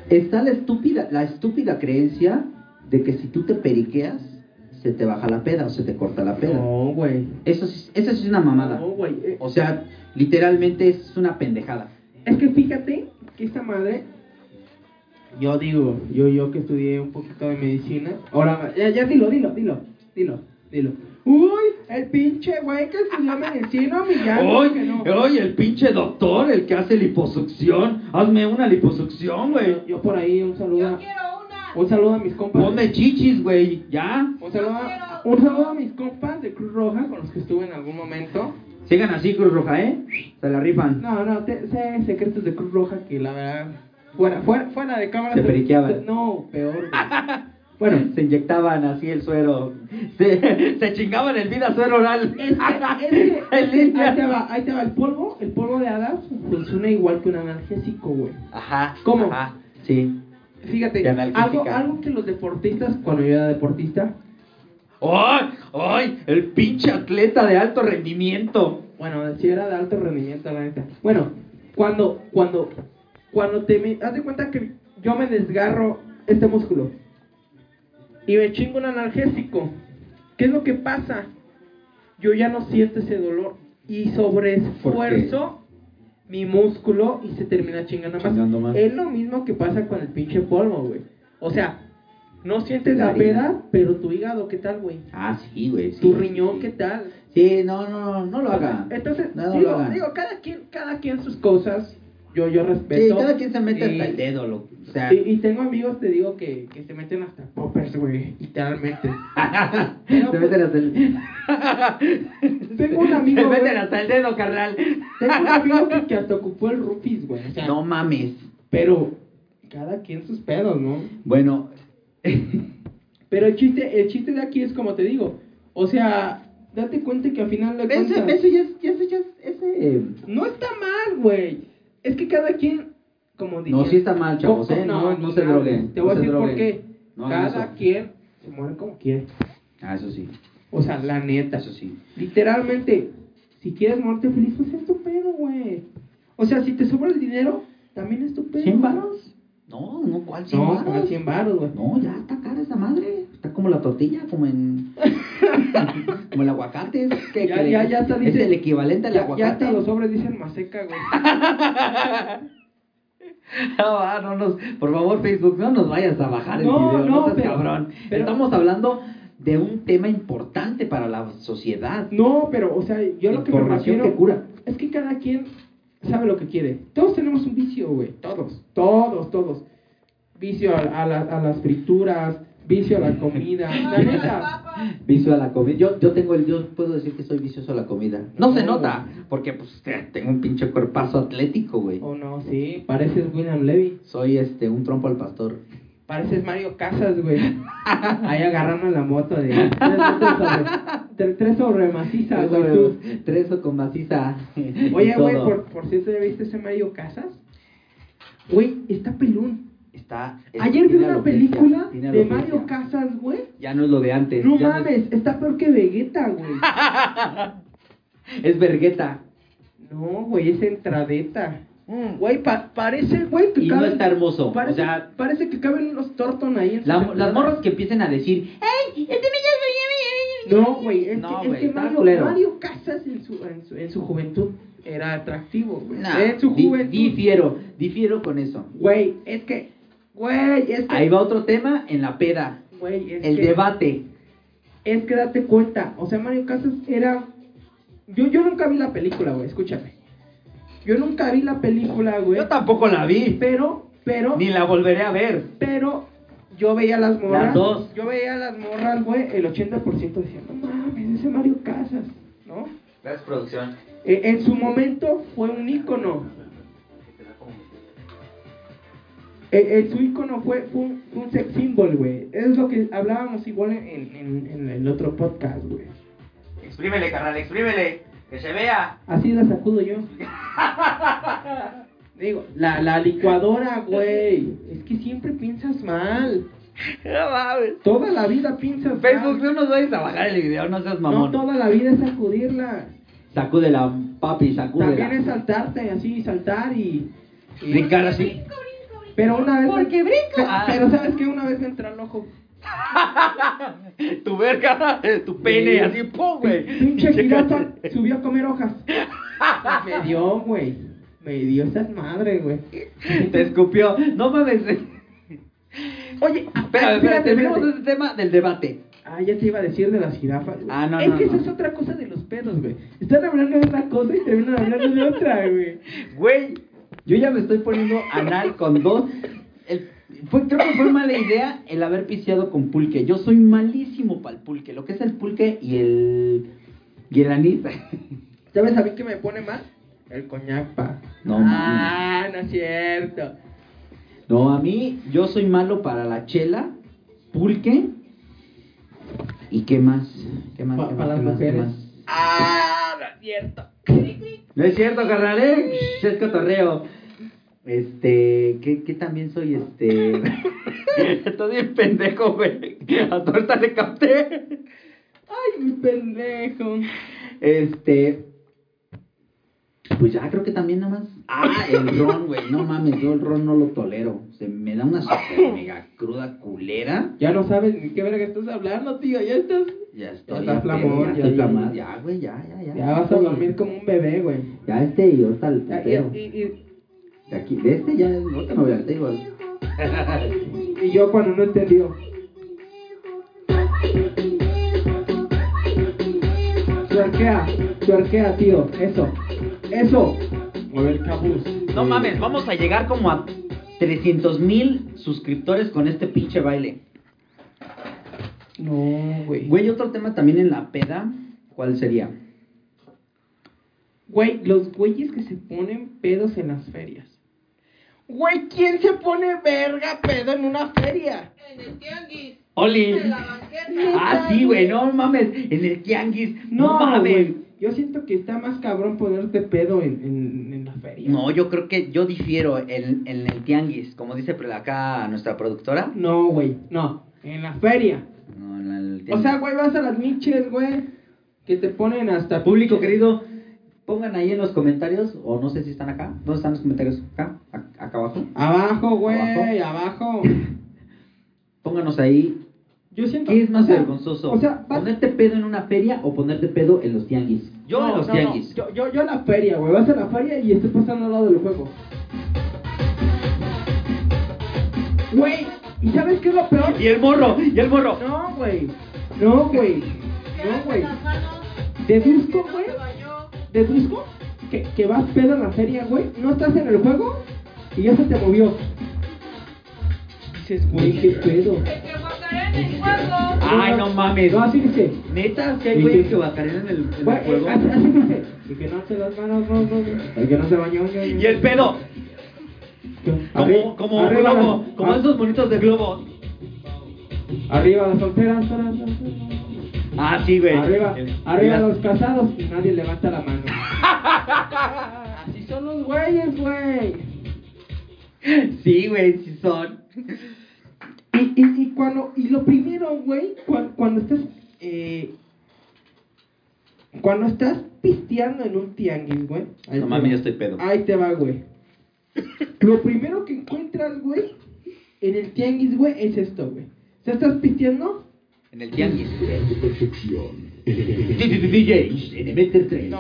A: Está la estúpida, la estúpida creencia de que si tú te periqueas, se te baja la peda o se te corta la peda.
B: No, güey.
A: Eso, sí- eso sí es una mamada.
B: No, güey. Eh,
A: O sea, literalmente es una pendejada.
B: Es que fíjate que esta madre, yo digo, yo yo que estudié un poquito de medicina, ahora ya, ya dilo, dilo, dilo, dilo, dilo. Uy, el pinche güey que estudió medicina, mi ya,
A: ¡Ay,
B: que no.
A: ay, el pinche doctor, el que hace liposucción! ¡Hazme una liposucción, güey!
B: Yo por ahí un saludo,
C: Yo
B: a-
C: quiero una.
B: un saludo a mis compas.
A: ¡Ponme chichis, güey! ¿Ya?
B: Un saludo, a- un saludo a mis compas de Cruz Roja con los que estuve en algún momento.
A: Sigan así, Cruz Roja, ¿eh? Se la rifan.
B: No, no, te- sé secretos de Cruz Roja que la verdad, fuera, fuera, fuera de cámara.
A: Se periqueaban.
B: te- No,
A: (laughs)
B: peor. güey.
A: Bueno, se inyectaban así el suero. Se, se chingaban el vida suero oral.
B: Es (laughs)
A: (laughs)
B: que- es que-
A: En
B: ahí te
A: línea.
B: va, ahí te va el polvo, el polvo de hadas funciona igual que un analgésico, güey.
A: Ajá.
B: ¿Cómo?
A: Ajá. Sí.
B: Fíjate,
A: De analgésica.
B: algo, algo que los deportistas, cuando yo era deportista,
A: ¡Ay! ¡Ay! El pinche atleta de alto rendimiento.
B: bueno, si era de alto rendimiento, la neta. Bueno, cuando, cuando, cuando te me, haz de cuenta que yo me desgarro este músculo y me chingo un analgésico. ¿Qué es lo que pasa? Yo ya no siento ese dolor y sobre esfuerzo mi músculo y se termina chingando más.
A: Chingando más.
B: Es lo mismo que pasa con el pinche polvo, güey. O sea, no sientes la,
A: La harina.
B: peda, pero tu hígado, ¿qué tal, güey?
A: Ah, sí, güey.
B: tu riñón, ¿qué tal?
A: Sí, no, no, no lo hagan.
B: Entonces,
A: No, no
B: digo,
A: lo hagan.
B: digo, cada quien, cada quien sus cosas. Yo, yo
A: Sí,
B: respeto.
A: cada quien se mete
B: Y-
A: hasta el dedo, lo, o sea, (laughs)
B: Y, y tengo amigos, te digo, que, que se meten hasta poppers, güey, literalmente.
A: (laughs)
B: Pero,
A: se meten hasta el pues, (laughs)
B: tengo un amigo,
A: se
B: güey,
A: meten hasta el dedo, carnal.
B: tengo un amigo que, que hasta ocupó el rufis, güey. o sea,
A: No mames.
B: Pero, cada quien sus pedos, ¿no?
A: Bueno,
B: Pero el chiste, el chiste de aquí es como te digo, o sea, date cuenta que al final de
A: eso,
B: cuentas...
A: eso ya, es- ya, eso ya es- ese eh,
B: No está mal, güey. Es que cada quien, como diría...
A: No, sí está mal, chavos,
B: Co-
A: ¿eh? No, no
B: ni
A: se
B: madres.
A: droguen,
B: Te
A: no
B: voy a
A: se
B: decir por
A: droguen.
B: qué.
A: No hagan
B: cada
A: eso.
B: quien se muere como quiere.
A: Ah, eso sí.
B: O sea, la neta.
A: Eso sí.
B: Literalmente, si quieres morirte feliz, pues es tu pedo, güey. O sea, si te sobra el dinero, también es tu pedo.
A: ¿Cien
B: ¿no?
A: varos? No, no, ¿cuál 100
B: No,
A: varos?
B: para 100 baros, güey.
A: No, ya está cara esa madre. Está como la tortilla, como (laughs) en. como el aguacate. es que-
B: Ya-
A: que le-
B: ya- ya hasta
A: Es
B: dice-
A: el equivalente al
B: Ya, ya
A: aguacate.
B: hasta los sobres dicen maseca, güey.
A: No, va, no nos, por favor, Facebook, no nos vayas a bajar
B: No,
A: el video, no,
B: no,
A: seas
B: pero-
A: cabrón.
B: pero-
A: Estamos hablando de un tema importante para la sociedad.
B: No, pero, o sea, yo lo que me
A: Información
B: refiero...
A: que cura.
B: Es que cada quien sabe lo que quiere. Todos tenemos un vicio, güey. Todos, todos, todos. Vicio a, a la- a las frituras, vicio a la comida.
C: (laughs)
B: La
C: Ay, las
B: neta.
C: papas.
A: Vicio a la comida. Yo, yo tengo el, yo puedo decir que soy vicioso a la comida. No, se
B: No.
A: nota, porque pues te- tengo un pinche cuerpazo atlético, güey.
B: Oh, no, sí. Pareces William Levy.
A: Soy este un trompo al pastor.
B: Pareces Mario Casas, güey. Ahí agarrando la moto de tres, tres sobre, tres- tres sobre maciza, güey. tú.
A: Tres o con maciza.
B: Oye,
A: y
B: güey,
A: todo.
B: por, por cierto, ¿ya viste ese Mario Casas? Güey, está pelón.
A: Está,
B: Ayer vi
A: tiene
B: una
A: alopecia,
B: película
A: tiene
B: de
A: alopecia.
B: Mario Casas, güey.
A: Ya no es lo de antes.
B: No
A: ya es-
B: mames, está peor que
A: (laughs)
B: Vegeta, güey.
A: es vergueta.
B: No, güey, es entradeta. Mm, Güey, pa- parece, güey, que
A: Y no
B: caben-
A: está hermoso,
B: Parece,
A: o sea-
B: parece que caben unos Torton ahí. en su
A: La-
B: temporada.
A: las morras que empiecen a decir, ¡Ey! ¡Este me
B: No, güey, es
A: No,
B: que, es
A: güey,
B: que
A: está
B: Mario,
A: culero.
B: Mario Casas en su, en, su, en su juventud era atractivo, güey.
A: Nah,
B: en su
A: di-
B: juventud.
A: difiero, difiero con eso.
B: Güey, es que, güey, es que,
A: Ahí va otro tema en la peda.
B: güey, es
A: El
B: que,
A: debate.
B: es que date cuenta, o sea, Mario Casas era, yo, yo nunca vi la película, güey, escúchame. Yo nunca vi la película, güey.
A: Yo tampoco la vi,
B: Pero, pero.
A: ni la volveré a ver.
B: Pero yo veía las morras.
A: Las dos.
B: Yo veía las morras, güey. El 80% decía, no mames. ese Mario Casas, ¿no?
A: Gracias, producción.
B: Eh, en su momento fue un ícono. Eh, eh, su ícono fue, fue un, fue un sex symbol, güey. Es lo que hablábamos igual en, en- en el otro podcast, güey.
F: Exprímele, carnal, exprímele. Que se vea.
B: Así la
A: (laughs)
B: sacudo yo. Digo, la, la licuadora, güey. Es que siempre piensas mal.
A: No mames.
B: Toda la vida piensas
A: Facebook,
B: mal.
A: tú nos vayas a bajar el video, no seas
B: No,
A: mamón.
B: toda la vida es sacudirla.
D: Sacúdela, papi, sacúdela.
B: También es saltarte, así, saltar y... y-
A: Brincar así.
C: Brinco, brinco, brinco.
B: Pero una vez...
A: Porque brinco.
B: Pe-
A: Ah.
B: Pero sabes que una vez me entró al ojo.
A: Tu verga, tu pene,
B: Sí.
A: así, pum, güey. (laughs)
B: (laughs) Pinche
A: Chécate.
B: jirata subió a comer
A: (laughs)
B: hojas. me dio, güey. Me dio esas madres, güey.
A: Te escupió. No mames. (laughs) Oye, espérate, espérate,
B: espérate,
A: terminamos
B: espérate.
A: este tema del debate.
B: Ah, ya te iba a decir de las jirafas. güey.
A: Ah, no,
B: Es
A: no,
B: que
A: no.
B: esa es otra cosa de los pedos, güey. Están hablando de una cosa y terminan hablando de otra, güey.
A: Güey, yo ya me estoy poniendo anal con dos. El- fue, creo que fue mala idea el haber piseado con pulque. Yo soy malísimo para el pulque. Lo que es el pulque y el. y el anís.
B: ¿Sabes a mí qué me pone mal? El coñac, pa.
A: No,
B: Ah, no es cierto.
A: (laughs) No, a mí, yo soy malo para la chela, pulque. ¿Y qué más? ¿Qué más?
B: Pa-
A: ¿Qué
B: para
A: más?
B: las
A: ¿Qué más? ¿Qué
B: mujeres.
A: más?
B: Ah, no es cierto.
C: Clic, clic.
A: No es cierto, carnal, ¿eh? Shh, Es cotorreo. Este, que, que también soy este. (laughs) Estoy bien pendejo, güey. A torta le capté.
B: Ay, mi pendejo.
A: Este. Pues ya, creo que también nada más. Ah, el ron, güey. No mames, yo el ron no lo tolero. Se me da una (laughs) super mega cruda culera.
B: Ya no sabes ni qué verga estás hablando, tío. Ya estás.
A: Ya estoy.
B: Ya está
A: pedo,
B: flamón,
A: ya
B: ya
A: estoy
B: ahí.
A: flamado. Ya, güey, ya, ya, ya.
B: Ya vas a dormir como un bebé, güey.
A: Ya este y ahorita el
B: Ya,
A: putero.
B: y- y- y-
A: De aquí, de este ya, ahorita me voy al igual.
B: Y yo cuando no entendió. Tuerquea, tuerquea, tío. Eso, eso. Mueve el cabuz.
A: No mames, vamos a llegar como a 300 mil suscriptores con este pinche baile.
B: No, güey.
A: Güey, otro tema también en la peda, ¿cuál sería?
B: Güey, los güeyes que se ponen pedos en las ferias. Güey, ¿quién se pone verga pedo en una feria?
C: En el tianguis.
A: ¡Oli!
C: En la banqueta.
A: Ah, sí, güey, no mames, en el tianguis, no, mames.
B: güey. Yo siento que está más cabrón ponerte pedo en, en, en la feria.
A: No, yo creo que yo difiero en, en el tianguis, como dice por acá nuestra productora.
B: No, güey, no. En la feria.
A: No, en el
B: O
A: tianguis.
B: sea, güey, vas a las miches, güey. Que te ponen hasta
A: público querido, pongan ahí en los comentarios, o no sé si están acá, ¿dónde están los comentarios? ¿Acá? ¿A- ¿Acá abajo?
B: Abajo, güey,
A: (laughs)
B: abajo.
A: Pónganos ahí
B: Yo siento
A: ¿Qué es más
B: o sea,
A: vergonzoso?
B: O sea, vas-
A: ¿Ponerte pedo en una feria o ponerte pedo en los tianguis? Yo
B: no,
A: en los
B: no, no.
A: tianguis.
B: Yo, yo, yo a la feria, güey. Vas a la feria y estás pasando al lado del juego. Güey, ¿y sabes qué es lo peor?
A: Y el morro, y el morro.
B: No, güey. No, güey.
C: Que
B: No,
C: lava
B: güey.
C: las manos,
B: ¿De
C: que
B: disco,
C: no
B: güey?
C: se bañó.
B: ¿De disco? Que, que vas pedo en la feria, güey. No estás en el juego y ya se te movió. Dices, güey, qué pedo.
C: El que guacaré en el juego.
A: Ay, no mames.
B: No, así dice.
A: Neta, que
B: Sí,
A: hay güeyes
B: sí.
A: que bacarean en el, en el
B: Güey, eh,
A: juego.
B: así- así dice. El que no se las manos, no, no, no. El que no se bañó, no, no.
A: Y el pedo, como, como un
B: arriba, ah.
A: globo,
B: las-
A: como
B: a-
A: esos bonitos de globo.
B: arriba las solteras, solteras, solteras.
A: Ah, sí, güey.
B: arriba,
A: El-
B: arriba
A: el-
B: los casados y nadie levanta la mano. (laughs) Así son los güeyes, güey.
A: Sí, güey, sí son.
B: Y, y, y cuando, y lo primero, güey, cuan- cuando, estás, eh, cuando estás pisteando en un tianguis, güey. ahí
A: No
B: te
A: mames,
B: va.
A: yo estoy pedo.
B: Ahí te va, güey. Lo primero que encuentras, güey, en el tianguis, güey, es esto, güey. O sea, estás pisteando
A: En el tianguis.
E: Perfección.
A: DJ, Meter 3.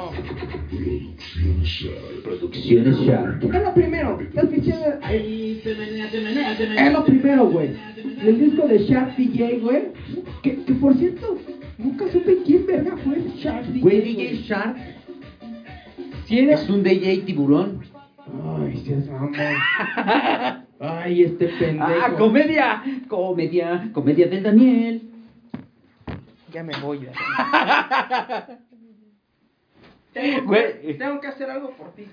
A: Producciones Shark.
B: Es lo primero, las picheras. Es lo primero, güey. El disco de Shark DJ, güey. Que, que por cierto, nunca supe quién verga fue el Shark DJ.
A: Güey, DJ Shark
B: Si era.
A: es un DJ tiburón.
B: Ay, seas mamón. Ay, este pendejo.
A: Ah, comedia, comedia, comedia del Daniel.
B: ya me voy. la- tengo, que,
A: (laughs) Güey.
B: tengo que hacer algo por ti.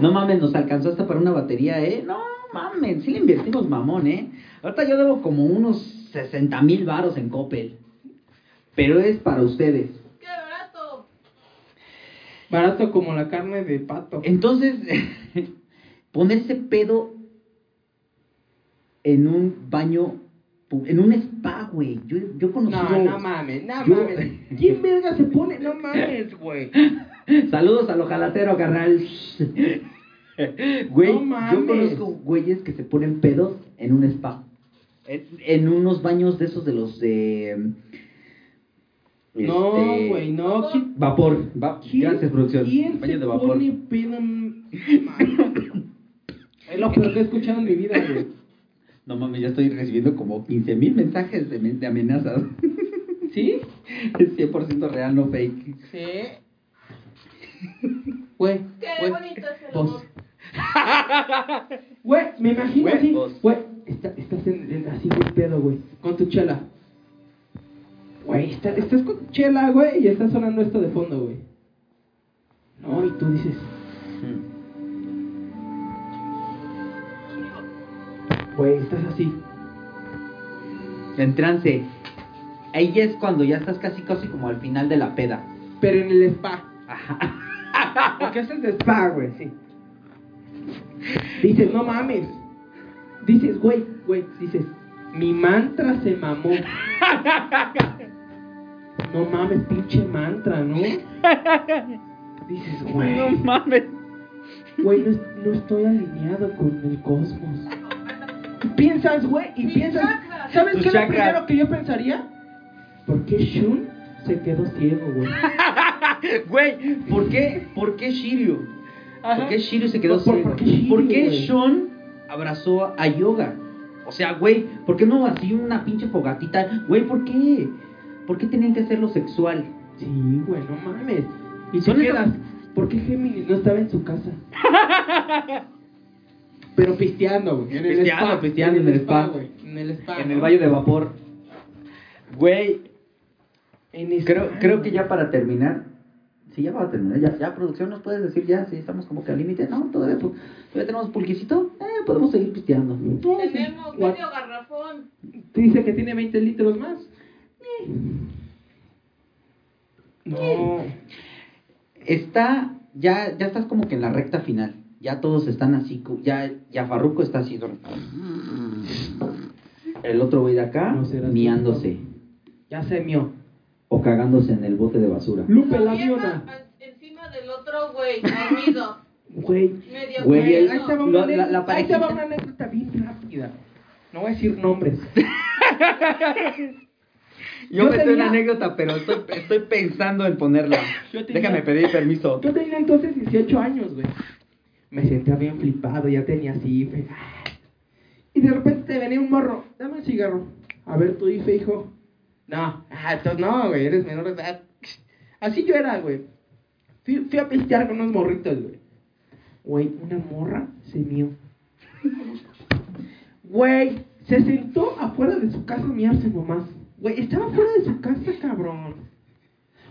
A: No mames, nos alcanzó hasta para una batería, ¿eh? No mames, sí le invertimos mamón, ¿eh? Ahorita yo debo como unos 60 mil varos en Coppel. Pero es para ustedes.
C: ¡Qué barato!
B: Barato como la carne de pato.
A: Entonces, (laughs) ponerse pedo en un baño, pu- en un spa, güey. Yo, yo he
B: No,
A: conocido...
B: no mames, no
A: yo-
B: mames. Este, ¿Quién verga se pone? No mames, güey.
A: Saludos al ojalatero, carnal. Güey, yo
B: No mames.
A: conozco güeyes que se ponen pedos en un spa. En, en unos baños de esos de los de...
B: No,
A: este,
B: güey, no. ¿Quién,
A: Vapor. va-
B: quién-
A: gracias, producción.
B: ¿Quién
A: Baños
B: se
A: de vapor.
B: pone pedo? en- Mames. (coughs) Es lo peor que he escuchado en mi vida, güey.
A: No mames, ya estoy recibiendo como 15 mil mensajes de, men- de amenazas.
B: ¿Sí?
A: Es 100% real, no fake.
B: Sí. Güey,
C: ¡Qué
B: güey,
C: bonito es el
B: vos.
C: amor!
B: Güey, me imagino
A: Güey,
B: así.
A: vos.
B: Güey, está- estás en, en- así güey, pedo, güey, con tu chela. Güey, está- estás con tu chela, güey, y está sonando esto de fondo, güey. No, y tú dices, güey, estás así.
A: En trance. Ahí ya es cuando ya estás casi casi como al final de la peda.
B: Pero en el spa. Ajá. (laughs) Porque es el de spa, güey, sí. Dices, no mames. Dices, güey, güey, dices, mi mantra se (laughs) mamó. No mames, pinche mantra, ¿no? Dices, güey. (laughs) No mames. Güey, no, es- no estoy alineado con el cosmos. Piensas, güey, y
C: Mis
B: piensas.
C: chakras.
B: ¿Sabes
A: Tus
B: qué es lo
A: chakras.
B: primero que yo pensaría? ¿Por qué Shun se quedó ciego, güey?
A: Güey, ¿por (laughs) qué, ¿por qué Shiryu? ¿Por qué Shiryu se quedó
B: ¿Por-
A: ciego?
B: por- por qué Shiryu,
A: ¿Por qué
B: güey?
A: Sean abrazó a Yoga? O sea, güey, ¿por qué no así una pinche fogatita? Güey, ¿por qué? ¿Por qué tenían que hacerlo sexual?
B: Sí, güey, no mames. Y
A: Son
B: son
A: esas-
B: quedas. ¿Por qué Géminis no estaba en su casa? Pero pisteando, güey. En el
A: Pisteando,
B: spa.
A: pisteando en el spa.
B: güey. En el spa.
A: En
B: ¿no?
A: el baño de vapor. Güey,
B: En el
A: creo,
B: spa,
A: creo que
B: güey.
A: ya para terminar. Sí, ya va a terminar. Ya, ya producción nos puedes decir ya si estamos como que al límite. No, todavía, pu- todavía tenemos pulquicito. Eh, podemos seguir pisteando.
B: No,
C: Pues,
B: sí.
C: Tenemos
B: What?
C: medio garrafón.
B: Dice que tiene 20 litros más. No.
A: está, ya, ya estás como que en la recta final. Ya todos están así, co- ya, ya Farruco está así. dur- El otro güey de acá,
B: No serás tú.
A: miándose
B: Ya se mió.
A: o cagándose en el bote de basura.
B: Lupe
C: Lo
B: la
C: vieja
B: viona.
C: an- Encima del otro, güey, dormido.
B: Güey.
C: Medio
A: Güey,
B: Güey,
A: el-
B: ahí te va
A: lo- la-
B: una
A: la
B: anécdota- ahí te va
A: parejita.
B: una anécdota bien rápida. No voy a
A: (laughs)
B: decir nombres. (laughs) Yo
A: me
B: tenía-
A: anécdota, pero estoy, estoy pensando en ponerla.
B: Yo tenía-
A: pedir permiso.
B: Yo tenía entonces 18 años, güey. Me sentía bien flipado, ya tenía así, güey. Y de repente te venía un morro, dame el cigarro. A ver tu IFE, hijo. No, ah, entonces no, güey, eres menor de edad. Así yo era, güey. Fui, fui a pistear con unos morritos, güey. Güey, una morra se mió. Güey, se sentó afuera de su casa a miarse nomás. Güey, estaba afuera de su casa, cabrón.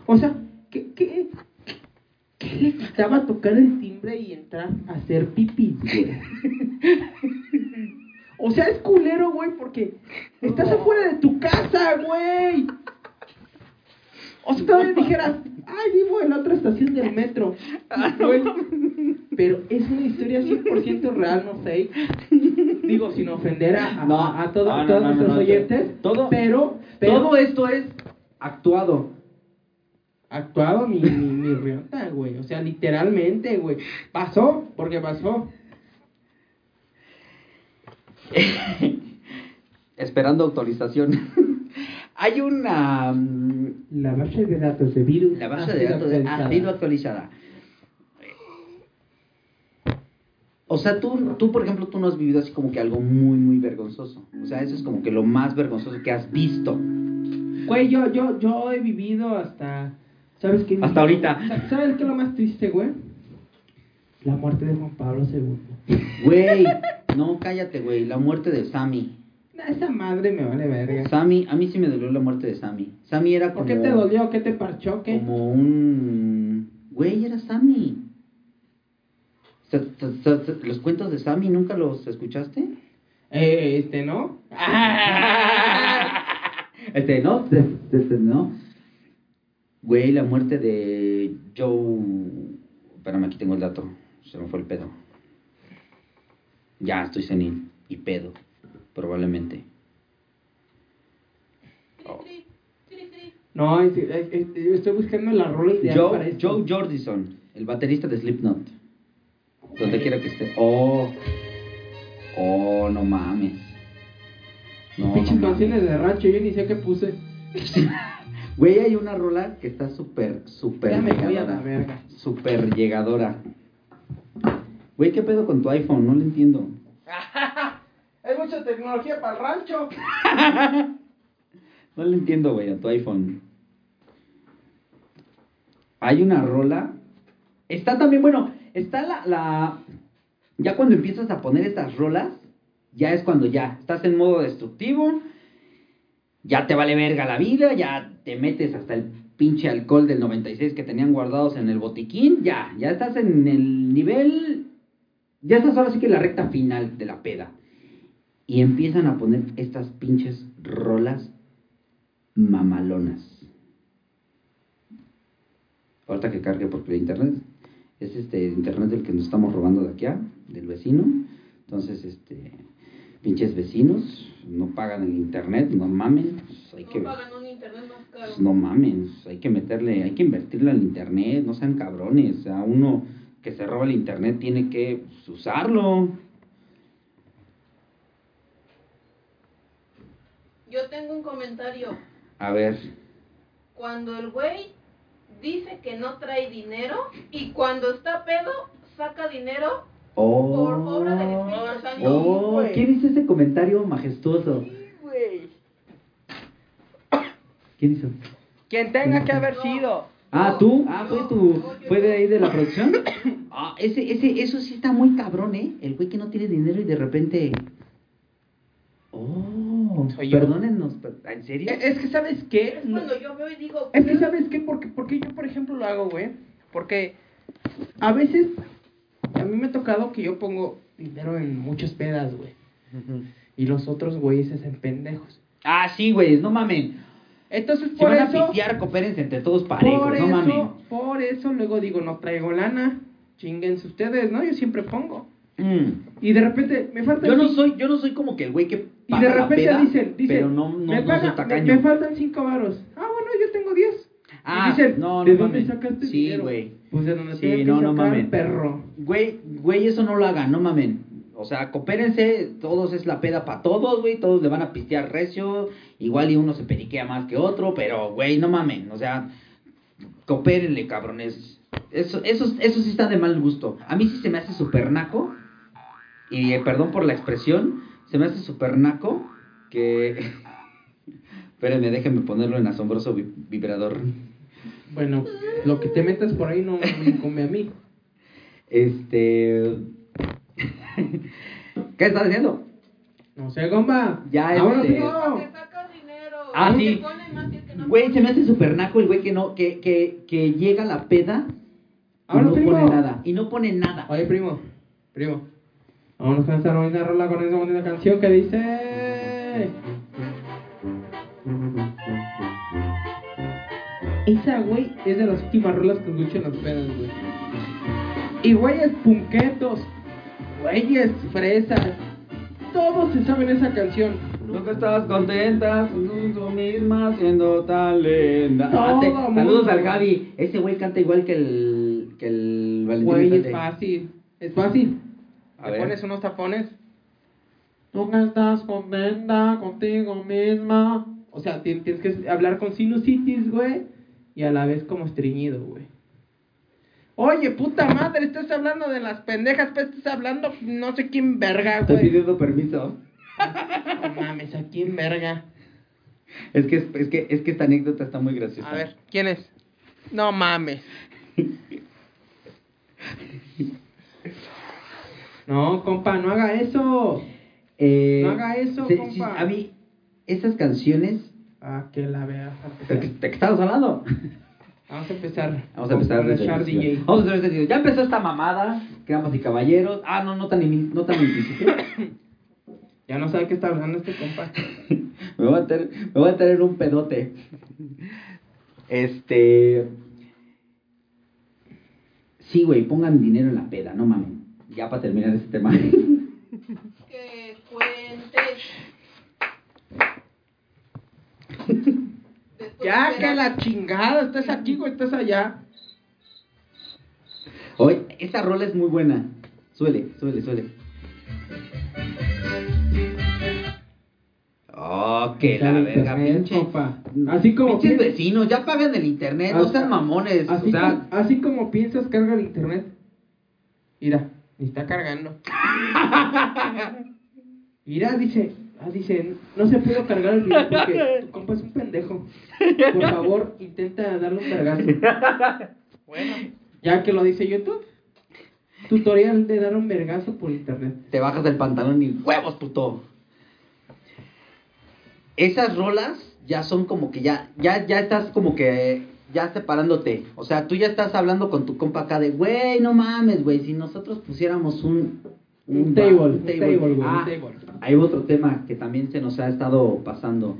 B: O sea, ¿qué, qué, ¿Qué le quitaba tocar el timbre y entrar a hacer pipí, güey? O sea, es culero, güey, porque estás afuera de tu casa, güey. O sea, todavía dijeras, ay, vivo en la otra estación del metro. Güey, Pero es una historia 100% real, no sé. Digo, sin ofender a, a-
A: No,
B: a todo-
A: no, no,
B: todos
A: no,
B: nuestros
A: no, no,
B: oyentes.
A: todo-
B: pero, pero
A: Todo esto es actuado.
B: actuaba mi, mi, mi riata, güey. O sea, literalmente, güey. Pasó, porque pasó.
A: Esperando autorización. (laughs) Hay una... mm,
B: La base de datos de virus.
A: La base de datos ha sido actualizada. O sea, tú, tú, por ejemplo, tú no has vivido así como que algo muy, muy vergonzoso. O sea, eso es como que lo más vergonzoso que has visto.
B: Güey, yo, yo, yo he vivido hasta. ¿Sabes qué?
A: Hasta ahorita.
B: Sa- ¿Sabes qué es lo más triste, güey? La muerte de Juan Pablo II.
A: Güey, no, cállate, güey. La muerte de Sammy.
B: Nah, esa madre me vale verga.
A: Sammy, a mí sí me dolió la muerte de Sammy. Sammy era como.
B: ¿Por qué te dolió? ¿Qué te parchó? ¿Qué?
A: Como un. Güey, era Sammy. Sa- sa- sa- sa- ¿Los cuentos de Sammy nunca los escuchaste?
B: Eh, este, ¿no?
A: (laughs) Este, no, este, este, no. Güey, la muerte de Joe. Espérame, aquí tengo el dato. Se me fue el pedo. Ya, estoy senil. Y pedo. Probablemente.
C: Cri, cri, cri, cri.
B: No, es- es- es- yo estoy buscando la rola ideal para
A: Joe,
B: esto.
A: Joe Jordison, el baterista de Slipknot. Donde quiera que esté. Oh. Oh, no mames. No,
B: Pinches
A: no mames.
B: canciones de rancho, yo ni sé qué puse.
A: Güey, hay una rola que está súper, súper
B: Ya me voy a
A: llegadora.
B: la verga.
A: Súper llegadora. Güey, ¿qué pedo con tu iPhone? No lo
B: (laughs)
A: entiendo.
B: Es mucha tecnología para el rancho.
A: (laughs) No lo entiendo, güey, a tu iPhone. Hay una rola. Está también, bueno, está la, la... Ya cuando empiezas a poner estas rolas, ya es cuando ya estás en modo destructivo. Ya te vale verga la vida, ya te metes hasta el pinche alcohol del 96 que tenían guardados en el botiquín. Ya, ya estás en el nivel... Ya estás ahora sí que en la recta final de la peda. Y empiezan a poner estas pinches rolas mamalonas. Ahorita que cargue porque el internet es este el internet del que nos estamos robando de aquí, ah, del vecino. Entonces, este pinches vecinos no pagan el internet, no mamen, pues, hay
C: No
A: que
C: pagan un internet más caro.
A: pues, no mamen, hay que meterle, hay que invertirle al internet, no sean cabrones, o sea, uno que se roba el internet tiene que pues, usarlo.
C: Yo tengo un comentario.
A: A ver,
C: Cuando el güey dice que no trae dinero y cuando está pedo saca dinero
A: oh,
C: por obra del Espíritu Santo.
A: oh, ¿quién hizo ese comentario majestuoso?
C: Sí, güey.
A: ¿Quién hizo?
B: Quien tenga que haber
C: No.
B: sido.
A: Ah,
C: No,
A: tú, ah, fue
C: no,
A: tu,
C: no, yo
A: fue de
C: no.
A: ahí de la producción. (coughs) Ah, ese, ese, eso sí está muy cabrón, ¿eh? El güey que no tiene dinero y de repente. Oh,
B: Soy yo.
A: perdónennos, per- ¿ah, ¿en serio?
B: Eh, Es que, ¿sabes qué?
C: Es cuando yo veo y digo,
B: Es que
C: ¿qué?
B: sabes qué, porque, porque yo por ejemplo lo hago, güey. Porque a veces a mí me ha tocado que yo pongo dinero en muchas pedas, güey. Y los otros güeyes se hacen pendejos.
A: Ah, sí, güey, no mamen.
B: Entonces
A: Si
B: por
A: van a
B: eso,
A: pistear, coopérense entre todos parejos,
B: por
A: no mamen.
B: eso, por eso luego digo no traigo lana, chinguense ustedes, ¿no? Yo siempre pongo.
A: Mm.
B: Y de repente me falta
A: Yo no soy, yo no soy como que el güey que
B: y
A: paga
B: de
A: la
B: repente
A: peda,
B: dicen, dicen,
A: pero no, no,
B: me,
A: no
B: paga-
A: soy
B: me,
A: tacaño.
B: me faltan cinco varos. Ah, bueno, yo tengo diez.
A: Ah,
B: y dicen,
A: no,
B: ¿de
A: no
B: dónde
A: mames.
B: sacaste
A: Sí,
B: dinero?
A: güey.
B: Pues de donde
A: Sí,
B: tenía que
A: no, no
B: sacar,
A: mames.
B: perro.
A: Güey, güey, eso no lo hagan, no mamen. O sea, coopérense, todos es la peda para todos, güey, todos le van a pistear recio, igual y uno se periquea más que otro, pero güey, no mamen, o sea, coopérenle, cabrones. Eso, eso, eso sí está de mal gusto. A mí sí se me hace súper naco, y eh, perdón por la expresión, se me hace súper naco que... (laughs) Espérenme, déjenme ponerlo en asombroso vi- vibrador.
B: Bueno, lo que te metas por ahí no me incumbe a mí.
A: (laughs) Este... (laughs) ¿Qué estás diciendo?
B: No sé, gomba.
A: Ya,
B: Ahora
A: este-
B: sí, no.
C: Porque saca dinero.
A: Ah,
C: y
A: sí.
C: te pone más y es que no
A: Güey,
C: pone.
A: se me hace súper naco el güey que no, que, que, que llega a la peda y
B: Ahora
A: no
B: primo.
A: pone nada. Y no pone nada.
B: Oye, primo. Primo. Vámonos con esta bonita rola con esa bonita canción que dice. Esa, güey, es de las últimas rolas que escucho en las pedas, güey. Y güeyes punquetos, güeyes fresas, todos se saben esa canción.
A: Nunca estás contenta contigo misma siendo tan linda.
B: Todo
A: Ah, te-
B: mundo.
A: saludos al Gaby. Ese güey canta igual que el, que el Valentín
B: Güey, es
A: Elizalde.
B: fácil. Es fácil.
A: A
B: Te
A: ver.
B: pones unos tapones. Nunca estás contenta contigo misma. O sea, tien- tienes que hablar con sinusitis, güey. Y a la vez como estreñido, güey. Oye, puta madre, estás hablando de las pendejas, pues estás hablando no sé quién verga,
A: Estoy
B: güey.
A: pidiendo permiso.
B: No mames, a quién verga.
A: Es que, es que, es que esta anécdota está muy graciosa.
B: A ver, ¿quién es? No mames. No, compa, no haga eso.
A: Eh,
B: No haga eso,
A: se-
B: compa.
A: sí, a mí, esas canciones
B: Ah, que la vea.
A: de que de que estamos hablando.
B: Vamos a empezar.
A: Vamos a empezar
B: Con
A: desde el
B: Richard
A: inicio.
B: DJ.
A: Vamos a empezar desde el inicio. Ya empezó esta mamada, damas y caballeros. Ah, no, no tan, ini- no tan implícito.
B: Ya no sabe qué está hablando este compa.
A: me, voy a tener, me voy a tener un pedote. Este. Sí, güey, pongan dinero en la peda, no mames. Ya para terminar este tema. (laughs)
C: Que cuentes. Después
B: Ya,
C: verás.
B: que la chingada. Estás aquí, güey, estás allá.
A: Oye, esta rola es muy buena. Suele, suele, suele. Oh, que la
B: Dale,
A: verga,
B: internet,
A: pinche.
B: compa. Así como
A: Pinches
B: piensas-
A: vecinos, ya pagan el internet, no
B: Así-
A: sean mamones.
B: Así,
A: o sea,
B: como, así como piensas, carga el internet. Mira, ni está cargando. Mira, dice, ah, dice, no se pudo cargar el video porque tu compa es un pendejo. Por favor, intenta darle un vergazo. Bueno, ya que lo dice YouTube, tutorial de dar un vergazo por internet.
A: te bajas del pantalón y huevos, puto. Esas rolas ya son como que ya, ya, ya estás como que ya separándote. O sea, tú ya estás hablando con tu compa acá de, güey, no mames, güey, si nosotros pusiéramos un...
B: Un
A: ba-
B: table, un table, güey, un
A: Ah,
B: table.
A: Hay otro tema que también se nos ha estado pasando.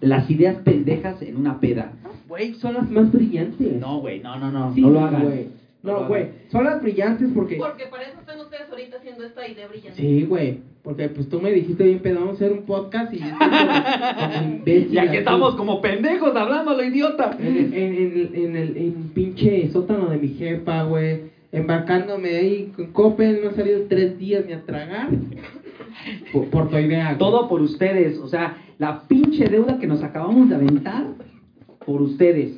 A: Las ideas pendejas en una peda.
B: Güey, son las más brillantes.
A: No, güey, no, no, no.
B: Sí,
A: no lo hagan.
B: güey.
A: No lo
B: No, güey,
A: hagan.
B: son las brillantes porque...
C: Porque para eso están ustedes ahorita haciendo esta idea brillante.
B: Sí, güey. Porque pues tú me dijiste bien pedo, vamos a hacer un podcast
A: (laughs)
B: y... como imbécil
A: Y aquí
B: aquí.
A: estamos como pendejos hablando, lo idiota.
B: En, en, en, en el en pinche sótano de mi jefa, güey. Embarcándome ahí con Coppel, no he salido tres días ni a tragar. Por, por tu idea. güey.
A: Todo por ustedes. O sea, la pinche deuda que nos acabamos de aventar por ustedes.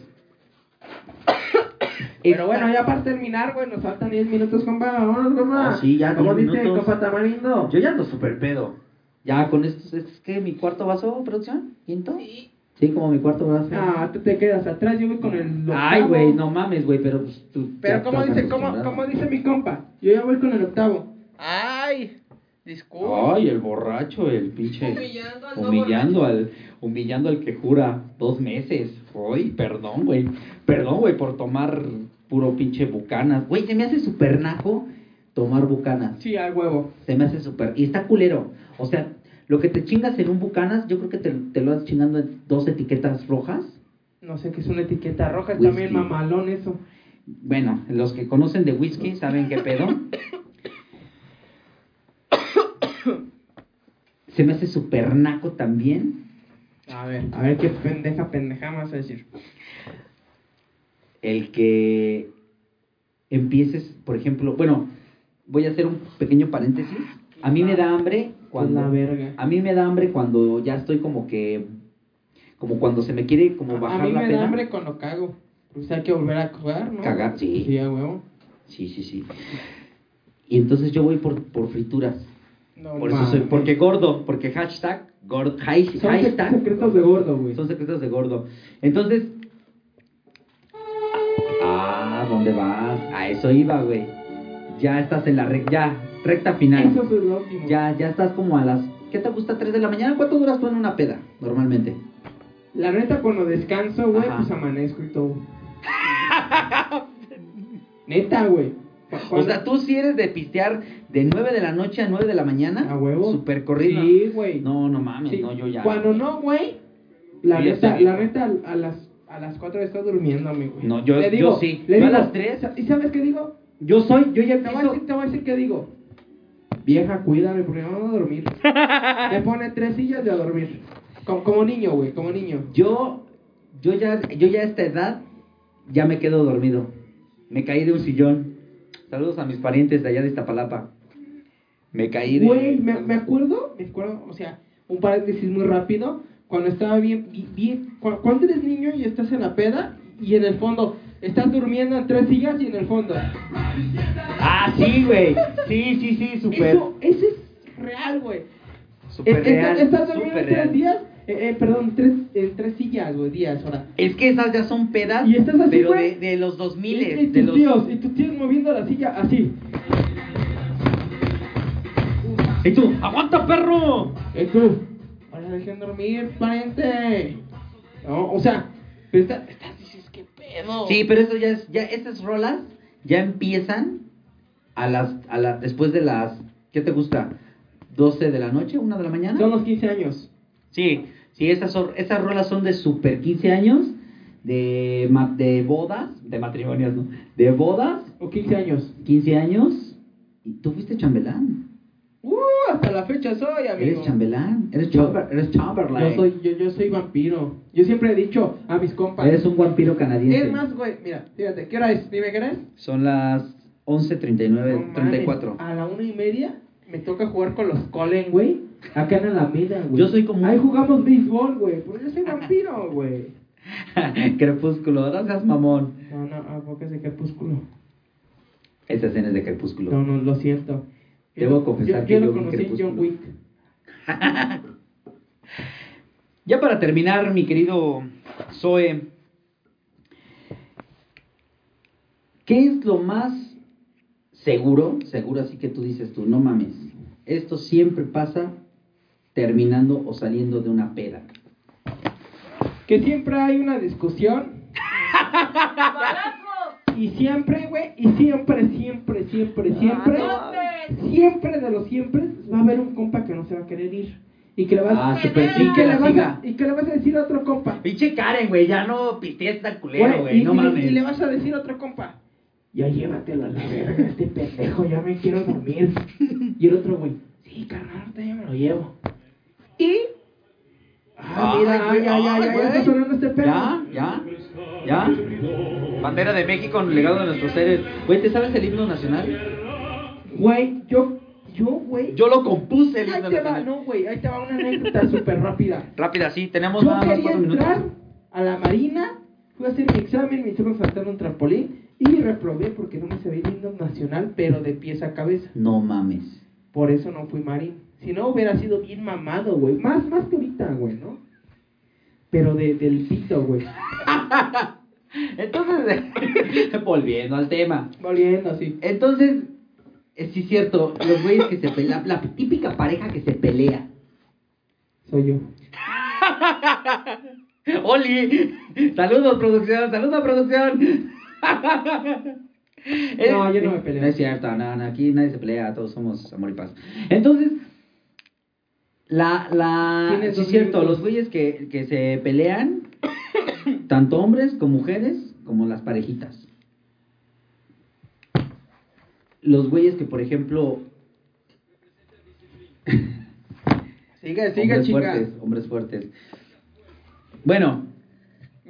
B: Pero bueno, ya para terminar, güey, nos faltan 10 minutos, compa. Vámonos, compa.
A: Oh, sí, ya,
B: Como
A: 10
B: dice el
A: minutos.
B: compa Tamarindo.
A: ya ando super pedo. Ya con esto, ¿es que mi cuarto vaso, producción? ¿Quinto? Sí,
C: Sí.
A: como mi cuarto vaso.
B: Ah, tú te quedas atrás, yo voy con el.
A: Ay,
B: octavo.
A: güey, no mames, güey, pero pues, tú.
B: Pero
A: ya
B: como
A: estás
B: dice, como,
A: acostumbrado.
B: como dice mi compa, yo ya voy con el octavo. Ay, disculpa.
A: Ay, el borracho, el pinche.
C: Humillando al no
A: humillando al humillando al que jura dos meses. Ay, perdón, güey. Perdón, güey, por tomar puro pinche bucanas. Güey, se me hace súper naco tomar bucanas.
B: Sí, al huevo.
A: Se me hace súper. Y está culero. O sea, lo que te chingas en un bucanas, yo creo que te, te lo vas chingando en dos etiquetas rojas.
B: No sé qué es una etiqueta roja, es
A: Whisky.
B: también mamalón eso.
A: Bueno, los que conocen de whisky saben qué pedo. (coughs) Se me hace súper naco también
B: A ver, a ver qué pendeja, pendeja me vas a decir.
A: el que empieces, por ejemplo, bueno, voy a hacer un pequeño paréntesis. A mí me da hambre cuando
B: la verga.
A: a mí me da hambre cuando ya estoy como que como cuando se me quiere como
B: A, a
A: bajar
B: mí
A: la
B: me da
A: peda.
B: hambre cuando cago. Pues hay que volver a cagar, ¿no?
A: Cagar, sí.
B: Sí, a huevo.
A: Sí, sí, sí. Y entonces yo voy por, por frituras.
B: No,
A: Por eso soy,
B: mames.
A: porque gordo, porque hashtag gordo, hay-
B: Son
A: hashtag-
B: secretos de gordo, güey.
A: Son secretos de gordo. Entonces. Ah, ¿dónde vas? A eso iba, güey. Ya estás en la rec- ya, recta final.
B: Eso es lo óptimo.
A: Ya, ya estás como a las. ¿Qué te gusta? ¿3 de la mañana? ¿Cuánto duras tú en una peda? Normalmente.
B: La neta, cuando descanso, güey,
A: Ajá.
B: pues amanezco y todo.
A: (laughs)
B: neta, güey. Cu-
A: O
B: cuando-
A: sea, tú si eres de pistear de 9 de la noche a 9 de la mañana.
B: A huevo.
A: Super corrido.
B: Sí, güey.
A: No, no mames,
B: Sí.
A: no, yo ya.
B: Cuando no, güey, la
A: Yo ya
B: neta,
A: estoy-
B: la neta a- a las a las 4 estoy durmiéndome, güey.
A: No, yo- yo
B: Le digo-
A: sí.
B: le
A: Yo a
B: digo-
A: las tres-
B: ¿Y sabes qué digo?
A: Yo soy, yo ya
B: Te voy, a
A: empiezo.
B: decir, te voy a decir qué digo. Vieja, cuídame porque no voy a dormir. Me pone tres sillas de a dormir. Como, como niño, güey, como niño.
A: Yo, yo ya, yo ya a esta edad ya me quedo dormido. Me caí de un sillón. Saludos a mis parientes de allá de Iztapalapa. Me caí de.
B: Güey, me, me acuerdo, me acuerdo, o sea, un paréntesis muy rápido, cuando estaba bien, y- bien cu- cuando eres niño y estás en la peda y en el fondo, estás durmiendo en tres sillas y en el fondo.
A: Ah, sí, güey. Sí, sí, sí, súper.
B: Eso, eso es real, güey.
A: Súper
B: Es- estás-
A: real,
B: Estás durmiendo
A: súper
B: en tres
A: real.
B: días, eh, eh, perdón, tres, en tres sillas, güey, días, ahora.
A: Es que esas ya son pedas.
B: Y estás así,
A: pero
B: güey.
A: de, de los 2000
B: y, y
A: de
B: tus
A: los.
B: tíos, y tus tíos moviendo la silla así.
D: Y tú, ¡aguanta, perro!
B: Eh, tú, ahora dejen dormir, pariente. No, o sea, pero esta- estas dices, ¿qué pedo?
A: Sí, pero eso ya es, ya estas rolas ya empiezan a las, a la, después de las, ¿qué te gusta? 12 de la noche, 1 de la mañana.
B: Son los 15 años.
A: Sí, sí, esas, son- esas rolas son de super 15 años, de, ma- de bodas, de matrimonios, ¿no? De bodas,
B: O 15 años.
A: 15 años, y tú fuiste chambelán.
B: Uh, hasta la fecha soy, amigo.
A: Eres eh. chambelán, eres,
B: Yo-
A: chamber, eres chamberlain.
B: Yo soy, yo, yo soy vampiro. Yo siempre he dicho a mis compas.
A: Eres un vampiro canadiense.
B: Es más, güey, mira, fíjate, ¿qué hora es? Dime qué hora es.
A: Son las 11.39,
B: No
A: 34.
B: mames, A la una y media me toca jugar con los Colen, güey. Acá en Alameda, güey.
A: Yo soy como-
B: Ahí jugamos béisbol, güey. Porque yo soy vampiro, güey.
A: (laughs) Crepúsculo, gracias mamón.
B: No, no, ¿a poco es de crepúsculo?
A: Esa escena es de Crepúsculo.
B: No, no, lo siento.
A: Debo
B: Yo-
A: confesar
B: yo,
A: que
B: yo
A: yo
B: lo
A: vi
B: conocí en John
A: Crepúsculo.
B: Wick.
A: Ya para terminar, mi querido Zoe, ¿qué es lo más seguro? Seguro así que tú dices tú, no mames, esto siempre pasa terminando o saliendo de una peda.
B: Que siempre hay una discusión.
C: ¡Balazos!
B: Y siempre, güey. Y siempre, siempre, siempre, siempre.
C: ¡Golpes!
B: siempre de los siempre va a haber un compa que no se va a querer ir. Y que le vas,
A: Ah,
C: se persigue,
B: y que le
A: la
B: vas
A: siga.
B: a, y que le vas a decir a otro compa.
A: Pinche Karen, güey, ya no pistees tan
B: Güey, y, y- y le vas a decir a otro compa. Ya llévatelo a la verga, este pendejo, ya me quiero dormir. Y el otro güey, sí, carnal, ahorita ya me lo llevo. Y. Ah,
A: Ay,
B: mira,
A: güey,
B: ya, ya,
A: ay,
B: ya, ya
A: güey.
B: está sonando este pedo.
A: Ya, ya, ya. Bandera de México, legado de nuestros seres. Güey, ¿te sabes el himno nacional?
B: Güey, yo, yo, güey.
A: Yo lo compuse el
B: ahí
A: himno
B: te va,
A: nacional.
B: no, güey, ahí te va una (laughs) anécdota súper rápida.
A: Rápida, sí, tenemos
B: Yo
A: nada más
B: quería
A: cuatro minutos.
B: entrar a la marina, fui a hacer mi examen, me hicieron saltar un trampolín y reprobé porque no me sabía el himno nacional, pero de pies a cabeza.
A: No mames.
B: Por eso no fui marín. Si no, hubiera sido bien mamado, güey. Más, más que ahorita, güey, ¿no? Pero de, del pito, güey.
A: Entonces, (laughs) volviendo al tema.
B: Volviendo así.
A: Entonces, eh, sí es cierto, los güeyes que se pelean, la típica pareja que se pelea.
B: Soy yo.
A: ¡Oli! Saludos, producción, saludos, producción.
B: No, yo no me peleo.
A: No es cierto, no, no, aquí nadie se pelea, todos somos amor y paz. Entonces, la, la,
B: Tienes
A: sí es
B: dos
A: cierto,
B: minutos.
A: los güeyes que, que se pelean, tanto hombres como mujeres, como las parejitas. Los güeyes que, por ejemplo,
B: Sigue, sigue,
A: hombres
B: chica.
A: fuertes, hombres fuertes. Bueno,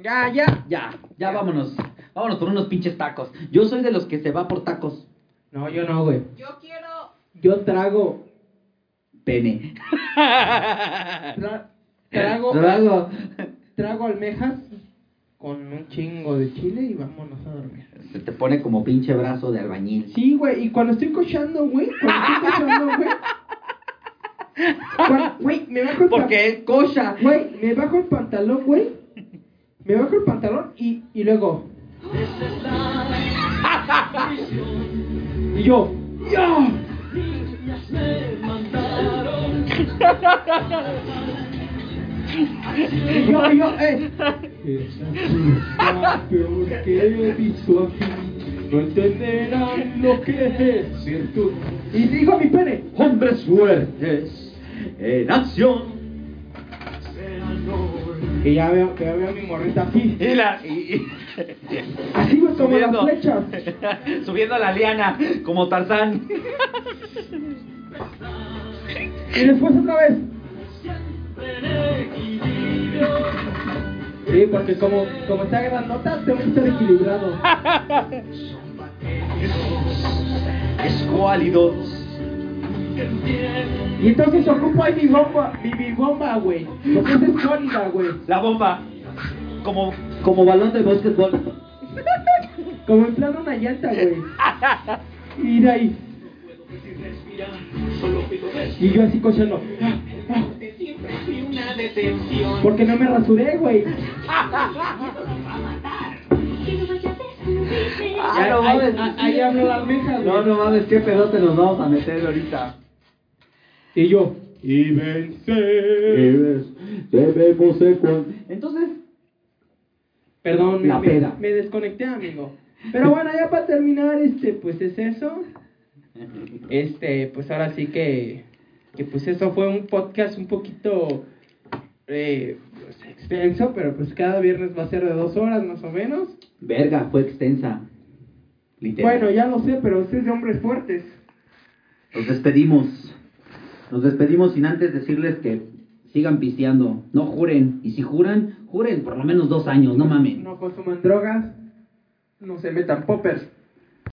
B: Ya, ya.
A: Ya, ya vámonos. Vámonos por unos pinches tacos. Yo soy de los que se va por tacos.
B: No, yo no, güey.
C: Yo quiero
B: Yo trago.
A: Pene.
B: tra- (laughs)
A: (laughs)
B: trago.
A: Trago.
B: Trago almejas con un chingo de chile y vámonos a dormir.
A: Se te pone como pinche brazo de albañil.
B: Sí, güey, y cuando estoy cochando, güey, cuando estoy cochando, (laughs) güey. cuan- Güey, me bajo el
A: Porque es cocha.
B: pan- Güey, me bajo el pantalón, güey. Me bajo el pantalón y, y luego. y yo. ¡Ya! Y yo, y yo, eh. Esta peor que he visto aquí. No entenderán lo que es cierto. Y dijo mi pene.
A: Hombres fuertes en acción.
B: Y ya veo, ya veo a mi morrita así.
F: Y la. y-
A: (laughs)
B: Así güey, como las
F: Subiendo.
B: flechas.
F: y- subiendo a la liana, como Tarzán.
B: Y después otra vez. Sí, porque como, como está grandota, tengo que estar equilibrado.
A: Escuálidos.
B: Y entonces ocupo ahí mi bomba, mi, mi bomba, güey. Porque esa es sólida, güey.
F: La bomba. Como.
A: Como balón de básquetbol.
B: Ah, Como en plan una llanta, (laughs) güey. Y de ahí. Y yo así cochando. "Ah, ah". Porque no me rasuré, güey.
A: Ah, no
B: Ahí-
A: mames.
B: ahí- Ahí hablo las mejas, güey.
A: mames, qué pedote nos vamos a meter ahorita.
B: Y yo, Eh, y vencer.
A: Debemos ser cuan- Entonces,
B: Perdón,
A: La
B: me,
A: peda.
B: me desconecté, amigo. Pero bueno, ya para terminar, este, pues es eso. Este, pues ahora sí que, que pues eso fue un podcast un poquito eh, pues, extenso, pero pues cada viernes va a ser de dos horas más o menos.
A: (laughs) verga, fue extensa. Literal.
B: Bueno, ya lo sé, pero usted es de hombres fuertes.
A: Nos despedimos. Nos despedimos sin antes decirles que sigan pisteando. No juren. Y si juran, juren por lo menos dos años, no mamen.
B: No consuman drogas, no se metan poppers.